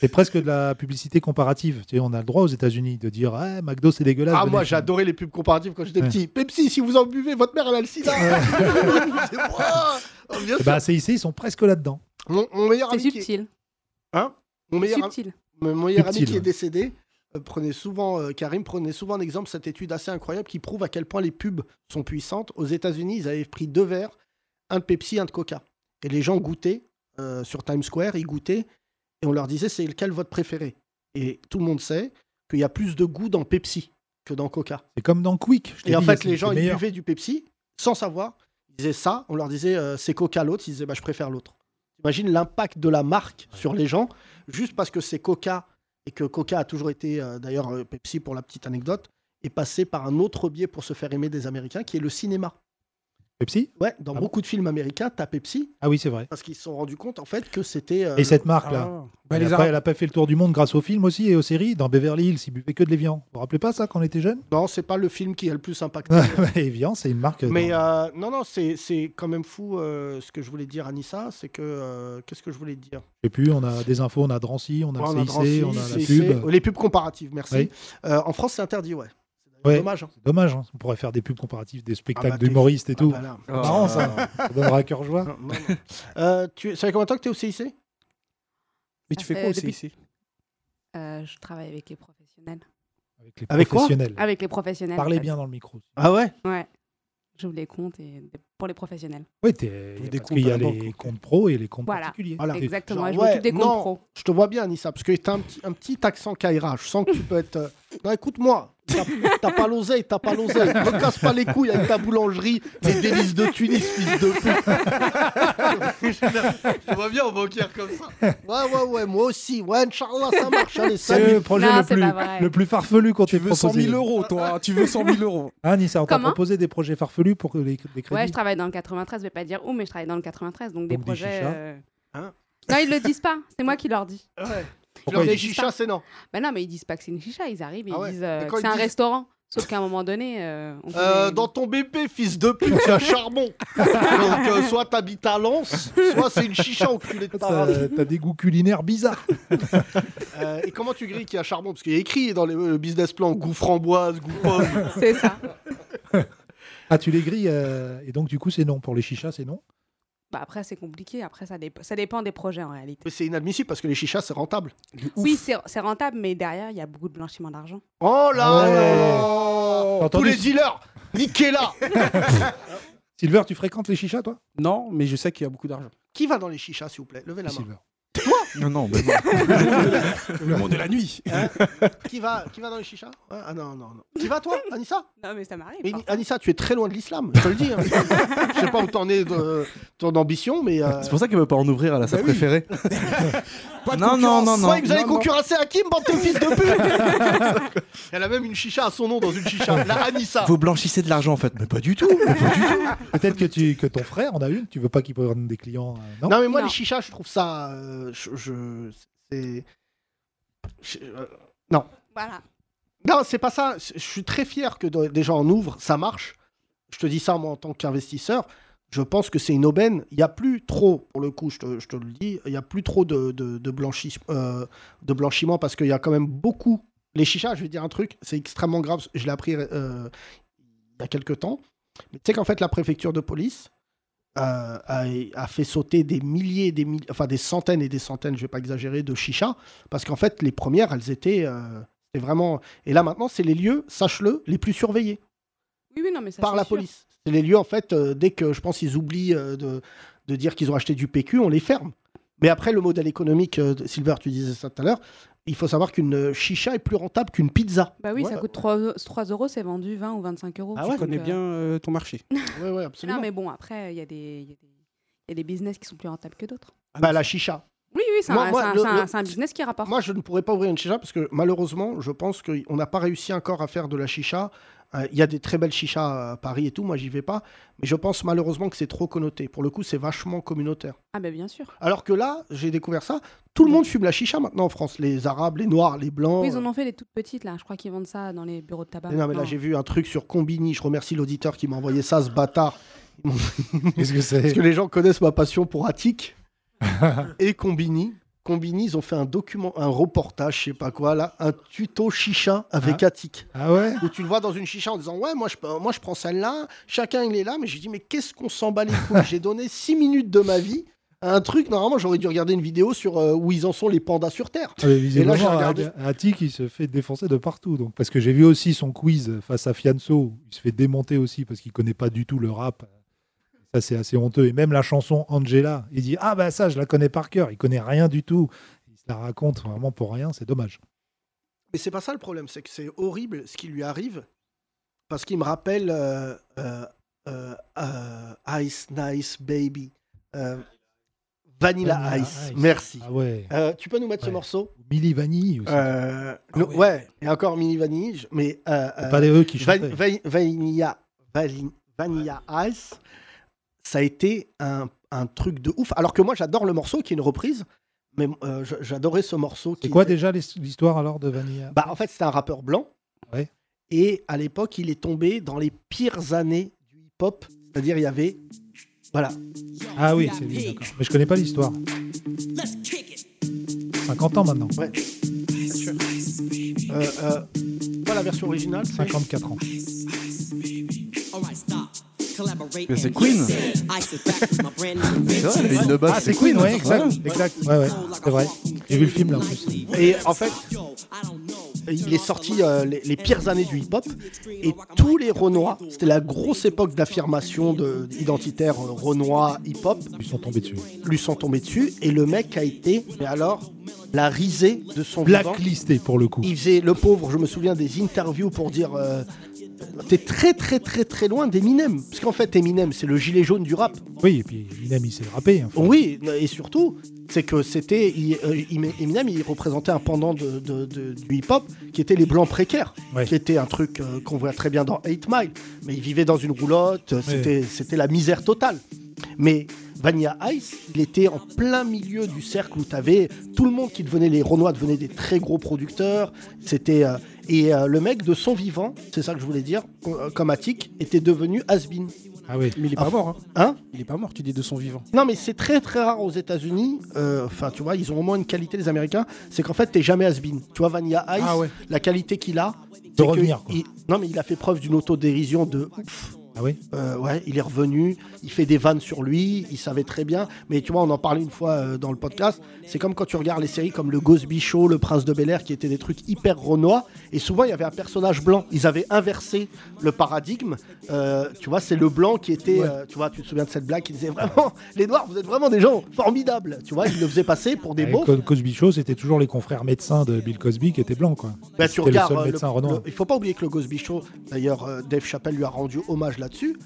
S4: C'est presque de la publicité comparative. Tu sais, on a le droit aux États-Unis de dire ah, McDo, c'est dégueulasse.
S3: Ah
S4: venez
S3: moi
S4: chez nous.
S3: j'adorais les pubs comparatives quand j'étais
S4: Ouais.
S3: petit. Pepsi, si vous en buvez, votre mère elle a le sida. C'est moi. Oh, bien
S4: Eh
S3: sûr.
S4: ben, CIC, ils sont presque là-dedans.
S3: Mon, mon meilleur
S14: C'est
S3: ami qui-
S14: subtil.
S3: Hein mon meilleur, ami-
S14: Subtil.
S3: mon meilleur ami
S4: Subtil,
S3: qui
S4: ouais.
S3: est décédé euh, prenait souvent, euh, Karim prenait souvent en exemple cette étude assez incroyable qui prouve à quel point les pubs sont puissantes. Aux États-Unis, ils avaient pris deux verres, un de Pepsi, un de Coca. Et les gens goûtaient euh, sur Times Square, ils goûtaient et on leur disait c'est lequel votre préféré. Et tout le monde sait qu'il y a plus de goût dans Pepsi que dans Coca.
S4: C'est comme dans Quick. je t'ai
S3: Et en
S4: dit,
S3: fait,
S4: c'est-
S3: les gens,
S4: c'est
S3: ils
S4: meilleur.
S3: buvaient du Pepsi sans savoir. Ils disaient ça, on leur disait euh, c'est Coca l'autre, ils disaient bah, je préfère l'autre. Imagine l'impact de la marque sur les gens, juste parce que c'est Coca et que Coca a toujours été, euh, d'ailleurs euh, Pepsi pour la petite anecdote, est passé par un autre biais pour se faire aimer des Américains, qui est le cinéma.
S4: Pepsi
S3: Ouais, dans beaucoup de films américains, t'as Pepsi,
S4: Ah oui, c'est vrai.
S3: parce qu'ils se sont rendus compte en fait que c'était... euh,
S4: Et cette marque-là,
S3: Ah.
S4: elle, a pas, elle a pas fait le tour du monde grâce aux films aussi et aux séries. Dans Beverly Hills, ils buvaient que de l'Evian. Vous vous rappelez pas ça quand on était jeune
S3: Non, c'est pas le film qui a le plus impacté.
S4: Evian, c'est une marque.
S3: Mais
S4: dans-
S3: euh, non, non, c'est c'est quand même fou euh, ce que je voulais dire à Nissa, c'est que... euh, Qu'est-ce que je voulais te dire
S4: Je sais plus, on a des infos, on a Drancy, on a
S3: Ouais,
S4: le
S3: Drancy,
S4: CIC, on a la
S3: CIC,
S4: pub.
S3: Les pubs comparatives, merci.
S4: Oui.
S3: Euh, en France, c'est interdit, ouais.
S4: Ouais,
S3: dommage, hein.
S4: c'est Dommage, hein. on pourrait faire des pubs comparatives, des spectacles
S3: bah, t'es-
S4: d'humoristes et
S3: ah
S4: tout.
S3: bah là.
S7: Oh.
S4: C'est marrant ça,
S3: Ah.
S4: ça donnera cœur joie.
S3: Non, non, non. Euh, tu, ça fait combien de temps que tu es au CIC
S6: Mais tu fais
S14: Euh,
S6: quoi au
S14: depuis-
S6: CIC
S14: Euh, je travaille avec les professionnels.
S4: Avec les
S3: Avec quoi
S4: professionnels.
S14: Avec les professionnels.
S4: Parlez
S14: en fait.
S4: bien dans le micro.
S3: Ah ouais
S14: Ouais. J'ouvre les comptes et pour les professionnels.
S4: Oui, t'es-
S3: Tous des
S4: parce qu'il y a
S3: comptes à la
S4: les comptes pro et les comptes
S14: Voilà.
S4: particuliers.
S14: Voilà.
S4: T'es-
S14: Exactement.
S3: Genre,
S14: je m'occupe des comptes
S3: non,
S14: pro.
S3: Je te vois bien, Nissa, parce que tu as un petit, un petit accent Kaira. Je sens que tu peux être. euh, Non, écoute-moi. T'as- T'as pas l'oseille, t'as pas l'oseille. Ne casse pas les couilles avec ta boulangerie, tes délices de Tunis, fils de pute.
S5: Je vois bien en banquière comme ça.
S3: Ouais, ouais, ouais, moi aussi. Ouais, Inch'Allah, ça marche. Allez,
S4: C'est
S3: salut.
S4: le projet le, plus, le plus farfelu qu'on t'ait
S6: veux 100
S4: proposé.
S6: 000 euros, toi, hein, tu veux 100 000 euros.
S4: Hein, Nissa, on t'a
S14: Comment
S4: proposé des projets farfelus pour que les, des crédits.
S14: Ouais, je travaille dans le 93, je vais pas dire où, mais je travaille dans le 93, donc, des
S4: Donc des
S14: projets.
S4: chichas.
S14: euh, Non, ils le disent pas, c'est moi qui leur dis.
S3: Ah Ouais.
S4: Pourquoi
S3: leur ils dis disent chicha, c'est non.
S14: Ben non, mais ils disent pas que c'est une chicha, ils arrivent et
S3: Ah ouais.
S14: ils disent euh,
S3: Et quand
S14: que c'est
S3: ils
S14: un
S3: disent-
S14: restaurant. Sauf qu'à un moment donné, euh, on fait
S3: Euh,
S14: des-
S3: dans ton BP, fils de pute, c'est un charbon. Donc, euh, soit t'habites à Lens, soit c'est une chicha enculée de ta
S4: Ça,
S3: race.
S4: T'as des goûts culinaires bizarres.
S3: Euh, et comment tu grilles qu'il y a charbon Parce qu'il y a écrit dans le le business plan goût framboise, goût pomme.
S14: C'est ça.
S4: ah, tu les grilles euh, et donc du coup c'est non pour les chichas, c'est non.
S14: Bah, après, c'est compliqué. Après, ça, dép- ça dépend des projets en réalité.
S3: Mais c'est inadmissible parce que les chichas, c'est rentable.
S14: Oui, c'est c'est rentable, mais derrière, il y a beaucoup de blanchiment d'argent.
S3: Oh là
S4: Ouais.
S3: là
S4: T'as
S3: Tous
S4: entendu
S3: les dealers, niquez-la
S4: Silver, tu fréquentes les chichas, toi
S6: Non, mais je sais qu'il y a beaucoup d'argent.
S3: Qui va dans les chichas, s'il vous plaît Levez la main.
S6: Non, non,
S7: mais
S6: Le monde de la nuit.
S3: Hein? Qui va, qui va dans les chichas Ouais, Ah non, non, non. Qui va, toi, Anissa
S14: Non, mais ça m'arrive.
S3: Mais Anissa, tu es très loin de l'islam, je te le dis. hein. je sais pas où t'en es de ton ambition, mais. euh,
S7: C'est pour ça qu'elle veut pas en ouvrir à la sa préférée.
S3: Pas de
S7: Non, non,
S3: concurrence.
S7: non, non.
S3: Ouais, vous allez
S7: Non, non.
S3: concurrencer Hakim, bande de fils de pute Elle a même une chicha à son nom dans une chicha. La Anissa.
S7: Vous blanchissez de l'argent en fait, mais pas du tout.
S4: Peut-être que tu que ton frère en a une. Tu veux pas qu'il prenne des clients. euh, non.
S3: Non, mais moi, les chichas, je trouve ça. euh, je. je- c'est. je- euh, non.
S14: Voilà.
S3: Non, c'est pas ça. Je suis très fier que de- des gens en ouvrent, ça marche. Je te dis ça, moi, en tant qu'investisseur. Je pense que c'est une aubaine. Il n'y a plus trop, pour le coup, je te, je te le dis, il n'y a plus trop de, de, de blanchis- euh, de blanchiment parce qu'il y a quand même beaucoup. Les chichas, je vais dire un truc, c'est extrêmement grave. Je l'ai appris euh, il y a quelques temps. Mais tu sais qu'en fait, la préfecture de police euh, a, a fait sauter des milliers, et des milliers, enfin des centaines et des centaines, je vais pas exagérer, de chichas, parce qu'en fait, les premières, elles étaient euh, c'était vraiment. Et là, maintenant, c'est les lieux, sache-le, les plus surveillés
S14: Oui, oui, non, mais ça
S3: par
S14: c'est
S3: la
S14: sûr.
S3: police. C'est les lieux, en fait, euh, dès que je pense ils oublient euh, de, de dire qu'ils ont acheté du PQ, on les ferme. Mais après, le modèle économique, euh, de- Silver, tu disais ça tout à l'heure, il faut savoir qu'une euh, chicha est plus rentable qu'une pizza.
S14: Bah oui, ça coûte 3, 3 euros, c'est vendu 20 ou 25 euros.
S3: Ah
S6: tu connais bien euh, ton marché.
S3: Ouais, ouais,
S14: Non,
S3: absolument.
S14: mais bon, après, il y, a des- il y a des- il y a des business qui sont plus rentables que d'autres.
S3: Bah, la chicha.
S14: Oui, oui, c'est
S3: Moi-
S14: un,
S3: moi,
S14: c'est un-
S3: le-
S14: c'est un-
S3: le-
S14: c'est un business qui rapporte.
S3: Moi, je ne pourrais pas ouvrir une chicha parce que malheureusement, je pense qu'on n'a pas réussi encore à faire de la chicha. Euh, Il y a des très belles chichas à Paris et tout, moi j'y vais pas, mais je pense malheureusement que c'est trop connoté. Pour le coup, c'est vachement communautaire.
S14: Ah, bah bien sûr.
S3: Alors que là, j'ai découvert ça, tout le monde fume la chicha maintenant en France. Les Arabes, les Noirs, les Blancs.
S14: Oui, ils en
S3: euh,
S14: ont fait les toutes petites, là. Je crois qu'ils vendent ça dans les bureaux de tabac.
S3: Non, mais là,
S14: maintenant.
S3: j'ai vu un truc sur Combini. Je remercie l'auditeur qui m'a envoyé ça, ce bâtard.
S4: Qu'est-ce que c'est
S3: Parce que les gens connaissent ma passion pour Attic et Combini. Combini, ils ont fait un document, un reportage, je sais pas quoi, là, un tuto chicha avec
S4: Ah.
S3: Attic.
S4: Ah ouais
S3: Où tu le vois dans une chicha en disant Ouais, moi je, peux- moi, je prends celle-là, chacun il est là, mais j'ai dit Mais qu'est-ce qu'on s'en bat les couilles J'ai donné 6 minutes de ma vie à un truc. Normalement, j'aurais dû regarder une vidéo sur euh, où ils en sont les pandas sur Terre.
S4: Ah, mais
S3: et là, j'ai
S4: visiblement,
S3: regardé.
S4: At- Attic, il se fait défoncer de partout. Donc, parce que j'ai vu aussi son quiz face à Fianso, où il se fait démonter aussi parce qu'il connaît pas du tout le rap. Ça, c'est assez honteux. Et même la chanson Angela, il dit Ah, bah ça, je la connais par cœur. Il connaît rien du tout. Il se la raconte vraiment pour rien. C'est dommage.
S3: Mais c'est pas ça le problème, c'est que c'est horrible ce qui lui arrive parce qu'il me rappelle euh, euh, euh, euh, Ice Nice Baby, euh, Vanilla,
S4: Vanilla
S3: Ice.
S4: Ice.
S3: Merci.
S4: Ah ouais.
S3: Euh, tu peux nous mettre ce
S4: Ouais.
S3: morceau
S4: Milli Vanilli aussi. Ah
S3: Euh, le- ouais. et encore mini vanille, je- mais. euh,
S4: C'est
S3: euh,
S4: pas les eux qui
S3: Van-
S4: chantaient.
S3: Van- Vanilla, Vali- Vanilla Ice, ça a été un, un truc de ouf. Alors que moi, j'adore le morceau qui est une reprise, mais euh, j- j'adorais ce morceau.
S4: C'est
S3: qui-
S4: quoi déjà l'his- l'histoire alors de Vanilla
S3: bah, En fait, c'était un rappeur blanc. Et à l'époque, il est tombé dans les pires années du hip-hop. C'est-à-dire, il y avait. Voilà.
S4: Ah oui, c'est lui, d'accord. Mais je connais pas l'histoire. 50 ans maintenant.
S3: Ouais. Euh, euh, pas la version originale.
S4: 54 ans.
S7: Mais c'est Queen.
S3: vrai,
S7: les deux basses,
S3: Ah,
S7: c'est Queen,
S3: ouais,
S7: voilà.
S3: exact, exact. Ouais, ouais, c'est vrai.
S4: J'ai vu le film là en plus.
S3: Et en fait, il est sorti euh, les, les pires années du hip-hop et tous les Renois, c'était la grosse époque d'affirmation de- identitaire euh, Renois hip-hop.
S4: Lui sont tombés dessus.
S3: Lui sont tombés dessus et le mec a été, mais alors, la risée de son vivant.
S4: Blacklisté pour le coup.
S3: Il faisait le pauvre, je me souviens des interviews pour dire euh, t'es très très très très loin d'Eminem. Parce qu'en fait Eminem c'est le gilet jaune du rap.
S4: Oui, et puis Eminem il s'est rappé. hein.
S3: Oui, et surtout, c'est que c'était. il- euh, il- Eminem, il représentait un pendant de, de- de- du hip-hop qui était les blancs précaires,
S4: Ouais.
S3: qui était un truc euh, qu'on voit très bien dans 8 Mile. Mais il vivait dans une roulotte, euh, c'était c'était la misère totale. Mais Vanilla Ice, il était en plein milieu du cercle où tu avais tout le monde qui devenait les Renois, devenait des très gros producteurs. C'était. euh, et euh, le mec de son vivant, c'est ça que je voulais dire, euh, comme Attic, était devenu Asbin.
S4: Ah oui.
S6: Mais il est pas mort, hein.
S3: Hein
S6: Il est pas mort, tu dis de son vivant.
S3: non, mais c'est très très rare aux États-Unis. Euh, Enfin, tu vois, ils ont au moins une qualité, les Américains. C'est qu'en fait, t'es jamais has-been. Tu vois, Vania Ice,
S4: Ah ouais.
S3: la qualité qu'il a.
S4: De
S3: c'est que
S4: revenir, quoi.
S3: il- Non, mais il a fait preuve d'une autodérision de ouf.
S4: Ah oui
S3: Euh, ouais, il est revenu, il fait des vannes sur lui, il savait très bien. Mais tu vois, on en parlait une fois euh, dans le podcast. C'est comme quand tu regardes les séries comme Le Gosby Show, Le Prince de Bel Air, qui étaient des trucs hyper renois. Et souvent, il y avait un personnage blanc. Ils avaient inversé le paradigme. Euh, tu vois, c'est le blanc qui était. euh, tu vois, tu te souviens de cette blague qui disait vraiment Les noirs, vous êtes vraiment des gens formidables. Tu vois, ils le faisaient passer pour des
S4: Et
S3: beaux.
S4: Co- Euh, Cosby Show, c'était toujours les confrères médecins de Bill Cosby qui étaient blancs. Quoi.
S3: Bah, tu
S4: c'était le
S3: regardes,
S4: seul
S3: euh,
S4: médecin
S3: le-
S4: renois.
S3: le- il faut pas oublier que le Ghost Show, d'ailleurs, euh, Dave Chappelle lui a rendu hommage là-dessus,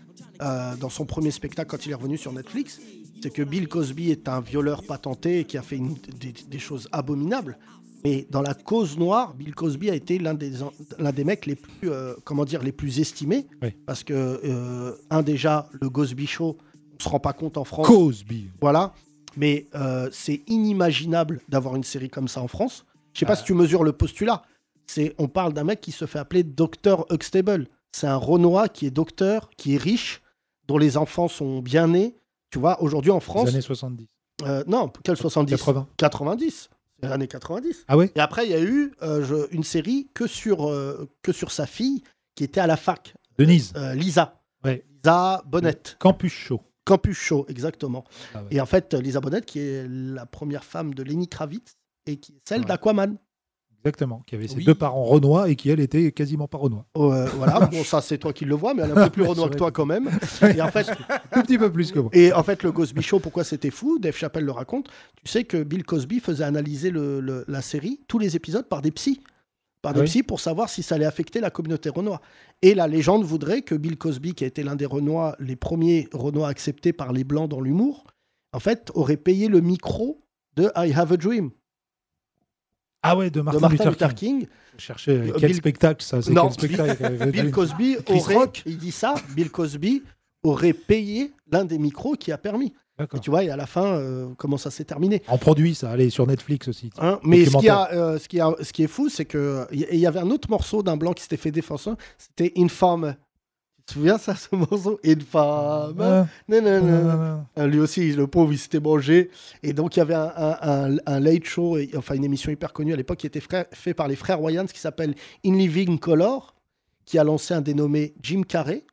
S3: euh, dans son premier spectacle quand il est revenu sur Netflix. C'est que Bill Cosby est un violeur patenté qui a fait une- des, des choses abominables. Et dans la cause noire, Bill Cosby a été l'un des, en- l'un des mecs les plus, euh, comment dire, les plus estimés.
S4: Oui.
S3: Parce que, euh, un, déjà, le Cosby Show, on se rend pas compte en France.
S4: Cosby.
S3: Voilà. Mais euh, c'est inimaginable d'avoir une série comme ça en France. Je sais
S4: Euh.
S3: pas si tu mesures le postulat. C'est, on parle d'un mec qui se fait appeler Docteur Huxtable. C'est un Renoir qui est docteur, qui est riche, dont les enfants sont bien nés. Tu vois, aujourd'hui en France.
S4: Les années 70.
S3: Euh, non, quel 70
S4: 80.
S3: 90. C'est les années 90.
S4: Ah ouais
S3: Et après, il y a eu euh, je- une série que sur, euh, que sur sa fille qui était à la fac.
S4: Denise.
S3: Euh, Lisa.
S4: Ouais.
S3: Lisa Bonnette.
S4: Campus Show.
S3: Campus Show, exactement.
S4: Ah ouais.
S3: Et en fait, euh, Lisa Bonnette, qui est la première femme de Lenny Kravitz et qui est celle d'Aquaman.
S4: Exactement. Qui avait ses
S3: Oui.
S4: deux parents renois et qui, elle, était quasiment pas renois.
S3: Euh, voilà, bon, ça c'est toi qui le vois, mais elle est un peu plus
S4: Ouais,
S3: Renoir
S4: c'est
S3: que
S4: vrai.
S3: toi quand même. Et en fait,
S4: Un petit peu plus que moi.
S3: Et en fait, le Cosby Show, pourquoi c'était fou Dave Chappelle le raconte. Tu sais que Bill Cosby faisait analyser le- le- la série, tous les épisodes, par des psys. Par des
S4: Oui.
S3: psys pour savoir si ça allait affecter la communauté Renoir. Et la légende voudrait que Bill Cosby, qui a été l'un des Renois, les premiers Renois acceptés par les Blancs dans l'humour, en fait, aurait payé le micro de I Have a Dream
S4: Ah ouais, de Martin,
S3: de Martin
S4: Luther,
S3: Luther
S4: King.
S3: King.
S4: Je cherchais euh,
S3: Euh,
S4: quel
S3: Bill-
S4: spectacle ça. C'est
S3: Non,
S4: quel spectacle euh,
S3: Bill-
S4: avec-
S3: Bill Cosby
S4: Chris
S3: aurait,
S4: Rock.
S3: il dit ça, Bill Cosby aurait payé l'un des micros qui a permis. Et tu vois, et à la fin, euh, comment ça s'est terminé.
S4: En produit, ça. Allez, sur Netflix aussi. tiens.
S3: Hein, mais ce qui,
S4: Documentaire.
S3: a, euh, ce, qui a- ce qui est fou, c'est que il y, il y avait un autre morceau d'un blanc qui s'était fait défenseur, c'était Infame. Tu te souviens ça, ce morceau Infame. Non, non, non. Euh, Lui aussi, le pauvre, il s'était mangé. Et donc, il y avait un, un- un- un late show, et- enfin une émission hyper connue à l'époque, qui était fra- fait par les frères Wayans, qui s'appelle In Living Color, qui a lancé un dénommé Jim Carrey,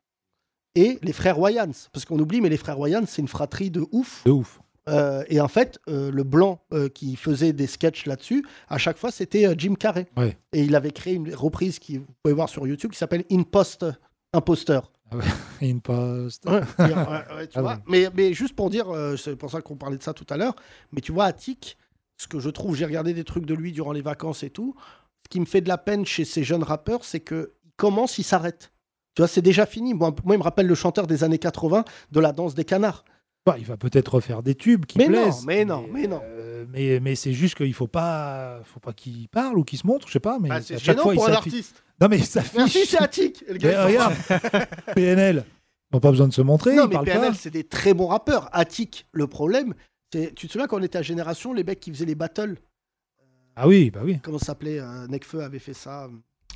S3: et les frères Wayans. Parce qu'on oublie, mais les frères Wayans, c'est une fratrie de ouf.
S4: De ouf.
S3: Euh, et en fait, euh, le blanc euh, qui faisait des sketchs là-dessus, à chaque fois, c'était euh, Jim Carrey.
S4: Ouais.
S3: Et il avait créé une reprise qui vous pouvez voir sur YouTube qui s'appelle Impost, imposteur.
S4: Ah ouais, Une poste.
S3: Ouais, et, euh, ouais, tu
S4: Ah
S3: vois.
S4: ouais.
S3: mais, mais juste pour dire, euh, c'est pour ça qu'on parlait de ça tout à l'heure, mais tu vois, Attic, ce que je trouve, j'ai regardé des trucs de lui durant les vacances et tout, ce qui me fait de la peine chez ces jeunes rappeurs, c'est que ils commencent, ils s'arrêtent. Tu vois, c'est déjà fini. Moi, moi, il me rappelle le chanteur des années 80 de la danse des canards.
S4: Bah, il va peut-être refaire des tubes qui
S3: mais non,
S4: plaisent.
S3: mais non, mais non.
S4: Euh, mais mais c'est juste qu'il faut pas, faut pas qu'il parle ou qu'il se montre, je sais pas. Mais
S3: Bah,
S4: à
S3: c'est
S4: chaque
S3: gênant
S4: fois, il
S3: pour un
S4: s'affiche.
S3: artiste.
S4: Non mais ça fiche.
S3: Merci, c'est Attic. Et le gars, il sort.
S4: regarde, PNL, ils n'ont pas besoin de se montrer,
S3: non,
S4: ils
S3: mais
S4: parlent
S3: PNL,
S4: pas.
S3: c'est des très bons rappeurs. Attic, le problème, c'est. Tu te souviens quand on était à Génération, les mecs qui faisaient les battles euh,
S4: Ah oui, bah oui.
S3: Comment ça s'appelait euh, Necfeu avait fait ça.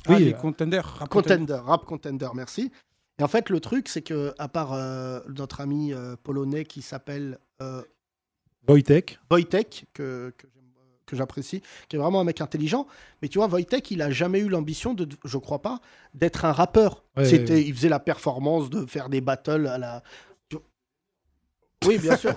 S4: Ah, les
S6: contenders.
S3: Contender, rap contender, merci. Et en fait, le truc, c'est que, à part euh, notre ami euh, polonais qui s'appelle euh,
S4: Wojtek.
S3: Wojtek, que, que j'aime- euh, que j'apprécie, qui est vraiment un mec intelligent. Mais tu vois, Wojtek, il a jamais eu l'ambition, de, je crois pas, d'être un rappeur.
S4: Ouais,
S3: C'était,
S4: ouais, ouais.
S3: Il faisait la performance de faire des battles à la. Oui, bien sûr.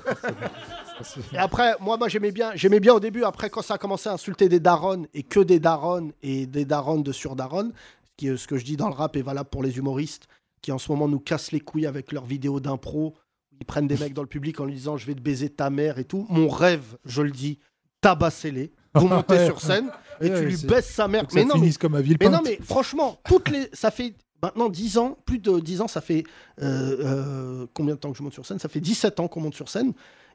S3: Et après, moi, moi j'aimais bien, j'aimais bien au début. Après, quand ça a commencé à insulter des darons et que des darons et des darons de sur darons, ce qui est- ce que je dis dans le rap est valable pour les humoristes qui en ce moment nous cassent les couilles avec leurs vidéos d'impro. Ils prennent des mecs dans le public en lui disant je vais te baiser ta mère et tout. Mon rêve, je le dis, tabassez-les. Vous montez
S4: Ouais.
S3: sur scène et
S4: Ouais,
S3: tu lui
S4: c'est-
S3: baisses sa mère.
S4: Faut que ça finisse comme à Villepinte.
S3: Mais non, mais franchement, toutes les, ça fait maintenant 10 ans, plus de 10 ans, ça fait euh, euh, combien de temps que je monte sur scène Ça fait 17 ans qu'on monte sur scène.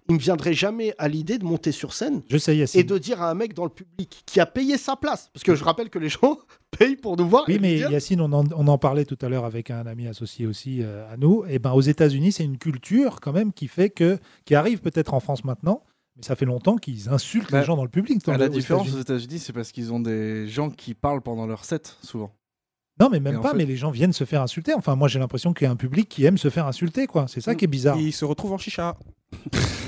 S3: Il ne me viendrait jamais à l'idée de monter sur scène
S4: Je sais, Yacine.
S3: et de dire à un mec dans le public qui a payé sa place, parce que je rappelle que les gens payent pour nous voir.
S4: Oui,
S3: et
S4: mais
S3: lui dire-
S4: Yacine, on en, on en parlait tout à l'heure avec un ami associé aussi euh, à nous. Et ben, aux États-Unis, c'est une culture quand même qui fait que, qui arrive peut-être en France maintenant, mais ça fait longtemps qu'ils insultent
S5: Bah,
S4: les gens dans le public. dans
S5: à la
S4: le- aux
S5: différence aux
S4: États-Unis.
S5: États-Unis, c'est parce qu'ils ont des gens qui parlent pendant leur set, souvent.
S4: Non, mais
S5: Et
S4: même
S5: en
S4: pas.
S5: fait-
S4: Mais les gens viennent se faire insulter. Enfin, moi, j'ai l'impression qu'il y a un public qui aime se faire insulter, quoi. C'est ça qui est bizarre.
S6: Ils se retrouvent en chicha.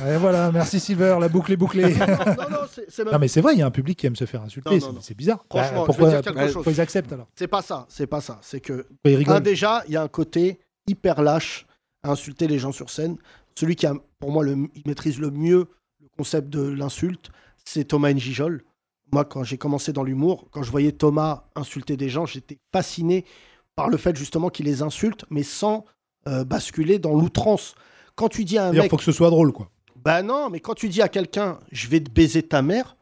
S4: Et voilà, merci Silver, la boucle est bouclée.
S3: Non, non, c'est- c'est même-
S4: Non, mais c'est vrai, il y a un public qui aime se faire insulter.
S3: Non, non,
S4: c'est-
S3: non.
S4: C'est bizarre.
S3: Franchement,
S4: Bah, pourquoi
S3: je vais dire quelque
S4: pourquoi
S3: chose.
S4: ils acceptent alors
S3: C'est pas ça, c'est pas ça. C'est que
S4: ils rigolent.
S3: un, déjà, il y a un côté hyper lâche à insulter les gens sur scène. Celui qui a, pour moi, le, il maîtrise le mieux le concept de l'insulte, c'est Thomas Njijol. Moi, quand j'ai commencé dans l'humour, quand je voyais Thomas insulter des gens, j'étais fasciné par le fait justement qu'il les insulte, mais sans euh, basculer dans l'outrance. Quand tu dis à un
S4: D'ailleurs,
S3: mec,
S4: faut que ce soit drôle, quoi.
S3: bah non, mais quand tu dis à quelqu'un, je vais te baiser ta mère,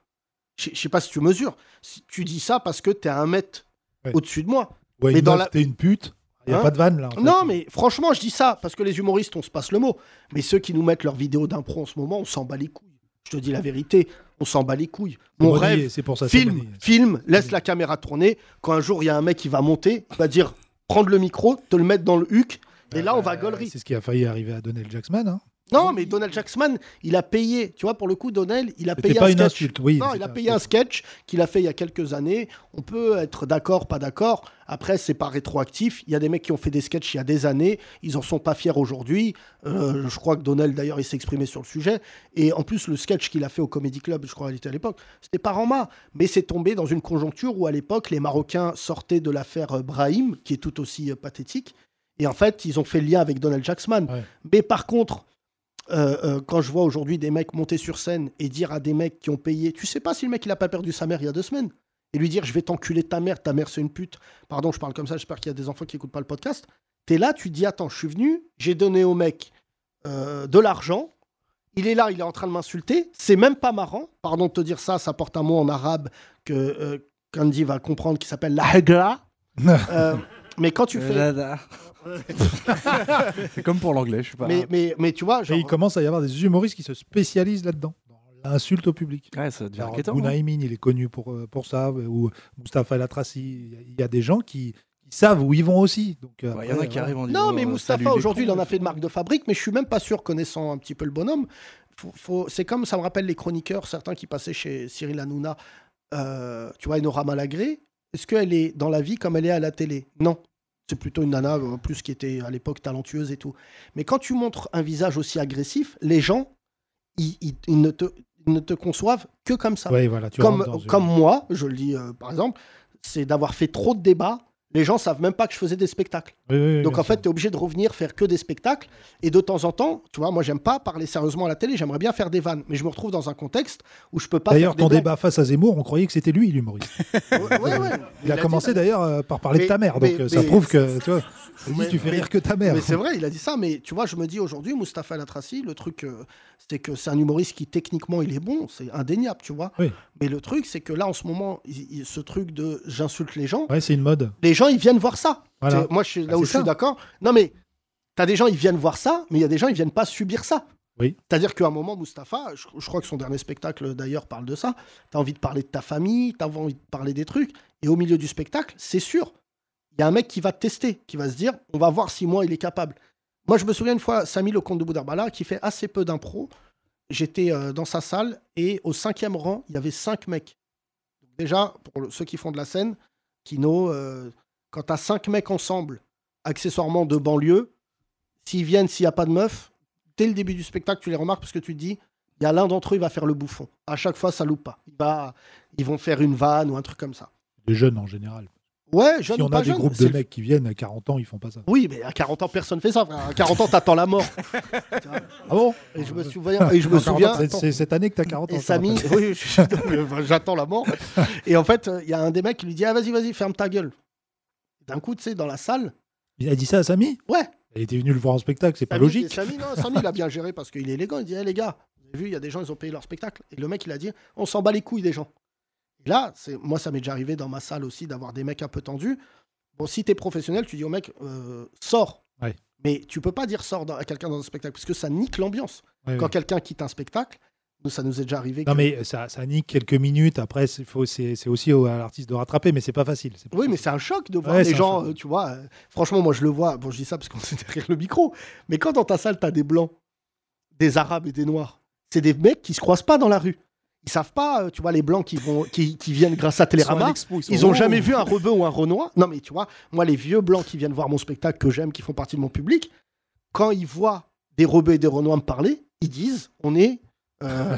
S3: je je sais pas si tu mesures. Si tu dis ça parce que t'es à un mètre au-dessus de moi.
S4: Ouais,
S3: mais
S4: une
S3: dans
S4: meuf,
S3: la...
S4: t'es une pute. Il n'y a
S3: Hein
S4: pas de vanne là. en fait.
S3: Non, mais franchement, je dis ça parce que les humoristes, on se passe le mot. Mais ceux qui nous mettent leurs vidéos d'impro en ce moment, on s'en bat les couilles. Je te dis la vérité, on s'en bat les couilles.
S4: C'est
S3: Mon
S4: bon
S3: rêve,
S4: dit, c'est pour ça, c'est
S3: film,
S4: bon dit.
S3: film, laisse la caméra tourner. Quand un jour il y a un mec qui va monter, il va dire prendre le micro, te le mettre dans le huc, et là on va
S4: Ah
S3: gaulerie.
S4: bah, C'est ce qui a failli arriver à Donnell Jacksman. hein.
S3: Non, mais Donald Jacksman, il a payé. Tu vois, pour le coup, Donald, il a
S4: C'était
S3: payé
S4: pas
S3: un
S4: une
S3: sketch.
S4: insulte, oui,
S3: non,
S4: c'était
S3: il a
S4: un
S3: payé un sketch qu'il a fait il y a quelques années. On peut être d'accord, pas d'accord. Après, c'est pas rétroactif. Il y a des mecs qui ont fait des sketchs il y a des années. Ils en sont pas fiers aujourd'hui. Euh, je crois que Donald, d'ailleurs, il s'est exprimé sur le sujet. Et en plus, le sketch qu'il a fait au Comedy Club, je crois qu'il était à l'époque, c'était pas en main. Mais c'est tombé dans une conjoncture où, à l'époque, les Marocains sortaient de l'affaire euh, Brahim, qui est tout aussi euh, pathétique. Et en fait, ils ont fait le lien avec Donald Jacksman. Mais par contre, euh, euh, quand je vois aujourd'hui des mecs monter sur scène et dire à des mecs qui ont payé, tu sais pas si le mec il a pas perdu sa mère il y a deux semaines, et lui dire je vais t'enculer ta mère, ta mère c'est une pute. Pardon, je parle comme ça, j'espère qu'il y a des enfants qui écoutent pas le podcast. T'es là, tu te dis attends, je suis venu, j'ai donné au mec euh, de l'argent, il est là, il est en train de m'insulter, c'est même pas marrant. Pardon de te dire ça, ça porte un mot en arabe que euh, Candy va comprendre qui s'appelle la hegra. Euh, mais quand tu fais.
S5: c'est comme pour l'anglais, je sais pas.
S3: Mais, mais, mais tu vois,
S4: Et il commence à y avoir des humoristes qui se spécialisent là-dedans, dans l'insulte au public.
S5: Ouais, ça devient
S4: Alors,
S5: inquiétant,
S4: Mouna
S5: hein.
S4: Emin, il est connu pour, euh, pour ça, ou Mustapha El Atrassi. Il y a- il y a des gens qui, qui savent où ils vont aussi. Donc, euh,
S5: Ouais, Bah, il y en a qui arrivent en disant,
S3: Non, mais
S5: euh,
S3: Mustapha,
S5: salut les
S3: aujourd'hui, il
S5: cons.
S3: en a fait de marque de fabrique, mais je suis même pas sûr, connaissant un petit peu le bonhomme. Faut, faut- C'est comme ça me rappelle les chroniqueurs, certains qui passaient chez Cyril Hanouna. Euh, tu vois, Enora Malagré, est-ce qu'elle est dans la vie comme elle est à la télé Non. C'est plutôt une nana, en plus, qui était à l'époque talentueuse et tout. Mais quand tu montres un visage aussi agressif, les gens, ils, ils- ils ne, te, ils ne te conçoivent que comme ça.
S4: Ouais, voilà, tu
S3: comme,
S4: rentres dans une-
S3: comme moi, je le dis euh, par exemple, c'est d'avoir fait trop de débats. Les gens savent même pas que je faisais des spectacles.
S4: Oui, oui, oui,
S3: Donc
S4: bien
S3: en fait, tu es obligé de revenir faire que des spectacles. Et de temps en temps, tu vois, moi, j'aime pas parler sérieusement à la télé, j'aimerais bien faire des vannes. Mais je me retrouve dans un contexte où je peux pas
S4: D'ailleurs,
S3: faire des
S4: ton
S3: blagues.
S4: débat face à Zemmour, on croyait que c'était lui l'humoriste. Il
S3: Il
S4: a
S3: a dit-
S4: commencé d'ailleurs euh, par parler
S3: Mais-
S4: de ta mère, donc
S3: mais-
S4: euh, ça
S3: mais-
S4: prouve que tu, vois, il dit,
S3: Mais-
S4: tu fais
S3: mais-
S4: rire que ta mère.
S3: Mais c'est vrai, il a dit ça. Mais tu vois, je me dis aujourd'hui, Mustapha Latrassi, le truc, euh, c'est que c'est un humoriste qui techniquement il est bon, c'est indéniable, tu vois.
S4: Oui.
S3: Mais le truc, c'est que là en ce moment, il- il- ce truc de j'insulte les gens,
S4: Ouais, c'est une mode.
S3: les gens ils viennent voir ça.
S4: Voilà.
S3: C'est- Moi, je suis là
S4: Bah,
S3: où
S4: c'est
S3: je suis
S4: ça.
S3: d'accord. Non, mais t'as des gens ils viennent voir ça, mais il y a des gens ils viennent pas subir ça.
S4: Oui.
S3: C'est-à-dire qu'à un moment, Mustapha, je, je crois que son dernier spectacle d'ailleurs parle de ça, t'as envie de parler de ta famille, t'as envie de parler des trucs, et au milieu du spectacle, c'est sûr, il y a un mec qui va te tester, qui va se dire, on va voir si moi il est capable. Moi, je me souviens une fois, Samy, le comte de Boudarbala, qui fait assez peu d'impro, j'étais euh, dans sa salle, et au cinquième rang, il y avait cinq mecs. Déjà, pour le- ceux qui font de la scène, Kino, euh, quand t'as cinq mecs ensemble, accessoirement de banlieue, s'ils viennent, s'il n'y a pas de meuf, dès le début du spectacle, tu les remarques parce que tu te dis, il y a l'un d'entre eux, il va faire le bouffon. À chaque fois, ça loupe pas. Il va, ils vont faire une vanne ou un truc comme ça.
S4: Des jeunes en général.
S3: Ouais, jeune
S4: si
S3: ou
S4: on
S3: pas
S4: a des
S3: jeune,
S4: groupes
S3: c'est
S4: de
S3: le-
S4: mecs qui viennent à 40 ans, ils font pas ça.
S3: Oui, mais à 40 ans, personne fait ça. frère. À 40 ans, t'attends la mort.
S4: Ah bon
S3: Et je me souviens. Et je me
S4: Encore
S3: souviens.
S4: c'est- c'est cette année que t'as 40 ans,
S3: Et
S4: je te rappelle.
S3: Samy, oui, je- je- enfin, j'attends la mort. Et en fait, il y a un des mecs qui lui dit Ah, vas-y, vas-y, ferme ta gueule. D'un coup, tu sais, dans la salle.
S4: Il a dit ça à Samy
S3: Ouais.
S4: Il était venu le voir en spectacle, c'est pas
S3: Samy-
S4: logique.
S3: et Samy, non, Samy, il a bien géré parce qu'il est élégant. Il dit Eh, les gars, vous avez vu, il y a des gens, ils ont payé leur spectacle. Et le mec, il a dit On s'en bat les couilles des gens. Et là, c'est- moi, ça m'est déjà arrivé dans ma salle aussi d'avoir des mecs un peu tendus. Bon, si t'es professionnel, tu dis au mec euh, Sors.
S4: Ouais.
S3: Mais tu peux pas dire sors dans- à quelqu'un dans un spectacle parce que ça nique l'ambiance.
S4: Ouais,
S3: Quand
S4: ouais.
S3: quelqu'un quitte un spectacle, nous, ça nous est déjà arrivé.
S4: Non
S3: que-
S4: mais ça, ça nique quelques minutes, après c'est faut- c'est- c'est aussi au- à l'artiste de rattraper, mais c'est pas facile. c'est pas-
S3: Oui, mais c'est un choc de voir
S4: Ouais,
S3: les
S4: c'est un
S3: gens,
S4: choc.
S3: euh, tu vois. euh, franchement, moi, je le vois. Bon, je dis ça parce qu'on est derrière le micro. Mais quand dans ta salle, t'as des blancs, des arabes et des noirs, c'est des mecs qui se croisent pas dans la rue. Ils savent pas, euh, tu vois, les blancs qui, vont, qui, qui viennent grâce à
S6: Ils sont à
S3: Télérama.
S6: l'expo, ils sont-
S3: Ils ont
S6: Oh.
S3: jamais vu un rebeu ou un renois. Non, mais tu vois, moi, les vieux blancs qui viennent voir mon spectacle que j'aime, qui font partie de mon public, quand ils voient des rebeux et des renois me parler, ils disent on est, euh,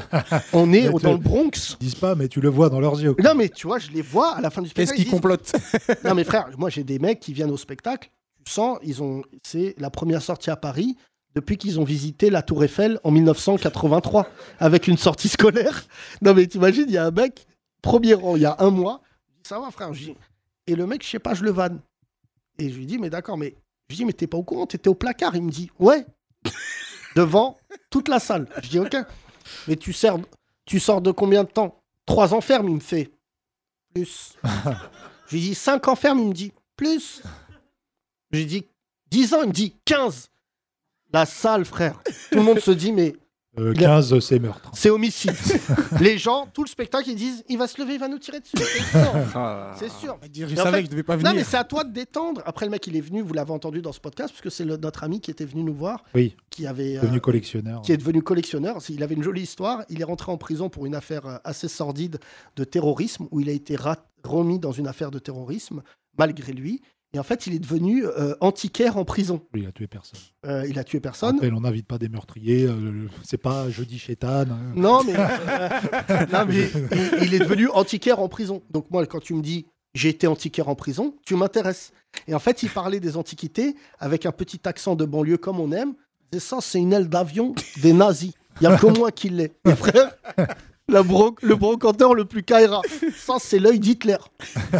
S3: on est
S4: Mais tu-
S3: dans le Bronx.
S4: Ils disent pas, mais tu le vois dans leurs yeux. quoi.
S3: Non, mais tu vois, je les vois à la fin du spectacle.
S4: Qu'est-ce qu'ils
S3: ils disent- Non, mais frère, moi j'ai des mecs qui viennent au spectacle, tu sens, ils ont... c'est la première sortie à Paris depuis qu'ils ont visité la Tour Eiffel en 1983 avec une sortie scolaire. Non, mais t'imagines, il y a un mec, premier rang, il y a un mois, il dit, ça va frère. Je dis- Et le mec, je sais pas, je le vanne. Et je lui dis, mais d'accord, mais je dis, mais t'es pas au courant, t'étais au placard. Il me dit, ouais, devant toute la salle. Je dis, ok, mais tu, sers- tu sors de combien de temps Trois ans ferme, il me fait. Plus. Je lui dis 5 ans ferme, il me dit plus. Je lui dis 10 ans, il me dit 15. La salle, frère. Tout le monde se dit, mais
S4: Euh, 15, c'est meurtre.
S3: c'est homicide. Les gens, tout le spectacle, ils disent il va se lever, il va nous tirer dessus. C'est sûr. C'est sûr.
S6: dire, Ah. je
S3: Mais en
S6: savais
S3: fait-
S6: que je devais pas
S3: Non,
S6: venir.
S3: mais c'est à toi de détendre. Après, le mec, il est venu, vous l'avez entendu dans ce podcast, parce que c'est le- notre ami qui était venu nous voir,
S4: Oui.
S3: qui avait. euh,
S4: Devenu collectionneur.
S3: qui est devenu collectionneur. Il avait une jolie histoire. Il est rentré en prison pour une affaire euh, assez sordide de terrorisme, où il a été rat- remis dans une affaire de terrorisme, malgré lui. Et en fait, il est devenu euh, antiquaire en prison.
S4: Oui, il a tué personne.
S3: Euh, il a tué personne.
S4: Rappel, on n'invite pas des meurtriers, euh, le- le- c'est pas jeudi chez Tan. hein.
S3: Ah Non, mais,
S5: Ah
S3: Non, mais il, il est devenu antiquaire en prison. Donc moi, quand tu me dis j'ai été antiquaire en prison, tu m'intéresses. Et en fait, il parlait des antiquités avec un petit accent de banlieue comme on aime. Et ça, c'est une aile d'avion des nazis. Il n'y a que moi qui l'ai. Et frère, la bro- le brocanteur le plus caïra. Ça, c'est l'œil d'Hitler.
S5: Il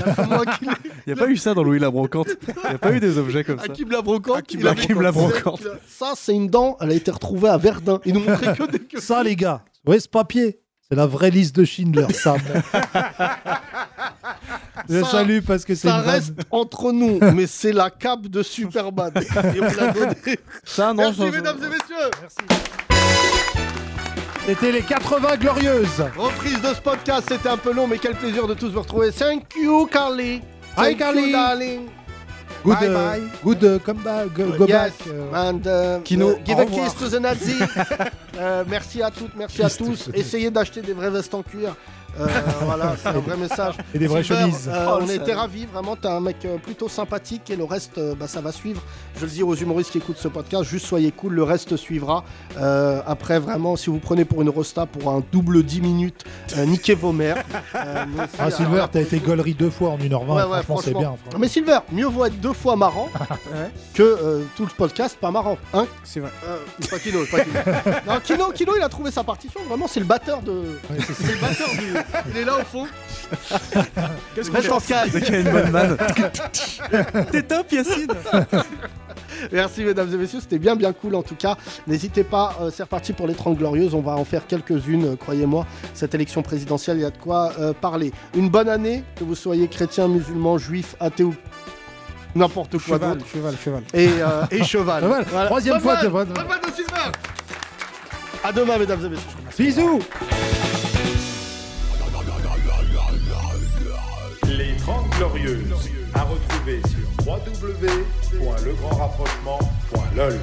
S5: n'y a pas eu ça dans Louis la Brocante. Il n'y a pas eu des objets comme ça.
S3: Hakim la brocante.
S5: Hakim
S3: il a-
S5: la- Hakim la brocante.
S3: Ça, c'est une dent. Elle a été retrouvée à Verdun. Il nous montrait que des
S4: Ça, les gars, vous voyez ce papier C'est la vraie liste de Schindler, ça. Je
S3: Ça-
S4: salue parce que c'est
S3: Ça
S4: une vanne.
S3: reste entre nous, mais c'est la cape de Superman. Et on l'a donnée.
S5: Ça,
S3: Merci, mesdames et messieurs.
S4: C'était les 80 glorieuses.
S3: Reprise de ce podcast, c'était un peu long, mais quel plaisir de tous vous retrouver. Thank you,
S4: Hi,
S3: Carly. Thank
S4: Carly.
S3: you, darling.
S4: Good,
S3: bye,
S4: euh,
S3: bye.
S4: good euh, comeback, go, go back.
S3: yes,
S4: euh,
S3: and uh,
S4: Kino,
S3: uh, give
S4: au
S3: a
S4: revoir.
S3: kiss to the Nazi. Euh, merci à toutes, merci à tous. Essayez d'acheter des vraies vestes en cuir. Euh, voilà, c'est un vrai message.
S4: Et des vraies
S3: Silver,
S4: chemises.
S3: euh,
S4: Oh,
S3: on
S4: le
S3: était
S4: salaud.
S3: ravis, vraiment. T'as un mec euh, plutôt sympathique et le reste, euh, bah, ça va suivre. Je le dis aux humoristes qui écoutent ce podcast, juste soyez cool, le reste suivra. Euh, après, vraiment, si vous prenez pour une rosta pour un double 10 minutes, euh, niquez vos mères. Euh, nous aussi,
S4: Ah, Silver,
S3: alors,
S4: t'as été gaulerie deux fois en 1h20.
S3: Ouais, ouais,
S4: franchement, c'est bien. franchement.
S3: Mais Silver, mieux vaut être deux fois marrant que euh, tout le podcast pas marrant. Hein
S6: c'est vrai.
S3: pas Kino, pas Kino. non, Kino, Kino, il a trouvé sa partition. Vraiment, c'est le batteur de. c'est le batteur du. Il est là au fond.
S5: Qu'est-ce
S3: Reste
S5: qu'on
S3: en
S5: fait
S3: calme.
S5: Dès qu'il y a une bonne vanne.
S3: T'es top, Yacine Merci, mesdames et messieurs. C'était bien, bien cool en tout cas. N'hésitez pas, euh, c'est reparti pour les 30 Glorieuses. On va en faire quelques-unes, euh, croyez-moi. Cette élection présidentielle, il y a de quoi euh, parler. Une bonne année, que vous soyez chrétien, musulman, juif, athée ou n'importe quoi
S6: Cheval,
S3: d'autre. euh,
S6: cheval, cheval.
S3: Et, euh, et cheval.
S6: Cheval. Troisième
S3: Pas
S6: fois
S3: mal.
S6: de-
S3: Pas mal de Silver À demain, mesdames et messieurs.
S15: Bisous
S4: Les 30 Glorieuses, à retrouver sur www.legrandrapprochement.lol.